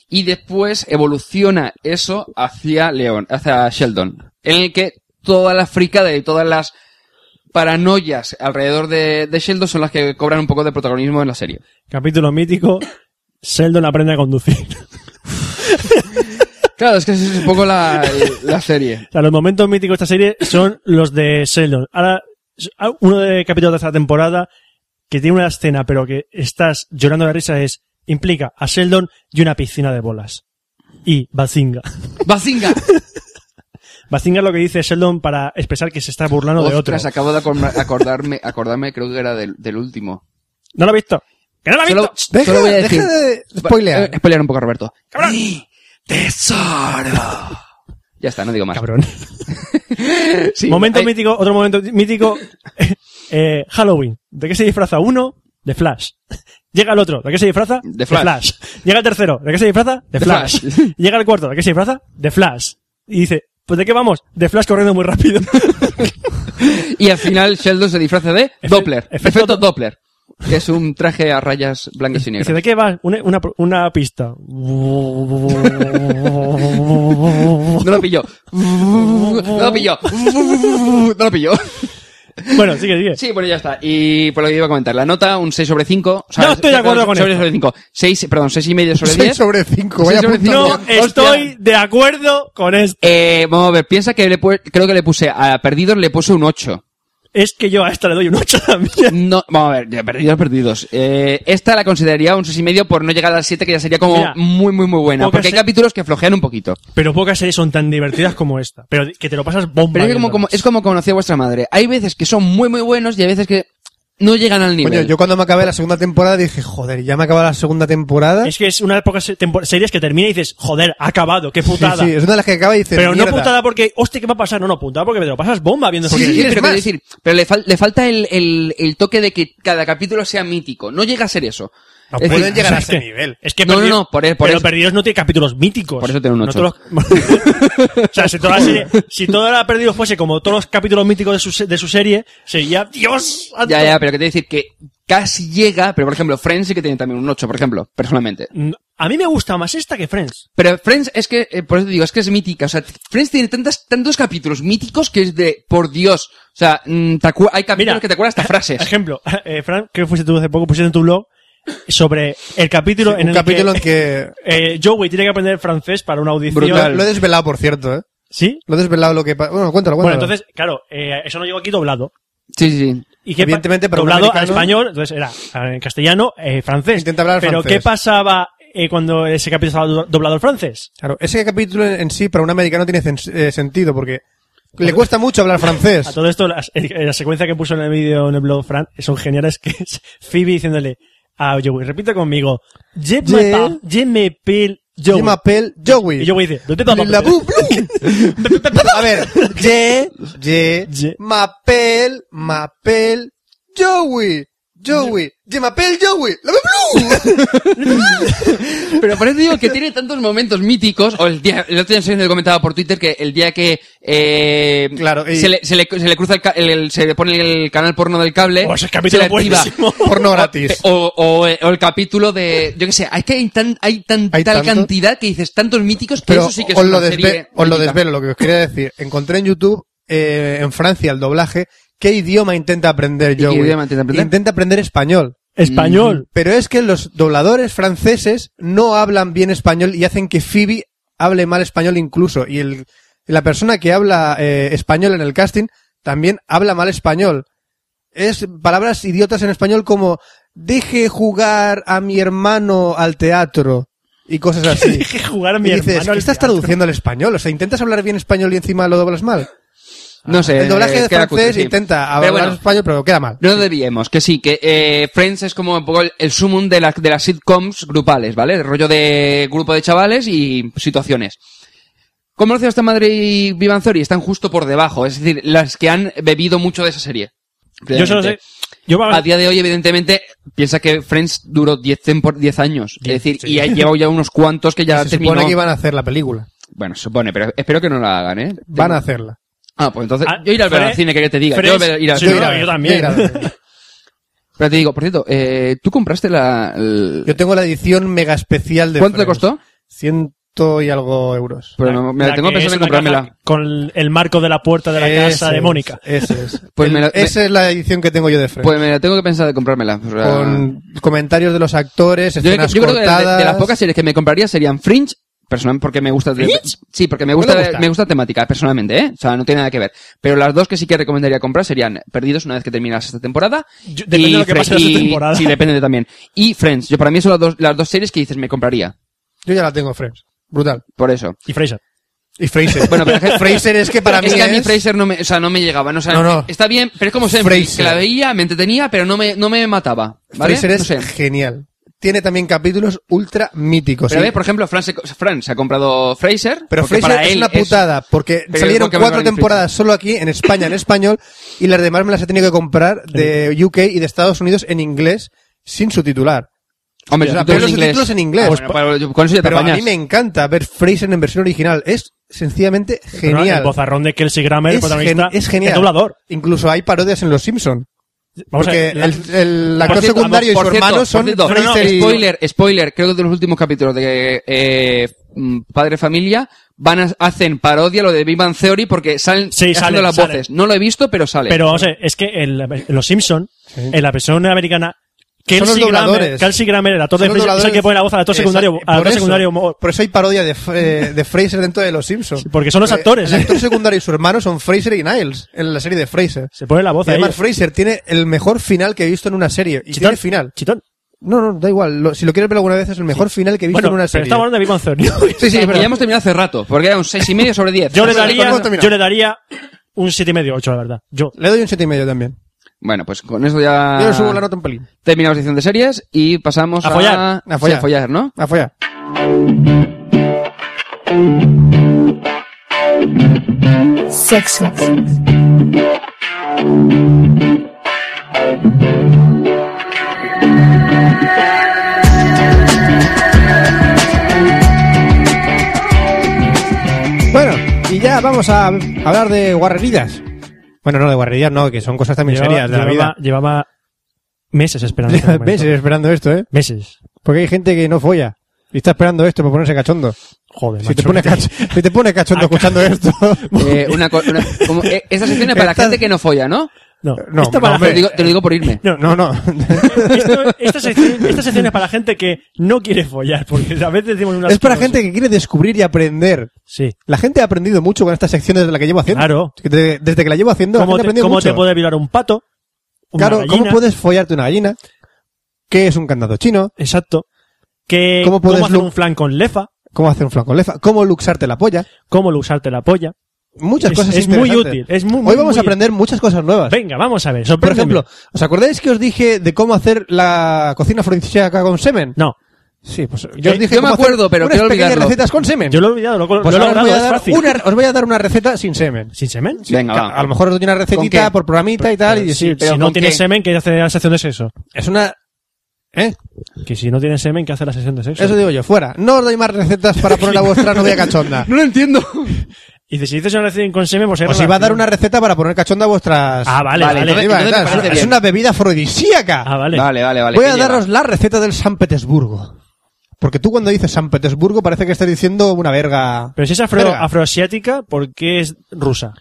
[SPEAKER 6] Y después evoluciona eso hacia Leon, hacia Sheldon, en el que toda la fricada y todas las paranoias alrededor de, de Sheldon son las que cobran un poco de protagonismo en la serie.
[SPEAKER 5] Capítulo mítico. Sheldon aprende a conducir.
[SPEAKER 6] Claro, es que esa es un poco la, la serie.
[SPEAKER 5] O sea, los momentos míticos de esta serie son los de Sheldon. Ahora, ah, uno de capítulos de esta temporada que tiene una escena, pero que estás llorando de risa, es implica a Sheldon y una piscina de bolas. Y Bazinga.
[SPEAKER 6] ¡Bazinga!
[SPEAKER 5] Bazinga lo que dice Sheldon para expresar que se está burlando de otro.
[SPEAKER 6] Ostras, acabo de acor- acordarme, acordarme, creo que era del, del último.
[SPEAKER 5] ¿No lo ha visto? ¡Que no lo ha visto!
[SPEAKER 6] Solo,
[SPEAKER 7] Deja-
[SPEAKER 6] solo voy a decir.
[SPEAKER 7] deja de spoilear.
[SPEAKER 6] Eh, spoilear un poco, Roberto.
[SPEAKER 5] ¡Cabrón!
[SPEAKER 6] ¡Tesoro! ya está, no digo más.
[SPEAKER 7] Cabrón.
[SPEAKER 6] Sí,
[SPEAKER 5] momento
[SPEAKER 6] hay-
[SPEAKER 5] mítico, otro momento mítico. eh, Halloween. ¿De qué se disfraza uno? De Flash. Llega el otro. ¿De qué se disfraza?
[SPEAKER 6] De Flash.
[SPEAKER 5] Llega el tercero. ¿De qué se disfraza? De
[SPEAKER 6] De
[SPEAKER 5] Flash.
[SPEAKER 6] Flash.
[SPEAKER 5] Llega el cuarto. ¿De qué se disfraza? De Flash. Y dice, ¿pues de qué vamos? De Flash corriendo muy rápido.
[SPEAKER 6] Y al final Sheldon se disfraza de Doppler.
[SPEAKER 5] efecto
[SPEAKER 6] Efecto, Doppler. Que es un traje a rayas blancas
[SPEAKER 5] dice,
[SPEAKER 6] y negras.
[SPEAKER 5] ¿de qué va? Una, una, una pista. bueno,
[SPEAKER 6] No lo pilló. No lo pilló. No lo pilló.
[SPEAKER 5] sigue, sigue.
[SPEAKER 6] Sí, bueno, ya está. Y por lo que iba a comentar, la nota, un 6 sobre 5.
[SPEAKER 5] No estoy de acuerdo con
[SPEAKER 6] sobre,
[SPEAKER 5] esto.
[SPEAKER 6] sobre 5. 6, perdón, 6 y medio sobre
[SPEAKER 7] 6
[SPEAKER 6] 10.
[SPEAKER 7] sobre 5.
[SPEAKER 6] Seis
[SPEAKER 7] Vaya
[SPEAKER 6] sobre
[SPEAKER 7] puta
[SPEAKER 6] cinco.
[SPEAKER 5] No
[SPEAKER 6] Hostia.
[SPEAKER 5] estoy de acuerdo con esto.
[SPEAKER 6] Eh, vamos a ver, piensa que le pu- creo que le puse a Perdidos le puse un 8.
[SPEAKER 5] Es que yo a esta le doy un 8 también.
[SPEAKER 6] No, vamos a ver, ya, Perdidos, Perdidos. Eh, esta la consideraría un 6 y medio por no llegar al 7, que ya sería como
[SPEAKER 5] Mira,
[SPEAKER 6] muy, muy, muy buena.
[SPEAKER 5] pocas
[SPEAKER 6] Porque hay
[SPEAKER 5] se-
[SPEAKER 6] capítulos que flojean un poquito.
[SPEAKER 5] Pero pocas series son tan divertidas como esta. Pero que te lo pasas bomba.
[SPEAKER 6] Pero es como, como,
[SPEAKER 5] viéndolas.
[SPEAKER 6] es como conocí a vuestra madre. Hay veces que son muy, muy buenos y hay veces que no llegan al nivel.
[SPEAKER 7] Coño, yo cuando me acabé la segunda temporada dije, joder, ya me acaba la segunda temporada.
[SPEAKER 5] Es que es una de las pocas se- tempo- series que termina y dices, joder, ha acabado, qué
[SPEAKER 7] Sí,
[SPEAKER 5] putada.
[SPEAKER 7] sí, es una de las que acaba y dices,
[SPEAKER 5] Pero no
[SPEAKER 7] mierda.
[SPEAKER 5] putada porque, hostia, ¿qué va a pasar? No, no, putada porque te lo pasas bomba viendo esa
[SPEAKER 6] Sí,
[SPEAKER 5] serie.
[SPEAKER 7] ¿quieres
[SPEAKER 6] pero,
[SPEAKER 7] más?
[SPEAKER 6] quiero decir, pero le, fal- le falta el, el- el toque de que cada capítulo sea mítico. No llega a ser eso.
[SPEAKER 5] No
[SPEAKER 6] Es
[SPEAKER 5] pueden
[SPEAKER 6] decir,
[SPEAKER 5] llegar a
[SPEAKER 7] es
[SPEAKER 5] ese
[SPEAKER 7] que-
[SPEAKER 5] nivel. Es que
[SPEAKER 6] No, no,
[SPEAKER 5] Perdidos-
[SPEAKER 6] no, por e- por
[SPEAKER 5] pero
[SPEAKER 6] eso-
[SPEAKER 5] Perdidos no tiene capítulos míticos.
[SPEAKER 6] Por eso tiene un
[SPEAKER 5] No
[SPEAKER 6] ocho.
[SPEAKER 5] todos los- o sea, si toda, la serie, si toda la Perdidos fuese como todos los capítulos míticos de su, se- de su serie, sería Dios. santo.
[SPEAKER 6] Ya, ya, pero que te decir que casi llega, pero por ejemplo, Friends sí que tiene también un 8, por ejemplo, personalmente.
[SPEAKER 5] Mm, A mí me gusta más esta que Friends.
[SPEAKER 6] Pero Friends es que, eh, por eso te digo, es que es mítica. O sea, Friends tiene tantas, tantos capítulos míticos que es de, por Dios. O sea, mm, te acu- hay capítulos
[SPEAKER 5] Mira,
[SPEAKER 6] que te acuerdas hasta
[SPEAKER 5] Por
[SPEAKER 6] frases.
[SPEAKER 5] ejemplo, eh, Fran, creo que fuiste tú hace poco, pusiste en tu blog sobre el capítulo en
[SPEAKER 7] Un
[SPEAKER 5] el
[SPEAKER 7] capítulo
[SPEAKER 5] que,
[SPEAKER 7] en que...
[SPEAKER 5] eh, Joey tiene que aprender francés para una audición.
[SPEAKER 7] Lo, lo he desvelado, por cierto, ¿eh?
[SPEAKER 5] ¿Sí?
[SPEAKER 7] Lo he desvelado lo que... pa- Bueno, cuéntalo,
[SPEAKER 5] Bueno,
[SPEAKER 7] cuéntalo.
[SPEAKER 5] entonces, claro, eh, eso no llegó aquí doblado.
[SPEAKER 6] Sí, sí, sí.
[SPEAKER 5] ¿Y qué pa-
[SPEAKER 7] Evidentemente, para un
[SPEAKER 5] doblado al
[SPEAKER 7] americano-
[SPEAKER 5] español, entonces era eh, en castellano, eh, francés.
[SPEAKER 7] Intenta hablar
[SPEAKER 5] Pero
[SPEAKER 7] francés.
[SPEAKER 5] ¿qué pasaba eh, cuando ese capítulo estaba do- doblado al francés?
[SPEAKER 7] Claro, ese capítulo en en sí para un americano tiene cen- eh, sentido porque le cuesta mucho hablar
[SPEAKER 5] A
[SPEAKER 7] francés.
[SPEAKER 5] todo esto, las- eh, la, secuencia que puso en el vídeo en el blog Fran son geniales, que es Phoebe diciéndole a Joey, repite conmigo, je m'appelle- je m'appelle Joey.
[SPEAKER 7] Je m'appelle Joey.
[SPEAKER 5] Y Joey dice, "Blub, blub, blub".
[SPEAKER 7] La bu- blu. A ver, je,
[SPEAKER 5] Je.
[SPEAKER 7] je, m'appelle, m'appelle Joey. Joey. Je m'appelle Joey. La bu- blu.
[SPEAKER 6] Pero por eso digo que tiene tantos momentos míticos. O el día, el otro día le comentaba por Twitter que el día que eh,
[SPEAKER 7] Claro, y-
[SPEAKER 6] se, le, se, le, se le cruza el, ca- el- el- se le pone el canal porno del cable,
[SPEAKER 5] Oh, ese
[SPEAKER 6] se
[SPEAKER 5] capítulo
[SPEAKER 6] le activa.
[SPEAKER 5] buenísimo.
[SPEAKER 7] Porno gratis.
[SPEAKER 6] O, o, eh, o el capítulo de, yo qué sé, hay que hay, tan, hay, tan,
[SPEAKER 7] ¿Hay
[SPEAKER 6] tal
[SPEAKER 7] tanto?
[SPEAKER 6] cantidad que dices tantos míticos que
[SPEAKER 7] Pero
[SPEAKER 6] eso sí que es
[SPEAKER 7] os,
[SPEAKER 6] una
[SPEAKER 7] lo desve-
[SPEAKER 6] serie
[SPEAKER 7] os lo
[SPEAKER 6] mítica.
[SPEAKER 7] desvelo, lo que os quería decir. Encontré en YouTube, eh, en Francia, el doblaje, ¿qué idioma intenta aprender
[SPEAKER 6] qué
[SPEAKER 7] Joey?
[SPEAKER 6] idioma intenta aprender?
[SPEAKER 7] Intenta aprender español.
[SPEAKER 5] Español.
[SPEAKER 7] Pero es que los dobladores franceses no hablan bien español y hacen que Phoebe hable mal español incluso. Y el, la persona que habla eh, español en el casting también habla mal español. Es palabras idiotas en español como deje jugar a mi hermano al teatro y cosas así.
[SPEAKER 5] Dije jugar a mi
[SPEAKER 7] y dices,
[SPEAKER 5] hermano.
[SPEAKER 7] ¿qué
[SPEAKER 5] al
[SPEAKER 7] estás
[SPEAKER 5] teatro".
[SPEAKER 7] traduciendo al español? O sea, intentas hablar bien español y encima lo doblas mal.
[SPEAKER 6] No sé.
[SPEAKER 7] El doblaje
[SPEAKER 6] eh,
[SPEAKER 7] de
[SPEAKER 6] queda
[SPEAKER 7] francés
[SPEAKER 6] cutre, sí.
[SPEAKER 7] intenta
[SPEAKER 6] Pero
[SPEAKER 7] hablar
[SPEAKER 6] bueno,
[SPEAKER 7] español, pero queda mal.
[SPEAKER 6] No nos debíamos, que sí, que eh, Friends es como un poco el, el sumum de, la- de las sitcoms grupales, ¿vale? El rollo de grupo de chavales y situaciones. Como lo esta madre y Vivanzori están justo por debajo, es decir, las que han bebido mucho de esa serie.
[SPEAKER 5] Yo solo sé.
[SPEAKER 6] Realmente.
[SPEAKER 5] Yo va-
[SPEAKER 6] A día de hoy, evidentemente, piensa que Friends duró 10 tempor- 10 años.
[SPEAKER 5] Diez,
[SPEAKER 6] es decir,
[SPEAKER 5] sí.
[SPEAKER 6] y ha llevado ya unos cuantos que ya
[SPEAKER 7] Se
[SPEAKER 6] terminó.
[SPEAKER 7] supone que iban a hacer la película.
[SPEAKER 6] Bueno, se supone, pero espero que no la hagan, ¿eh?
[SPEAKER 7] Van a hacerla.
[SPEAKER 6] Ah, pues entonces,
[SPEAKER 5] Ah,
[SPEAKER 6] yo iré al ver
[SPEAKER 5] Fre-
[SPEAKER 6] al cine, que te diga.
[SPEAKER 5] Friends-
[SPEAKER 6] Yo voy a ir al
[SPEAKER 5] Sí,
[SPEAKER 7] Yo
[SPEAKER 5] no,
[SPEAKER 7] iré a
[SPEAKER 5] yo
[SPEAKER 7] ver,
[SPEAKER 5] también.
[SPEAKER 7] iré a ver.
[SPEAKER 6] Pero te digo, por cierto, eh, tú compraste la... el-
[SPEAKER 7] Yo tengo la edición mega especial de
[SPEAKER 6] ¿Cuánto te
[SPEAKER 7] Friends.
[SPEAKER 6] costó?
[SPEAKER 7] Ciento y algo euros.
[SPEAKER 6] Pero no, me la
[SPEAKER 5] la
[SPEAKER 6] tengo
[SPEAKER 5] que es
[SPEAKER 6] pensado en
[SPEAKER 5] una
[SPEAKER 6] comprármela.
[SPEAKER 5] caja Con el marco de la puerta de la
[SPEAKER 7] Ese
[SPEAKER 5] casa de
[SPEAKER 7] es,
[SPEAKER 5] Mónica.
[SPEAKER 7] Ese es.
[SPEAKER 6] Pues
[SPEAKER 7] El-
[SPEAKER 6] me la- me-
[SPEAKER 7] Esa es la edición que tengo yo de Friends.
[SPEAKER 6] Pues me la tengo que pensar de comprármela. o sea,
[SPEAKER 7] con comentarios de los actores,
[SPEAKER 6] yo,
[SPEAKER 7] escenas
[SPEAKER 6] yo creo que de- de,
[SPEAKER 7] cortadas.
[SPEAKER 6] de las pocas series que me compraría serían Fringe, personalmente porque me gusta... Sí, porque me gusta,
[SPEAKER 7] ¿No le gusta?
[SPEAKER 6] me gusta temática, personalmente, ¿eh? O sea, no tiene nada que ver. Pero las dos que sí que recomendaría comprar serían Perdidos una vez que terminas esta temporada.
[SPEAKER 5] Yo- depende de lo que
[SPEAKER 6] Fre-
[SPEAKER 5] pase la
[SPEAKER 6] y-
[SPEAKER 5] temporada.
[SPEAKER 6] Sí, depende de también. Y Friends. Yo para mí son las dos, las dos series que dices me compraría.
[SPEAKER 7] Yo ya la tengo Friends. Brutal.
[SPEAKER 6] Por eso.
[SPEAKER 5] Y Fraser.
[SPEAKER 7] Y Fraser.
[SPEAKER 6] Bueno, pero es que-
[SPEAKER 7] Fraser es que para mí
[SPEAKER 6] es que a mí
[SPEAKER 7] es-
[SPEAKER 6] Fraser no me, o sea, no me llegaba. No, o sea,
[SPEAKER 7] No, no.
[SPEAKER 6] Está bien, pero es como siempre.
[SPEAKER 7] Fraser.
[SPEAKER 6] Que la veía, me entretenía, pero no me, no me mataba. ¿vale?
[SPEAKER 7] Fraser es
[SPEAKER 6] No sé.
[SPEAKER 7] genial. Tiene también capítulos ultra míticos.
[SPEAKER 6] Pero
[SPEAKER 7] ¿sí?
[SPEAKER 6] ve, por ejemplo, Fran se, Fran se ha comprado Fraser.
[SPEAKER 7] Pero
[SPEAKER 6] porque
[SPEAKER 7] Fraser
[SPEAKER 6] para
[SPEAKER 7] es
[SPEAKER 6] él
[SPEAKER 7] una putada, porque
[SPEAKER 6] Pero
[SPEAKER 7] salieron
[SPEAKER 6] porque me
[SPEAKER 7] cuatro
[SPEAKER 6] parece-
[SPEAKER 7] temporadas solo aquí, en España, en español, y las demás me las he tenido que comprar de UK y de Estados Unidos en inglés, sin subtitular.
[SPEAKER 6] Hombre,
[SPEAKER 7] O sea,
[SPEAKER 6] los
[SPEAKER 7] pero
[SPEAKER 6] títulos
[SPEAKER 7] los
[SPEAKER 6] en inglés.
[SPEAKER 7] títulos en inglés. Pues,
[SPEAKER 6] Ah, bueno, pero yo- con eso ya te
[SPEAKER 7] Pero a
[SPEAKER 6] apañas.
[SPEAKER 7] mí me encanta ver Fraser en versión original. Es sencillamente
[SPEAKER 5] Pero, ¿no? El
[SPEAKER 7] genial.
[SPEAKER 5] bozarrón de Kelsey Grammer, el
[SPEAKER 7] Es,
[SPEAKER 5] protagonista.
[SPEAKER 7] gen- es genial.
[SPEAKER 5] El doblador.
[SPEAKER 7] Incluso hay parodias en Los Simpson
[SPEAKER 5] Vamos a
[SPEAKER 7] Porque
[SPEAKER 5] ver, la-
[SPEAKER 7] el, el
[SPEAKER 6] Por
[SPEAKER 7] actor
[SPEAKER 6] cierto,
[SPEAKER 7] secundario
[SPEAKER 6] por
[SPEAKER 7] y su
[SPEAKER 6] cierto,
[SPEAKER 7] hermano
[SPEAKER 6] por
[SPEAKER 7] son
[SPEAKER 6] cierto,
[SPEAKER 5] no, no,
[SPEAKER 7] Fraser y-
[SPEAKER 6] Spoiler, spoiler, creo que de los últimos capítulos de eh, mm, Padre Familia van a, hacen parodia lo de Big Bang Theory porque salen
[SPEAKER 5] Sí,
[SPEAKER 6] haciendo
[SPEAKER 5] salen,
[SPEAKER 6] las
[SPEAKER 5] salen.
[SPEAKER 6] voces. No lo he visto, pero sale.
[SPEAKER 5] Pero vamos a ver, es que el- los Simpson, en la versión americana,
[SPEAKER 7] los
[SPEAKER 5] Kelsey Grammer,
[SPEAKER 7] dobladores.
[SPEAKER 5] Kelsey Grammer, el actor de
[SPEAKER 7] Son los
[SPEAKER 5] Fraser, es el pues, que
[SPEAKER 7] dobladores-
[SPEAKER 5] pone la voz al actor
[SPEAKER 7] Exacto.
[SPEAKER 5] secundario, al
[SPEAKER 7] por
[SPEAKER 5] actor
[SPEAKER 7] eso,
[SPEAKER 5] secundario mo-
[SPEAKER 7] Por eso hay parodia de, Fra- de Fraser dentro de Los Simpsons. Eh,
[SPEAKER 5] porque son los actores.
[SPEAKER 7] El actor secundario y su hermano son Fraser y Niles en la serie de Fraser.
[SPEAKER 5] se pone la voz
[SPEAKER 7] Y
[SPEAKER 5] a
[SPEAKER 7] además
[SPEAKER 5] ellos.
[SPEAKER 7] Fraser tiene el mejor final que he visto en una serie. Y tiene final.
[SPEAKER 5] Chitón.
[SPEAKER 7] No, no, da igual. Lo- si lo quieres ver alguna vez es el mejor final que he visto
[SPEAKER 5] Bueno,
[SPEAKER 7] en una
[SPEAKER 5] pero
[SPEAKER 7] serie.
[SPEAKER 5] estamos hablando de Big Bang Theory.
[SPEAKER 7] Sí, sí,
[SPEAKER 6] Eh,
[SPEAKER 7] es
[SPEAKER 6] que
[SPEAKER 7] verdad.
[SPEAKER 6] ya hemos terminado hace rato, porque era un seis y medio sobre 10.
[SPEAKER 5] Yo le
[SPEAKER 7] Vamos a
[SPEAKER 5] daría,
[SPEAKER 7] terminar.
[SPEAKER 5] yo le daría un 7,5, 8, la verdad. Yo.
[SPEAKER 7] Le doy un 7 y medio también.
[SPEAKER 6] Bueno, pues con eso ya
[SPEAKER 7] Yo le subo la nota un pelín.
[SPEAKER 6] terminamos la sección de series y pasamos
[SPEAKER 5] A
[SPEAKER 6] a,
[SPEAKER 5] follar,
[SPEAKER 6] sí,
[SPEAKER 7] a follar.
[SPEAKER 6] ¿no?
[SPEAKER 7] A follar.
[SPEAKER 4] Sexo.
[SPEAKER 7] Bueno, y ya vamos a hablar de guarrerías. Bueno, no, de guarrerías no, que son cosas también serias de la
[SPEAKER 5] llevaba,
[SPEAKER 7] vida.
[SPEAKER 5] llevaba meses esperando. este
[SPEAKER 7] Llevas
[SPEAKER 5] momento.
[SPEAKER 7] meses esperando esto, ¿eh?
[SPEAKER 5] Meses.
[SPEAKER 7] Porque hay gente que no folla. Y está esperando esto para ponerse cachondo.
[SPEAKER 5] Joder,
[SPEAKER 7] Si te,
[SPEAKER 5] macho, este-
[SPEAKER 7] pones
[SPEAKER 5] que Ah,
[SPEAKER 7] cach- si te pones cachondo escuchando esto.
[SPEAKER 6] Eh, una, co- una- como, eh, esta sección es para la
[SPEAKER 7] Esta-
[SPEAKER 6] gente que no folla, ¿no?
[SPEAKER 5] No,
[SPEAKER 7] No,
[SPEAKER 5] Esta para la
[SPEAKER 6] Te
[SPEAKER 7] no,
[SPEAKER 6] lo
[SPEAKER 7] hombre.
[SPEAKER 5] gente-
[SPEAKER 6] digo, te lo digo por irme.
[SPEAKER 5] no,
[SPEAKER 7] No, no.
[SPEAKER 5] Esto- esta, sección, esta sección es para la gente que no quiere follar, porque a veces decimos unas
[SPEAKER 7] es para
[SPEAKER 5] cosas-
[SPEAKER 7] gente que quiere descubrir y aprender.
[SPEAKER 5] Sí.
[SPEAKER 7] La gente ha aprendido mucho con estas secciones de la que llevo haciendo.
[SPEAKER 5] Claro.
[SPEAKER 7] Es que te- Desde que la llevo haciendo, la
[SPEAKER 5] ¿Cómo,
[SPEAKER 7] gente ha
[SPEAKER 5] te,
[SPEAKER 7] aprendido
[SPEAKER 5] cómo
[SPEAKER 7] mucho.
[SPEAKER 5] te puede violar un pato? Una
[SPEAKER 7] claro, ¿cómo
[SPEAKER 5] gallina?
[SPEAKER 7] puedes follarte una gallina? ¿Qué es un candado chino?
[SPEAKER 5] Exacto. Que,
[SPEAKER 7] ¿Cómo
[SPEAKER 5] ¿Cómo,
[SPEAKER 7] puedes
[SPEAKER 5] hacer
[SPEAKER 7] lu-
[SPEAKER 5] un flan con lefa?
[SPEAKER 7] ¿Cómo hacer un flanco lefa? ¿Cómo luxarte la polla?
[SPEAKER 5] ¿Cómo usarte la polla?
[SPEAKER 7] Muchas
[SPEAKER 5] Es-
[SPEAKER 7] cosas
[SPEAKER 5] es muy
[SPEAKER 7] interesantes.
[SPEAKER 5] útil, es muy, muy,
[SPEAKER 7] Hoy vamos
[SPEAKER 5] muy
[SPEAKER 7] a aprender muchas cosas nuevas.
[SPEAKER 5] Venga, vamos a ver.
[SPEAKER 7] Por
[SPEAKER 5] sorpréndeme.
[SPEAKER 7] ejemplo, ¿os acordáis que os dije de cómo hacer la cocina afrodisíaca con semen?
[SPEAKER 5] No,
[SPEAKER 7] Sí, pues yo
[SPEAKER 6] Eh,
[SPEAKER 7] os dije
[SPEAKER 6] yo me
[SPEAKER 7] cómo hacer
[SPEAKER 6] acuerdo, pero
[SPEAKER 7] unas
[SPEAKER 6] quiero
[SPEAKER 7] pequeñas
[SPEAKER 6] olvidarlo.
[SPEAKER 7] recetas con semen.
[SPEAKER 5] yo lo he olvidado. Lo, lo
[SPEAKER 7] Pues
[SPEAKER 5] he
[SPEAKER 7] ahora os
[SPEAKER 5] logrado,
[SPEAKER 7] voy, a
[SPEAKER 5] es
[SPEAKER 7] dar
[SPEAKER 5] fácil.
[SPEAKER 7] una, os voy a dar una receta sin semen.
[SPEAKER 5] ¿Sin semen?
[SPEAKER 6] Venga, va.
[SPEAKER 7] A lo mejor os doy una recetita
[SPEAKER 6] qué? Pues,
[SPEAKER 7] por programita y tal. y
[SPEAKER 5] Pero
[SPEAKER 7] decir,
[SPEAKER 5] si,
[SPEAKER 6] pero
[SPEAKER 5] si no
[SPEAKER 6] ¿con
[SPEAKER 5] tienes
[SPEAKER 6] qué?
[SPEAKER 5] semen, ¿qué hace la sección de sexo?
[SPEAKER 7] Es una... ¿Eh?
[SPEAKER 6] Pues
[SPEAKER 5] Que si no tienes semen, ¿qué hace la sección de sexo?
[SPEAKER 7] Eso digo yo, fuera. No os doy más recetas para poner a vuestra novia cachonda.
[SPEAKER 6] No lo entiendo.
[SPEAKER 5] Y dice, si dices una sección con semen, pues... hay
[SPEAKER 7] Os iba a dar
[SPEAKER 5] relación.
[SPEAKER 7] una receta para poner cachonda a vuestras...
[SPEAKER 5] Ah, vale, vale.
[SPEAKER 6] Vale,
[SPEAKER 7] Sí,
[SPEAKER 6] entonces-
[SPEAKER 7] vale,
[SPEAKER 6] me
[SPEAKER 7] claro,
[SPEAKER 6] parece
[SPEAKER 7] es
[SPEAKER 6] bien.
[SPEAKER 7] una bebida afrodisíaca.
[SPEAKER 5] Ah, vale.
[SPEAKER 6] Vale, vale, vale.
[SPEAKER 7] Voy a
[SPEAKER 6] ¿qué lleva?
[SPEAKER 7] daros la receta del San Petersburgo. Porque tú cuando dices San Petersburgo parece que estás diciendo una verga...
[SPEAKER 5] Pero si es afro,
[SPEAKER 7] Verga.
[SPEAKER 5] afroasiática, ¿por qué es rusa?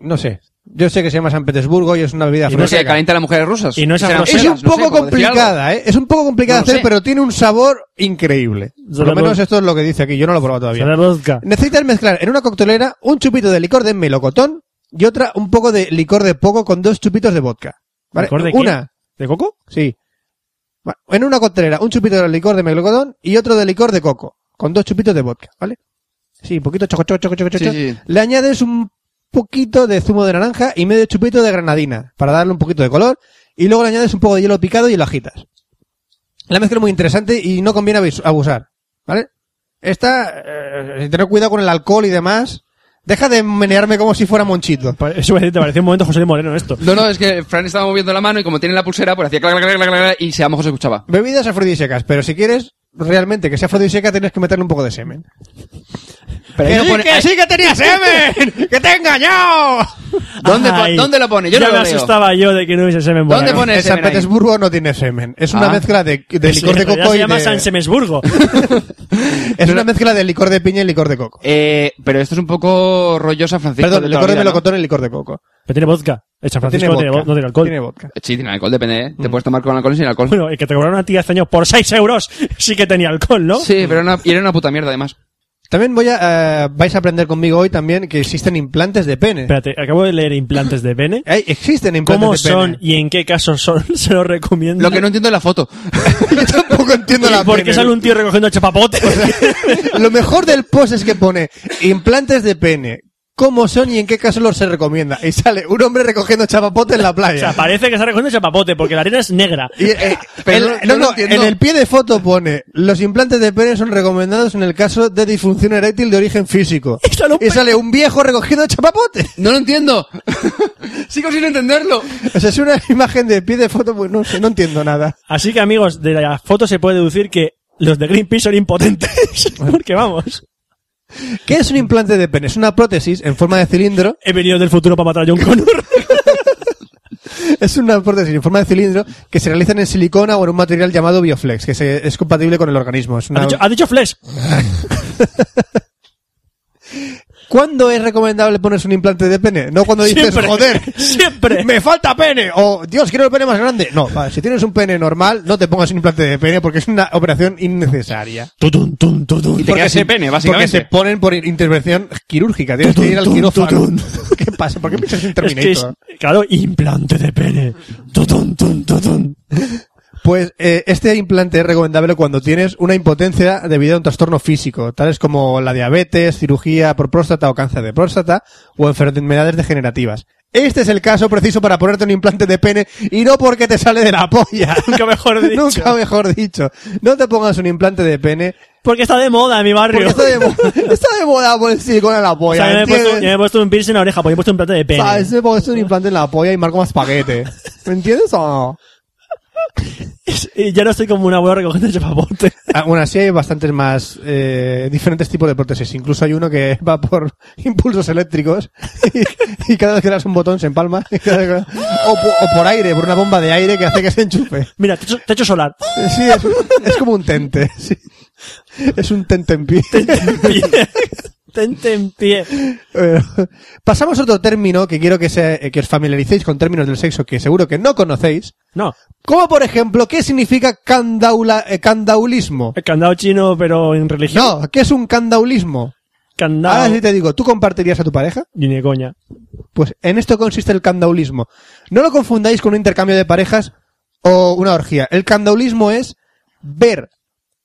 [SPEAKER 7] No sé. Yo sé que se llama San Petersburgo y es una bebida
[SPEAKER 5] Y
[SPEAKER 6] No
[SPEAKER 5] no
[SPEAKER 7] afrodisíaca.
[SPEAKER 6] sé, calienta a las mujeres rusas.
[SPEAKER 5] Y no es
[SPEAKER 6] Que serán
[SPEAKER 5] afro-
[SPEAKER 7] Es
[SPEAKER 6] feas,
[SPEAKER 7] un
[SPEAKER 6] no sé,
[SPEAKER 7] poco
[SPEAKER 6] como decía algo.
[SPEAKER 7] complicada, ¿eh? Es un poco complicada
[SPEAKER 6] No lo
[SPEAKER 7] hacer,
[SPEAKER 6] sé.
[SPEAKER 7] pero tiene un sabor increíble. Por lo
[SPEAKER 5] Sabemos-
[SPEAKER 7] menos esto es lo que dice aquí. Yo no lo he probado todavía.
[SPEAKER 5] Será vodka.
[SPEAKER 7] Necesitas mezclar en una coctelera un chupito de licor de melocotón y otra un poco de licor de poco con dos chupitos de vodka. ¿Vale?
[SPEAKER 5] ¿Licor de qué?
[SPEAKER 7] una,
[SPEAKER 5] ¿De coco?
[SPEAKER 7] sí. Va- En una coctelera un chupito de licor de melocotón y otro de licor de coco con dos chupitos de vodka, ¿vale? Sí, un poquito choco, choco, choco, choco,
[SPEAKER 6] Sí,
[SPEAKER 7] choco.
[SPEAKER 6] sí.
[SPEAKER 7] Le añades un poquito de zumo de naranja y medio chupito de granadina para darle un poquito de color y luego le añades un poco de hielo picado y lo agitas. La mezcla es muy interesante y no conviene abus- abusar, ¿vale? Esta, eh, tener cuidado con el alcohol y demás. Deja de menearme como si fuera monchito.
[SPEAKER 5] Pa- Eso me te pareció un momento José Luis Moreno esto.
[SPEAKER 6] No, no, es que Fran estaba moviendo la mano y como tiene la pulsera, pues hacía clac, clac, clac, clac, clac, y se- a lo mejor se escuchaba.
[SPEAKER 7] Bebidas afrodisíacas, pero si quieres realmente que sea afrodisíaca tienes que meterle un poco de semen.
[SPEAKER 6] Pero ahí
[SPEAKER 7] ¡Que
[SPEAKER 6] no
[SPEAKER 7] sí,
[SPEAKER 6] pone-
[SPEAKER 7] que
[SPEAKER 6] ahí-
[SPEAKER 7] sí que tenía semen! ¡Que te he engañado!
[SPEAKER 6] ¿Dónde, pon-
[SPEAKER 5] Ay,
[SPEAKER 6] ¿Dónde lo pone? Yo
[SPEAKER 5] ya
[SPEAKER 6] no lo
[SPEAKER 5] me
[SPEAKER 6] veo.
[SPEAKER 5] asustaba yo de que no hubiese semen
[SPEAKER 6] ¿Dónde
[SPEAKER 5] bueno.
[SPEAKER 6] pone
[SPEAKER 7] En San
[SPEAKER 6] semen ahí?
[SPEAKER 7] Petersburgo no tiene semen. Es una
[SPEAKER 6] Ah.
[SPEAKER 7] mezcla de, de
[SPEAKER 5] Sí,
[SPEAKER 7] licor
[SPEAKER 5] en
[SPEAKER 7] de
[SPEAKER 5] realidad
[SPEAKER 7] coco
[SPEAKER 5] se
[SPEAKER 7] y
[SPEAKER 5] llama
[SPEAKER 7] de...
[SPEAKER 5] San Semesburgo.
[SPEAKER 7] Es una mezcla de licor de piña y licor de coco.
[SPEAKER 6] Eh, pero esto es un poco rollosa, Francisco.
[SPEAKER 7] Perdón,
[SPEAKER 6] de
[SPEAKER 7] licor
[SPEAKER 6] toda
[SPEAKER 7] de
[SPEAKER 6] la vida, ¿no?
[SPEAKER 7] melocotón y licor de coco.
[SPEAKER 5] Pero tiene vodka. El San Francisco no tiene, vo- no tiene alcohol.
[SPEAKER 7] Tiene vodka.
[SPEAKER 6] Sí, tiene alcohol, depende, ¿eh?
[SPEAKER 5] Mm.
[SPEAKER 6] Te puedes tomar con alcohol y sin alcohol.
[SPEAKER 5] Bueno, el este que te cobraron a ti hace años por 6 euros sí que tenía alcohol, ¿no?
[SPEAKER 6] Sí, pero era una, y era una puta mierda, además.
[SPEAKER 7] También voy a, eh, vais a aprender conmigo hoy también que existen implantes de pene.
[SPEAKER 5] Espérate, acabo de leer implantes de pene.
[SPEAKER 7] Hay- existen implantes
[SPEAKER 5] ¿Cómo
[SPEAKER 7] de pene.
[SPEAKER 5] son y en qué casos son? Se los recomiendo.
[SPEAKER 6] Lo que no entiendo es la foto.
[SPEAKER 7] Yo tampoco entiendo la
[SPEAKER 5] ¿Y por qué
[SPEAKER 7] pene.
[SPEAKER 5] sale un tío recogiendo chapapote?
[SPEAKER 7] Lo mejor del post es que pone implantes de pene. ¿Cómo son y en qué caso los se recomienda? Y sale un hombre recogiendo chapapote en la
[SPEAKER 5] o
[SPEAKER 7] playa.
[SPEAKER 5] sea, parece que está recogiendo chapapote porque la arena es negra.
[SPEAKER 7] Y, eh,
[SPEAKER 6] Pero
[SPEAKER 7] el-
[SPEAKER 6] no
[SPEAKER 7] no,
[SPEAKER 6] lo
[SPEAKER 7] no,
[SPEAKER 6] entiendo.
[SPEAKER 7] en el pie de foto pone los implantes de pene son recomendados en el caso de disfunción eréctil de origen físico.
[SPEAKER 5] Y sale un
[SPEAKER 7] Y sale un viejo recogiendo chapapote.
[SPEAKER 6] No lo entiendo. Sigo sin entenderlo.
[SPEAKER 7] O sea, es una imagen de pie de foto, pues no sé, no entiendo nada.
[SPEAKER 5] Así que amigos, de la foto se puede deducir que los de Greenpeace son impotentes. porque vamos,
[SPEAKER 7] ¿Qué es un implante de pene? Es una prótesis en forma de cilindro
[SPEAKER 5] he venido del futuro para matar a John Connor.
[SPEAKER 7] Es una prótesis en forma de cilindro que se realizan en silicona o en un material llamado Bioflex, que se- es compatible con el organismo. Es
[SPEAKER 5] ha,
[SPEAKER 7] una...
[SPEAKER 5] dicho, ha dicho Flesh.
[SPEAKER 7] ¿Cuándo es recomendable ponerse un implante de pene? No cuando dices,
[SPEAKER 5] Siempre.
[SPEAKER 7] joder,
[SPEAKER 5] Siempre.
[SPEAKER 7] me falta pene, o Dios, quiero el pene más grande. No, vale, si tienes un pene normal, no te pongas un implante de pene porque es una operación innecesaria.
[SPEAKER 5] Tutun, tun, tutun.
[SPEAKER 6] Y te quedas
[SPEAKER 7] se-
[SPEAKER 6] sin pene,
[SPEAKER 7] Porque se
[SPEAKER 6] básicamente.
[SPEAKER 7] ponen por intervención quirúrgica, tienes que ir al
[SPEAKER 5] Tum, tum, tum,
[SPEAKER 7] quirófano.
[SPEAKER 5] tum.
[SPEAKER 7] ¿Qué pasa? ¿Por qué piensas en
[SPEAKER 5] Es
[SPEAKER 7] Terminator?
[SPEAKER 5] que es- claro, implante de pene. Tutun, tun, tutun.
[SPEAKER 7] Pues eh, este implante es recomendable cuando tienes una impotencia debido a un trastorno físico, tales como la diabetes, cirugía por próstata o cáncer de próstata o enfermedades degenerativas. Este es el caso preciso para ponerte un implante de pene y no porque te sale de la polla.
[SPEAKER 5] Nunca mejor dicho.
[SPEAKER 7] Nunca mejor dicho. No te pongas un implante de pene
[SPEAKER 5] Porque está de moda en mi
[SPEAKER 7] porque
[SPEAKER 5] barrio.
[SPEAKER 7] está de, mo- está de moda por el silicona en la
[SPEAKER 5] O sea,
[SPEAKER 7] polla.
[SPEAKER 5] yo me, he puesto, yo me
[SPEAKER 7] ¿entiendes?
[SPEAKER 5] he puesto un piercing en la oreja, pues yo he puesto un plato de pene.
[SPEAKER 7] ¿Sabes? Me pongo un implante en la polla y marco más paquete. ¿Me entiendes o no?
[SPEAKER 5] Y ya no estoy como un abuelo recogiendo chapapote.
[SPEAKER 7] Aún así hay bastantes más eh, diferentes tipos de prótesis. Incluso hay uno que va por impulsos eléctricos y, y cada vez que le das un botón se empalma. y cada vez que- o, po- o por aire, por una bomba de aire que hace que se enchufe.
[SPEAKER 5] Mira, techo, techo solar.
[SPEAKER 7] Sí, es, es como un tente. sí. Es un tente en pie.
[SPEAKER 5] Pie. Tente en pie.
[SPEAKER 7] Bueno, pasamos a otro término que quiero que, se, que os familiaricéis con términos del sexo que seguro que no conocéis.
[SPEAKER 5] No,
[SPEAKER 7] Como por ejemplo, ¿qué significa candaula, eh, candaulismo?
[SPEAKER 5] el candado chino, pero en religión.
[SPEAKER 7] No, ¿qué es un candaulismo?
[SPEAKER 5] Candado.
[SPEAKER 7] Ahora sí te digo, ¿tú compartirías a tu pareja?
[SPEAKER 5] Ni de coña.
[SPEAKER 7] Pues en esto consiste el candaulismo. No lo confundáis con un intercambio de parejas o una orgía. El candaulismo es ver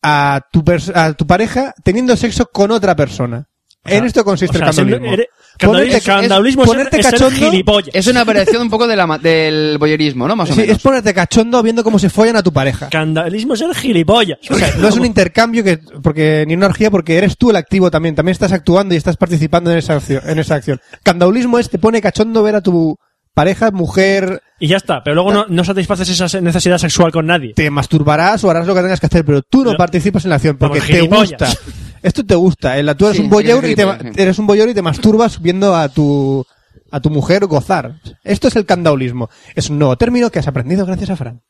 [SPEAKER 7] a tu, pers- a tu pareja teniendo sexo con otra persona.
[SPEAKER 5] O sea,
[SPEAKER 7] en esto consiste
[SPEAKER 5] o sea,
[SPEAKER 7] Este el candaulismo.
[SPEAKER 5] siempre eres- candaulismo-
[SPEAKER 7] Ponerte-
[SPEAKER 5] candaulismo es,
[SPEAKER 7] ponerte
[SPEAKER 5] es ser
[SPEAKER 7] cachondo.
[SPEAKER 5] gilipollas.
[SPEAKER 6] Es una variación un poco de la ma- del boyerismo, ¿no? Más o
[SPEAKER 7] Sí,
[SPEAKER 6] menos.
[SPEAKER 7] es ponerte cachondo viendo cómo se follan a tu pareja.
[SPEAKER 5] Candaulismo es ser gilipollas.
[SPEAKER 7] O sea, no es un intercambio que, porque, ni una orgía porque eres tú el activo también. También estás actuando y estás participando en esa acción. En esa acción. Candaulismo es te pone cachondo ver a tu pareja, mujer,
[SPEAKER 5] Y ya está, pero luego no, no satisfaces esa se- necesidad sexual con nadie.
[SPEAKER 7] te masturbarás o harás lo que tengas que hacer, pero tú no
[SPEAKER 5] No.
[SPEAKER 7] participas en la acción porque
[SPEAKER 5] Vamos,
[SPEAKER 7] te gusta.
[SPEAKER 5] gilipollas.
[SPEAKER 7] Esto te gusta. El, tú eres
[SPEAKER 6] Sí,
[SPEAKER 7] un voyeur
[SPEAKER 6] eres
[SPEAKER 7] y te, ma-
[SPEAKER 6] gilipollas, sí.
[SPEAKER 7] eres un voyeur y te masturbas viendo a tu a tu mujer gozar. Esto es el candaulismo. Es un nuevo término que has aprendido gracias a Fran.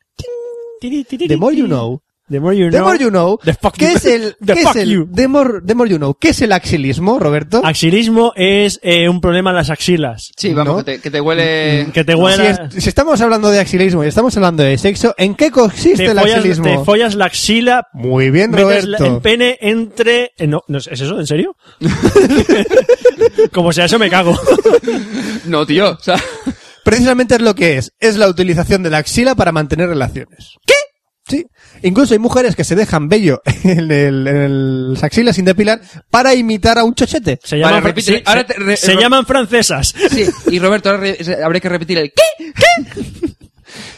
[SPEAKER 5] Tiri, tiri,
[SPEAKER 7] The more you
[SPEAKER 5] tiri.
[SPEAKER 7] know.
[SPEAKER 5] The more you
[SPEAKER 7] The
[SPEAKER 5] know.
[SPEAKER 7] more you know.
[SPEAKER 5] The fuck
[SPEAKER 7] ¿Qué
[SPEAKER 5] you.
[SPEAKER 7] es el
[SPEAKER 5] The
[SPEAKER 7] qué es
[SPEAKER 5] fuck
[SPEAKER 7] el-
[SPEAKER 5] you.
[SPEAKER 7] the more- the more you know? ¿Qué es el axilismo, Roberto?
[SPEAKER 5] Axilismo es eh, un problema en las axilas.
[SPEAKER 6] Sí, vamos,
[SPEAKER 7] ¿No?
[SPEAKER 6] que, te, Mm, que te huele...
[SPEAKER 5] Que te
[SPEAKER 7] si,
[SPEAKER 5] huela.
[SPEAKER 7] es- si estamos hablando de axilismo y estamos hablando de sexo, ¿en qué
[SPEAKER 5] te,
[SPEAKER 7] consiste el
[SPEAKER 5] follas, te
[SPEAKER 7] axilismo?
[SPEAKER 5] follas la axila.
[SPEAKER 7] Muy bien,
[SPEAKER 5] Metes la-
[SPEAKER 7] Roberto.
[SPEAKER 5] el pene entre. eh, no, no, ¿Es eso? ¿En serio? Como sea eso, me cago.
[SPEAKER 6] No, tío. O sea,
[SPEAKER 7] Precisamente es lo que es. Es la utilización de la axila para mantener relaciones. ¿Qué? Sí. Incluso hay mujeres que se dejan vello en, el, en las axilas sin depilar para imitar a un chochete.
[SPEAKER 5] Se
[SPEAKER 6] Vale,
[SPEAKER 5] llaman, fran-
[SPEAKER 6] repite,
[SPEAKER 5] sí,
[SPEAKER 6] ahora
[SPEAKER 5] se-
[SPEAKER 6] te- re-
[SPEAKER 5] se
[SPEAKER 6] re-
[SPEAKER 5] llaman francesas.
[SPEAKER 6] sí. Y Roberto, ahora re- habré que repetir el... ¿Qué?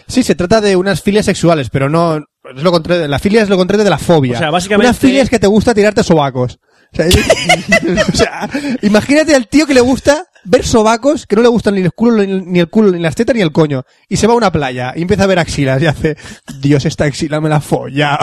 [SPEAKER 7] Sí, se trata de unas filias sexuales, pero no... Es lo contrario, la filia es lo contrario de la fobia.
[SPEAKER 5] O sea, básicamente-
[SPEAKER 7] Una filia es que te gusta tirarte sobacos. O sea, es- o sea, imagínate al tío que le gusta ver sobacos que no le gustan ni el culo, ni ni el culo, ni las tetas, ni el coño. Y se va a una playa y empieza a ver axilas y hace, Dios, esta axila me la folla.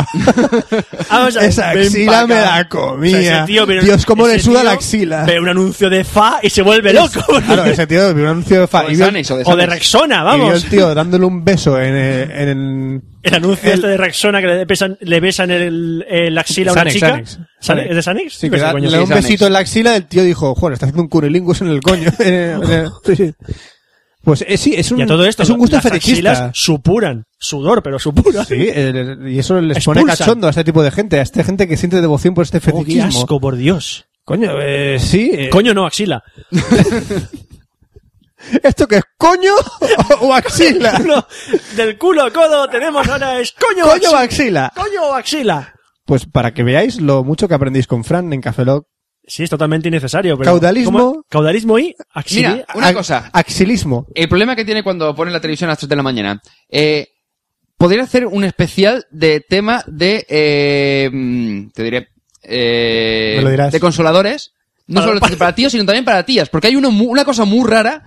[SPEAKER 5] Vamos a ver,
[SPEAKER 7] Esa
[SPEAKER 5] ah, ven pa'
[SPEAKER 7] axila
[SPEAKER 5] acá.
[SPEAKER 7] me la comía.
[SPEAKER 5] O sea, ese tío ve-
[SPEAKER 7] Dios, cómo
[SPEAKER 5] ese
[SPEAKER 7] le suda
[SPEAKER 5] tío
[SPEAKER 7] la axila.
[SPEAKER 5] Ve un anuncio de fa y se vuelve loco.
[SPEAKER 7] Claro, ese tío vio un anuncio de fa.
[SPEAKER 6] O de
[SPEAKER 7] y vio-
[SPEAKER 6] Sanes, o de
[SPEAKER 5] o de
[SPEAKER 6] Sanes.
[SPEAKER 5] Rexona,
[SPEAKER 7] y vio
[SPEAKER 5] vamos.
[SPEAKER 7] el tío dándole un beso en, eh, en el...
[SPEAKER 5] El anuncio
[SPEAKER 7] El-
[SPEAKER 5] este de Rexona que le besan, le besan el, el axila a una
[SPEAKER 7] Sanex,
[SPEAKER 5] chica.
[SPEAKER 7] Sanex.
[SPEAKER 5] ¿Sane- ¿Es de Sanix?
[SPEAKER 7] Sí, que da- le da un
[SPEAKER 6] sí, Sanex.
[SPEAKER 7] besito en la axila, el tío dijo, joder, está haciendo un cunilingus en el coño. Eh, eh, sí, sí. Pues eh, sí, es un,
[SPEAKER 5] Y a todo esto,
[SPEAKER 7] es un gusto
[SPEAKER 5] las
[SPEAKER 7] fetichista.
[SPEAKER 5] axilas supuran. Sudor, pero supuran.
[SPEAKER 7] Sí, el- y eso les pone
[SPEAKER 5] Expulsan.
[SPEAKER 7] cachondo a este tipo de gente, a esta gente que siente devoción por este
[SPEAKER 5] Oh, qué
[SPEAKER 7] fetichismo.
[SPEAKER 5] asco, por Dios.
[SPEAKER 7] Coño, eh, sí. eh.
[SPEAKER 5] Coño, no, axila.
[SPEAKER 7] ¿Esto qué es? ¿Coño o axila?
[SPEAKER 5] No, del culo a codo tenemos ahora es coño, o
[SPEAKER 7] Coño o
[SPEAKER 5] axila.
[SPEAKER 7] axila.
[SPEAKER 5] Coño o axila.
[SPEAKER 7] Pues para que veáis lo mucho que aprendéis con Fran en Café Lock.
[SPEAKER 5] Sí, es totalmente innecesario. Pero
[SPEAKER 7] Caudalismo.
[SPEAKER 5] ¿cómo? Caudalismo y axila. Ah,
[SPEAKER 6] Mira, una
[SPEAKER 7] Ac-
[SPEAKER 6] cosa.
[SPEAKER 7] Axilismo.
[SPEAKER 6] El problema que tiene cuando ponen la televisión a las 3 de la mañana. Eh, podría hacer un especial de tema de. Eh, mm, te diré. eh,
[SPEAKER 7] Me lo dirás.
[SPEAKER 6] De consoladores. No
[SPEAKER 5] Para-
[SPEAKER 6] solo
[SPEAKER 5] para-
[SPEAKER 6] para tíos, sino también para tías. Porque hay uno, mu- una cosa muy rara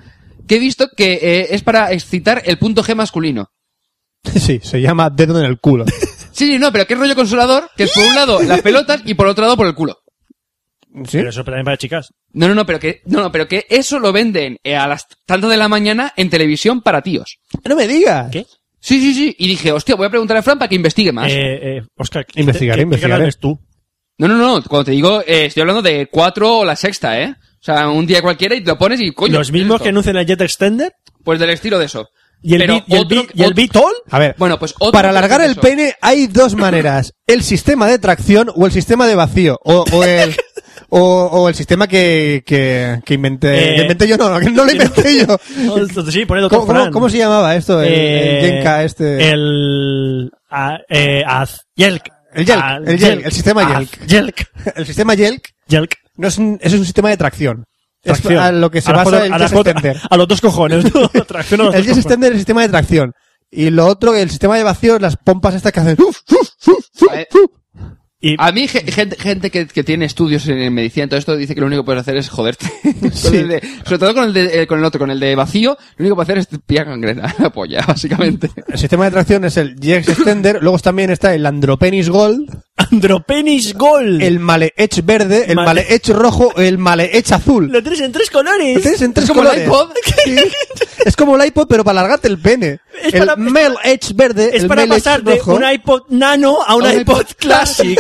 [SPEAKER 6] que he visto que eh, es para excitar el punto G masculino.
[SPEAKER 7] Sí, se llama dedo en el culo.
[SPEAKER 6] Sí, sí, no, pero qué rollo consolador, que es por un lado las pelotas y por otro lado por el culo.
[SPEAKER 7] ¿Sí?
[SPEAKER 5] Pero eso también para chicas.
[SPEAKER 6] No, no, no, pero que, no, no, pero que eso lo venden eh, a las tantas de la mañana en televisión para tíos.
[SPEAKER 7] No me digas.
[SPEAKER 5] ¿Qué?
[SPEAKER 6] Sí, sí, sí. Y dije, hostia, voy a preguntar a Fran para que investigue más.
[SPEAKER 5] Eh, eh, Oscar, ¿qué,
[SPEAKER 7] Ah, Investigaré,
[SPEAKER 5] qué- qué
[SPEAKER 7] investigaré.
[SPEAKER 5] canal ves tú?
[SPEAKER 6] No, no, no. Cuando te digo, eh, estoy hablando de cuatro o la sexta, ¿eh? O sea, un día cualquiera y te lo pones y coño.
[SPEAKER 5] ¿Los
[SPEAKER 6] ¿qué es
[SPEAKER 5] mismos
[SPEAKER 6] esto?
[SPEAKER 5] que anuncian el Jet Extender?
[SPEAKER 6] Pues del estilo de eso.
[SPEAKER 5] ¿Y el,
[SPEAKER 6] Pero
[SPEAKER 5] beat, y el,
[SPEAKER 6] otro-
[SPEAKER 5] beat- y el
[SPEAKER 6] ot-
[SPEAKER 5] Beat-All?
[SPEAKER 7] A ver,
[SPEAKER 6] Bueno, pues otro
[SPEAKER 7] para alargar el
[SPEAKER 6] proceso.
[SPEAKER 7] pene hay dos maneras. El sistema de tracción o el sistema de vacío. O, o el... O, o el sistema que, que, que inventé,
[SPEAKER 5] Eh,
[SPEAKER 7] que inventé yo, no, que no lo inventé yo.
[SPEAKER 5] sí, poned otro
[SPEAKER 7] ¿Cómo, cómo,
[SPEAKER 5] Fran.
[SPEAKER 7] cómo se llamaba esto? El, el
[SPEAKER 5] Eh,
[SPEAKER 7] Yenka este.
[SPEAKER 5] El. a- eh, az- Yelk.
[SPEAKER 7] El Yelk,
[SPEAKER 5] Al-
[SPEAKER 7] el Yelk, el sistema
[SPEAKER 5] Az-
[SPEAKER 7] Yelk.
[SPEAKER 5] Yelk.
[SPEAKER 7] el sistema Yelk
[SPEAKER 5] Yelk.
[SPEAKER 7] no es un, es un sistema de tracción. Es
[SPEAKER 5] Tracción.
[SPEAKER 7] a lo que se
[SPEAKER 5] las
[SPEAKER 7] basa
[SPEAKER 5] fotos-
[SPEAKER 7] el
[SPEAKER 5] a, las
[SPEAKER 7] Jess
[SPEAKER 5] fotos-
[SPEAKER 7] Extender.
[SPEAKER 5] a los dos cojones. ¿no? Tracción a los
[SPEAKER 7] El
[SPEAKER 5] dos
[SPEAKER 7] Jess
[SPEAKER 5] cojones.
[SPEAKER 7] Extender es el sistema de tracción. Y lo otro, el sistema de vacío, las pompas estas que hacen.
[SPEAKER 6] Eh,
[SPEAKER 5] Y-
[SPEAKER 6] A mí, ge- gente, gente que, que tiene estudios en medicina, y todo esto dice que lo único que puedes hacer es joderte. Con
[SPEAKER 7] Sí.
[SPEAKER 6] el de- sobre todo con el, de- eh, con el otro, con el de vacío, lo único que puedes hacer es pillar gangrena, la polla, básicamente.
[SPEAKER 7] El sistema de tracción es el Jex Extender. Luego también está el Andropenis Gold,
[SPEAKER 5] Andropenis Gold.
[SPEAKER 7] el Malehech verde, el
[SPEAKER 5] Male-
[SPEAKER 7] Malehech rojo, el Malehech azul.
[SPEAKER 5] Lo tienes en tres
[SPEAKER 7] Lo
[SPEAKER 5] colores.
[SPEAKER 7] tienes en tres
[SPEAKER 6] como el
[SPEAKER 7] colores.
[SPEAKER 6] iPod.
[SPEAKER 7] Sí. Es como el iPod, pero para alargarte el pene.
[SPEAKER 5] Es
[SPEAKER 7] el
[SPEAKER 5] para-
[SPEAKER 7] Male Edge verde,
[SPEAKER 5] Es
[SPEAKER 7] el
[SPEAKER 5] para
[SPEAKER 7] Male Edge
[SPEAKER 5] pasar de
[SPEAKER 7] rojo.
[SPEAKER 5] un iPod Nano a un
[SPEAKER 6] A un
[SPEAKER 5] iPod
[SPEAKER 6] iPod
[SPEAKER 5] Classic.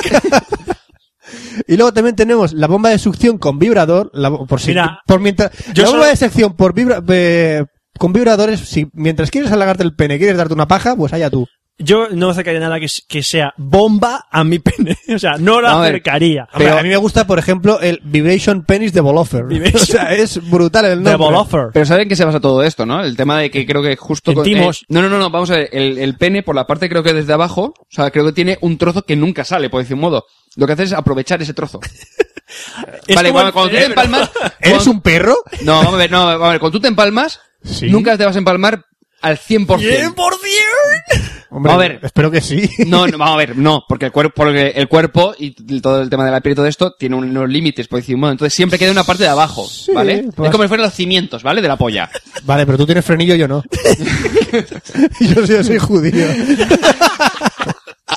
[SPEAKER 7] Y luego también tenemos la bomba de succión con vibrador, la, bo- por si,
[SPEAKER 5] Mira,
[SPEAKER 7] por mientras,
[SPEAKER 5] yo
[SPEAKER 7] la
[SPEAKER 5] solo-
[SPEAKER 7] bomba de succión por vibra, eh, con vibradores, si mientras quieres alargarte el pene, quieres darte una paja, pues allá tú.
[SPEAKER 5] Yo no acercaría nada que, que sea bomba a mi pene. O sea, no la
[SPEAKER 6] A ver.
[SPEAKER 5] acercaría.
[SPEAKER 7] Hombre, a mí me gusta, por ejemplo, el Vibration Penis de Bolofer.
[SPEAKER 5] Vibration-
[SPEAKER 7] O sea, es brutal el nombre.
[SPEAKER 5] The Ball Offer.
[SPEAKER 6] Pero saben que se basa todo esto, ¿no? El tema de que creo que justo... con-
[SPEAKER 5] Sentimos.
[SPEAKER 6] eh, no, no, no, no, vamos a ver. El, el pene, por la parte creo que desde abajo, o sea, creo que tiene un trozo que nunca sale, por decir un modo. Lo que haces es aprovechar ese trozo. Eh,
[SPEAKER 5] Es
[SPEAKER 6] vale,
[SPEAKER 5] como
[SPEAKER 6] cuando,
[SPEAKER 5] el
[SPEAKER 6] cuando tú te
[SPEAKER 5] cerebro.
[SPEAKER 6] empalmas...
[SPEAKER 7] ¿Eres
[SPEAKER 6] cuando-
[SPEAKER 7] un perro?
[SPEAKER 6] No, vamos a ver, no, vamos a ver. Cuando tú te empalmas,
[SPEAKER 7] Sí.
[SPEAKER 6] nunca te vas a empalmar al 100%.
[SPEAKER 5] 100%.
[SPEAKER 7] Hombre,
[SPEAKER 6] A ver.
[SPEAKER 7] Espero que sí.
[SPEAKER 6] No, no, vamos a ver, no, porque el cuerpo, porque el cuerpo y todo el tema de la piel y todo esto tiene unos límites, por decir un modo. Entonces siempre queda una parte de abajo,
[SPEAKER 7] Sí,
[SPEAKER 6] ¿vale?
[SPEAKER 7] pues-
[SPEAKER 6] Es como si fueran los cimientos, ¿vale? De la polla.
[SPEAKER 7] Vale, pero tú tienes frenillo, yo no. yo, sí, yo soy judío.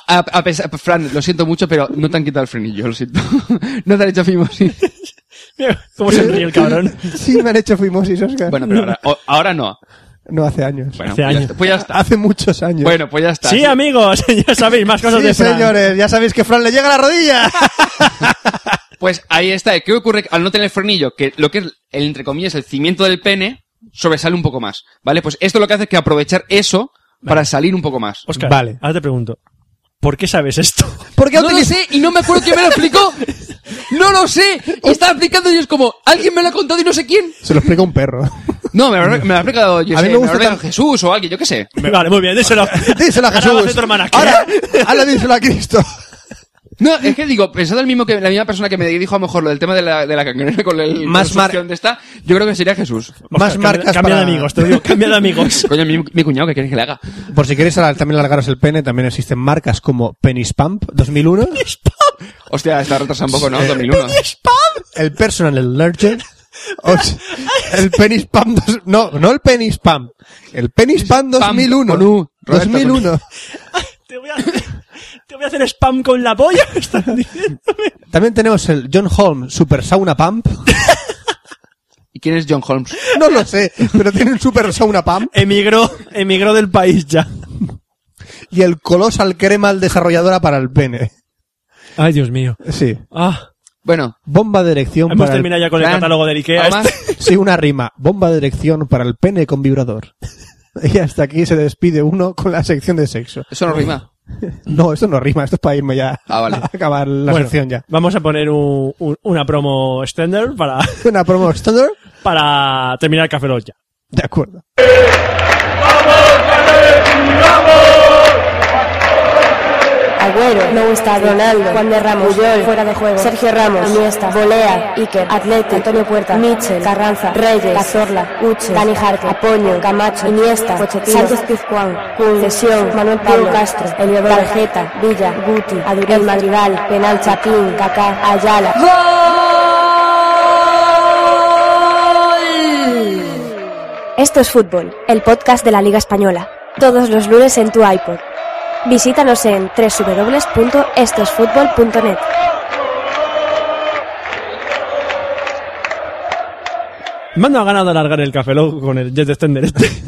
[SPEAKER 6] A, a pesar- Fran, lo siento mucho, pero no te han quitado el frenillo, lo siento. no te han hecho fimosis.
[SPEAKER 5] ¿Cómo se ríe Pues el cabrón?
[SPEAKER 7] Sí, me han hecho fimosis, Oscar.
[SPEAKER 6] Bueno, pero ahora, o- ahora no.
[SPEAKER 7] No, hace años.
[SPEAKER 5] Hace
[SPEAKER 6] Bueno, pues ya,
[SPEAKER 5] años.
[SPEAKER 6] está, pues ya está.
[SPEAKER 7] Hace muchos años.
[SPEAKER 6] Bueno, pues ya está.
[SPEAKER 5] Sí, amigos, ya sabéis más cosas
[SPEAKER 7] Sí,
[SPEAKER 5] de Fran.
[SPEAKER 7] señores, ya sabéis que Fran le llega a la rodilla.
[SPEAKER 6] Pues ahí está. ¿Qué ocurre al no tener frenillo? Que lo que es, el, entre comillas, el cimiento del pene sobresale un poco más. ¿Vale? Pues esto lo que hace es que aprovechar eso para salir un poco
[SPEAKER 7] Pues
[SPEAKER 6] más.
[SPEAKER 5] Oscar,
[SPEAKER 7] Vale.
[SPEAKER 5] ahora te pregunto, ¿por qué sabes esto?
[SPEAKER 7] Porque
[SPEAKER 6] no lo sé y no me acuerdo quién me lo explicó. No lo sé. Y estaba explicando y es como, alguien me lo ha contado y no sé quién.
[SPEAKER 7] Se lo explica un perro.
[SPEAKER 6] No, me lo, me lo ha explicado yo
[SPEAKER 7] A
[SPEAKER 6] sé, me
[SPEAKER 7] mí me
[SPEAKER 6] lo
[SPEAKER 7] gusta
[SPEAKER 6] ha explicado
[SPEAKER 7] tan-
[SPEAKER 6] Jesús o alguien, yo qué sé.
[SPEAKER 5] Vale, muy bien, díselo.
[SPEAKER 7] Díselo a
[SPEAKER 5] Ahora
[SPEAKER 7] Jesús.
[SPEAKER 5] va a ser tu hermana, ¿qué?
[SPEAKER 7] Ahora, ahora díselo a Cristo.
[SPEAKER 6] No, es que digo, pensando el mismo que la misma persona que me dijo a lo mejor lo del tema de la, de la cangrena con el
[SPEAKER 7] Más
[SPEAKER 6] con la succión
[SPEAKER 7] mar-
[SPEAKER 6] de esta, yo creo que sería Jesús.
[SPEAKER 7] Más
[SPEAKER 5] cambia-
[SPEAKER 7] marcas
[SPEAKER 5] Cambia
[SPEAKER 7] para-
[SPEAKER 5] de amigos, te lo digo, cambia de amigos.
[SPEAKER 6] Coño, mi, mi cuñado, ¿qué quieres que le haga?
[SPEAKER 7] Por si queréis alar- también alargaros el pene, también existen marcas como Penis Pump 2001,
[SPEAKER 6] Hostia, está retrasado un poco, ¿no? 2001.
[SPEAKER 7] el Personal Enlarger, os- el Penis Pump... dos- no, no el Penis Pump. El Penis Pump 2001.
[SPEAKER 6] con U, Roberto,
[SPEAKER 7] 2001.
[SPEAKER 5] Te voy a hacer, te voy a hacer spam con la polla, estás diciéndome.
[SPEAKER 7] También tenemos el John Holmes Super Sauna Pump.
[SPEAKER 6] ¿Y quién es John Holmes?
[SPEAKER 7] No lo sé, pero tiene un Super Sauna Pump.
[SPEAKER 5] Emigró, emigró del país ya.
[SPEAKER 7] Y el Colossal Cremal Desarrolladora para el pene.
[SPEAKER 5] Ay, Dios mío.
[SPEAKER 7] Sí.
[SPEAKER 5] Ah,
[SPEAKER 6] Bueno,
[SPEAKER 7] Bomba de erección
[SPEAKER 5] hemos
[SPEAKER 7] para el-
[SPEAKER 5] terminado ya con el
[SPEAKER 6] Fran,
[SPEAKER 5] catálogo del Ikea.
[SPEAKER 6] Tomás,
[SPEAKER 5] Este-
[SPEAKER 7] Sí, una rima. Bomba de erección para el pene con vibrador. Y hasta aquí se despide uno con la sección de sexo.
[SPEAKER 6] eso no rima.
[SPEAKER 7] No, esto no rima, esto es para irme ya.
[SPEAKER 6] Ah, vale.
[SPEAKER 7] A acabar la
[SPEAKER 5] Bueno,
[SPEAKER 7] sección ya.
[SPEAKER 5] Vamos a poner un- un- una promo extender para,
[SPEAKER 7] Una promo standard.
[SPEAKER 5] para terminar Café Lock ya.
[SPEAKER 7] De acuerdo.
[SPEAKER 10] Agüero, no gusta Ronaldo, Juan de Ramos, Puyol, fuera de juego, Sergio Ramos, Iniesta, Bolea, Iker, Atleti, Antonio Puerta, Michel, Carranza, Reyes, Cazorla, Uche, Dani Jarque, Apoño, Camacho, Iniesta, Pochettino, Sánchez Pizjuán, Kun, Cesión, Manuel Pablo Castro, Eliodoro, Tarjeta, Villa, Guti, Aduriel, Madrigal, Penal, Chapín, Kaká, Ayala. Esto es Fútbol, el podcast de la Liga Española. Todos los lunes en tu iPod. Visítanos en www.estosfutbol.net.
[SPEAKER 5] Me han dado ganas de alargar el Café Lock con el Jet Extender este.
[SPEAKER 6] Eso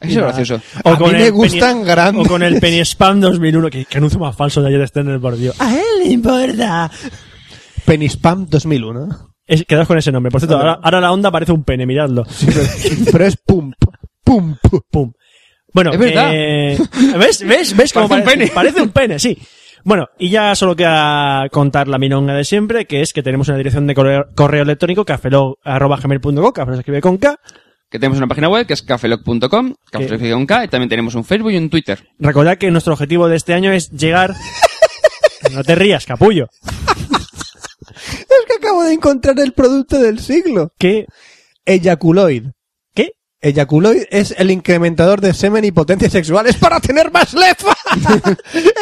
[SPEAKER 6] es gracioso.
[SPEAKER 7] A mí me gustan grandes.
[SPEAKER 5] O con el Penny Spam 2001. Que, que anuncio más falso de este Jet Extender, por Dios. A él le importa.
[SPEAKER 7] Penispam 2001.
[SPEAKER 5] Es- quedaos con ese nombre. Por cierto, ahora, ahora la onda parece un pene, miradlo.
[SPEAKER 7] Pero es pump. Pump.
[SPEAKER 5] Pum. Bueno,
[SPEAKER 6] Es verdad.
[SPEAKER 5] eh, ¿ves? ¿Ves? ¿Ves cómo
[SPEAKER 6] Parece un pene.
[SPEAKER 5] Parece un pene, sí. Bueno, y ya solo queda contar la milonga de siempre, que es que tenemos una dirección de correo, correo electrónico, cafelog.gmail.com, cafelo se escribe con K.
[SPEAKER 6] Que tenemos una página web que es cafeloc.com, cafeloc.com, y también tenemos un Facebook y un Twitter.
[SPEAKER 5] Recordad que nuestro objetivo de este año es llegar... No te rías, capullo.
[SPEAKER 7] Es que acabo de encontrar el producto del siglo.
[SPEAKER 5] Que...
[SPEAKER 7] Eyaculoid.
[SPEAKER 5] ¿Qué?
[SPEAKER 7] Eyaculoid es el incrementador de semen y potencia sexual. ¡Es para tener más lefa!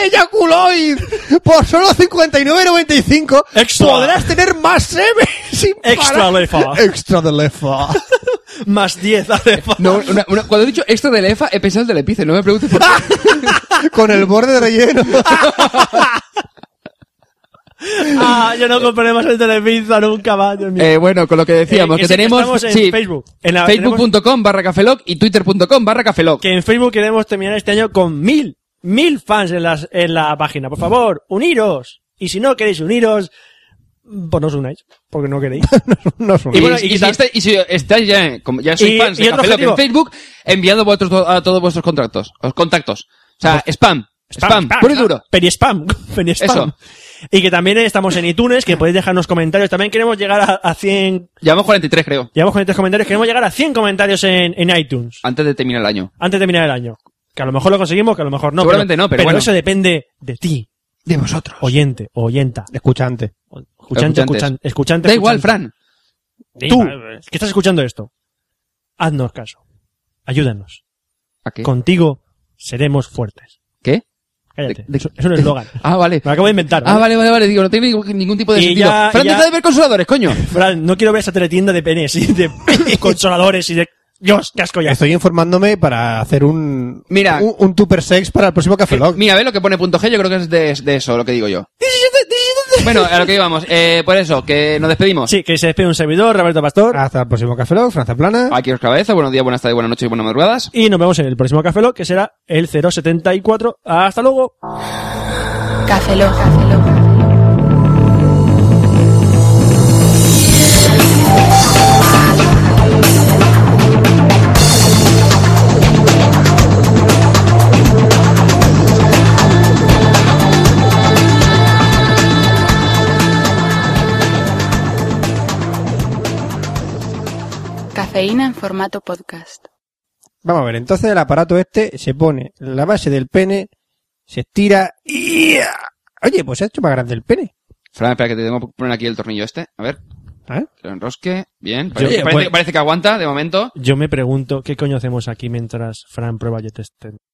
[SPEAKER 7] ¡Eyaculoid! Por solo 59,95
[SPEAKER 5] Extra.
[SPEAKER 7] podrás tener más semen sin
[SPEAKER 5] Extra
[SPEAKER 7] parar.
[SPEAKER 5] lefa.
[SPEAKER 7] Extra de lefa.
[SPEAKER 5] Más 10 hace falta.
[SPEAKER 6] No, una- una- cuando he dicho esto del EFA, he pensado del EPICE, no me preguntes por qué.
[SPEAKER 7] Con el borde relleno.
[SPEAKER 5] Ah, yo no compraré más el Telepizza nunca más. Dios mío.
[SPEAKER 6] Eh, bueno, con lo que decíamos,
[SPEAKER 5] Eh,
[SPEAKER 6] que
[SPEAKER 5] sí,
[SPEAKER 6] tenemos
[SPEAKER 5] estamos en
[SPEAKER 6] sí,
[SPEAKER 5] Facebook. En la-
[SPEAKER 6] facebook.com barra cafeloc y twitter.com barra cafeloc.
[SPEAKER 5] que en Facebook queremos terminar este año con mil, mil fans en, las, en la página. Por favor, uniros. Y si no queréis uniros, pues no os unáis, porque no queréis.
[SPEAKER 7] no es un-
[SPEAKER 6] Y,
[SPEAKER 5] bueno,
[SPEAKER 6] y
[SPEAKER 5] y
[SPEAKER 6] si
[SPEAKER 5] tal-
[SPEAKER 6] estáis- y si estáis ya, en- como ya sois
[SPEAKER 5] Y-
[SPEAKER 6] fans
[SPEAKER 5] y
[SPEAKER 6] de
[SPEAKER 5] otro
[SPEAKER 6] cafeloc en
[SPEAKER 5] objetivo.
[SPEAKER 6] Facebook, enviando vuestros, a todos vuestros contactos. Os contactos. O sea, spam. Spam, puro y duro.
[SPEAKER 5] Perispam, perispam.
[SPEAKER 6] Eso.
[SPEAKER 5] Y que también estamos en iTunes, que podéis dejarnos comentarios. También queremos llegar a, a 100,
[SPEAKER 6] Llevamos 43, creo,
[SPEAKER 5] llevamos 43 comentarios, queremos llegar a 100 comentarios en, en iTunes
[SPEAKER 6] antes de terminar el año.
[SPEAKER 5] antes de terminar el año. Que a lo mejor lo conseguimos, que a lo mejor no.
[SPEAKER 6] Seguramente no, pero bueno.
[SPEAKER 5] eso depende de ti,
[SPEAKER 6] De vosotros.
[SPEAKER 5] oyente, o oyenta,
[SPEAKER 7] Escuchante.
[SPEAKER 5] escuchante,
[SPEAKER 6] Escuchantes.
[SPEAKER 5] escuchante, escuchante.
[SPEAKER 6] Da igual,
[SPEAKER 5] escuchante.
[SPEAKER 6] Fran.
[SPEAKER 5] Tú, que estás escuchando esto, haznos caso. Ayúdanos.
[SPEAKER 6] ¿A qué?
[SPEAKER 5] Contigo seremos fuertes.
[SPEAKER 6] ¿qué?
[SPEAKER 5] Cállate.
[SPEAKER 6] De- de-
[SPEAKER 5] Es- es un eslogan.
[SPEAKER 6] Ah, vale.
[SPEAKER 5] Me lo acabo de inventar.
[SPEAKER 6] Ah,
[SPEAKER 5] ¿vale?
[SPEAKER 6] vale, vale, vale. Digo, no tiene ningún- ningún tipo de
[SPEAKER 5] Y
[SPEAKER 6] sentido.
[SPEAKER 5] ya-
[SPEAKER 6] Fran,
[SPEAKER 5] ya-
[SPEAKER 6] deja de ver consoladores, coño.
[SPEAKER 5] Fran, no quiero ver esa teletienda de penes y de consoladores y de... Dios, qué asco ya.
[SPEAKER 7] Estoy informándome para hacer un...
[SPEAKER 6] Mira. Eh,
[SPEAKER 7] Un, un Tupper Sex para el próximo Café Lock.
[SPEAKER 6] Mira, ve lo que pone punto G, yo creo que es de, de eso lo que digo yo. Bueno, a lo que íbamos. Eh, por eso, que nos despedimos.
[SPEAKER 5] Sí, que se despide un servidor, Roberto Pastor.
[SPEAKER 6] Ah.
[SPEAKER 7] Hasta el próximo Café Lock, Franza Plana.
[SPEAKER 6] Aquí os cabeza, buenos días, buenas tardes, buenas noches y buenas madrugadas.
[SPEAKER 5] Y nos vemos en el próximo Café Lock, que será el 074. ¡Hasta luego!
[SPEAKER 10] Café Lock.
[SPEAKER 9] Cafeína en formato podcast.
[SPEAKER 7] Vamos a ver, entonces el aparato este se pone en la base del pene, se estira y... Oye, pues se ha hecho más grande el pene.
[SPEAKER 6] Fran, espera que te tengo que poner aquí el tornillo este. A ver,
[SPEAKER 7] ¿Eh?
[SPEAKER 6] que lo enrosque. Bien. Parece,
[SPEAKER 5] Yo-
[SPEAKER 6] parece-
[SPEAKER 5] pues-
[SPEAKER 6] parece que aguanta de momento.
[SPEAKER 5] Yo me pregunto, ¿qué coño hacemos aquí mientras Fran prueba Jet Extender?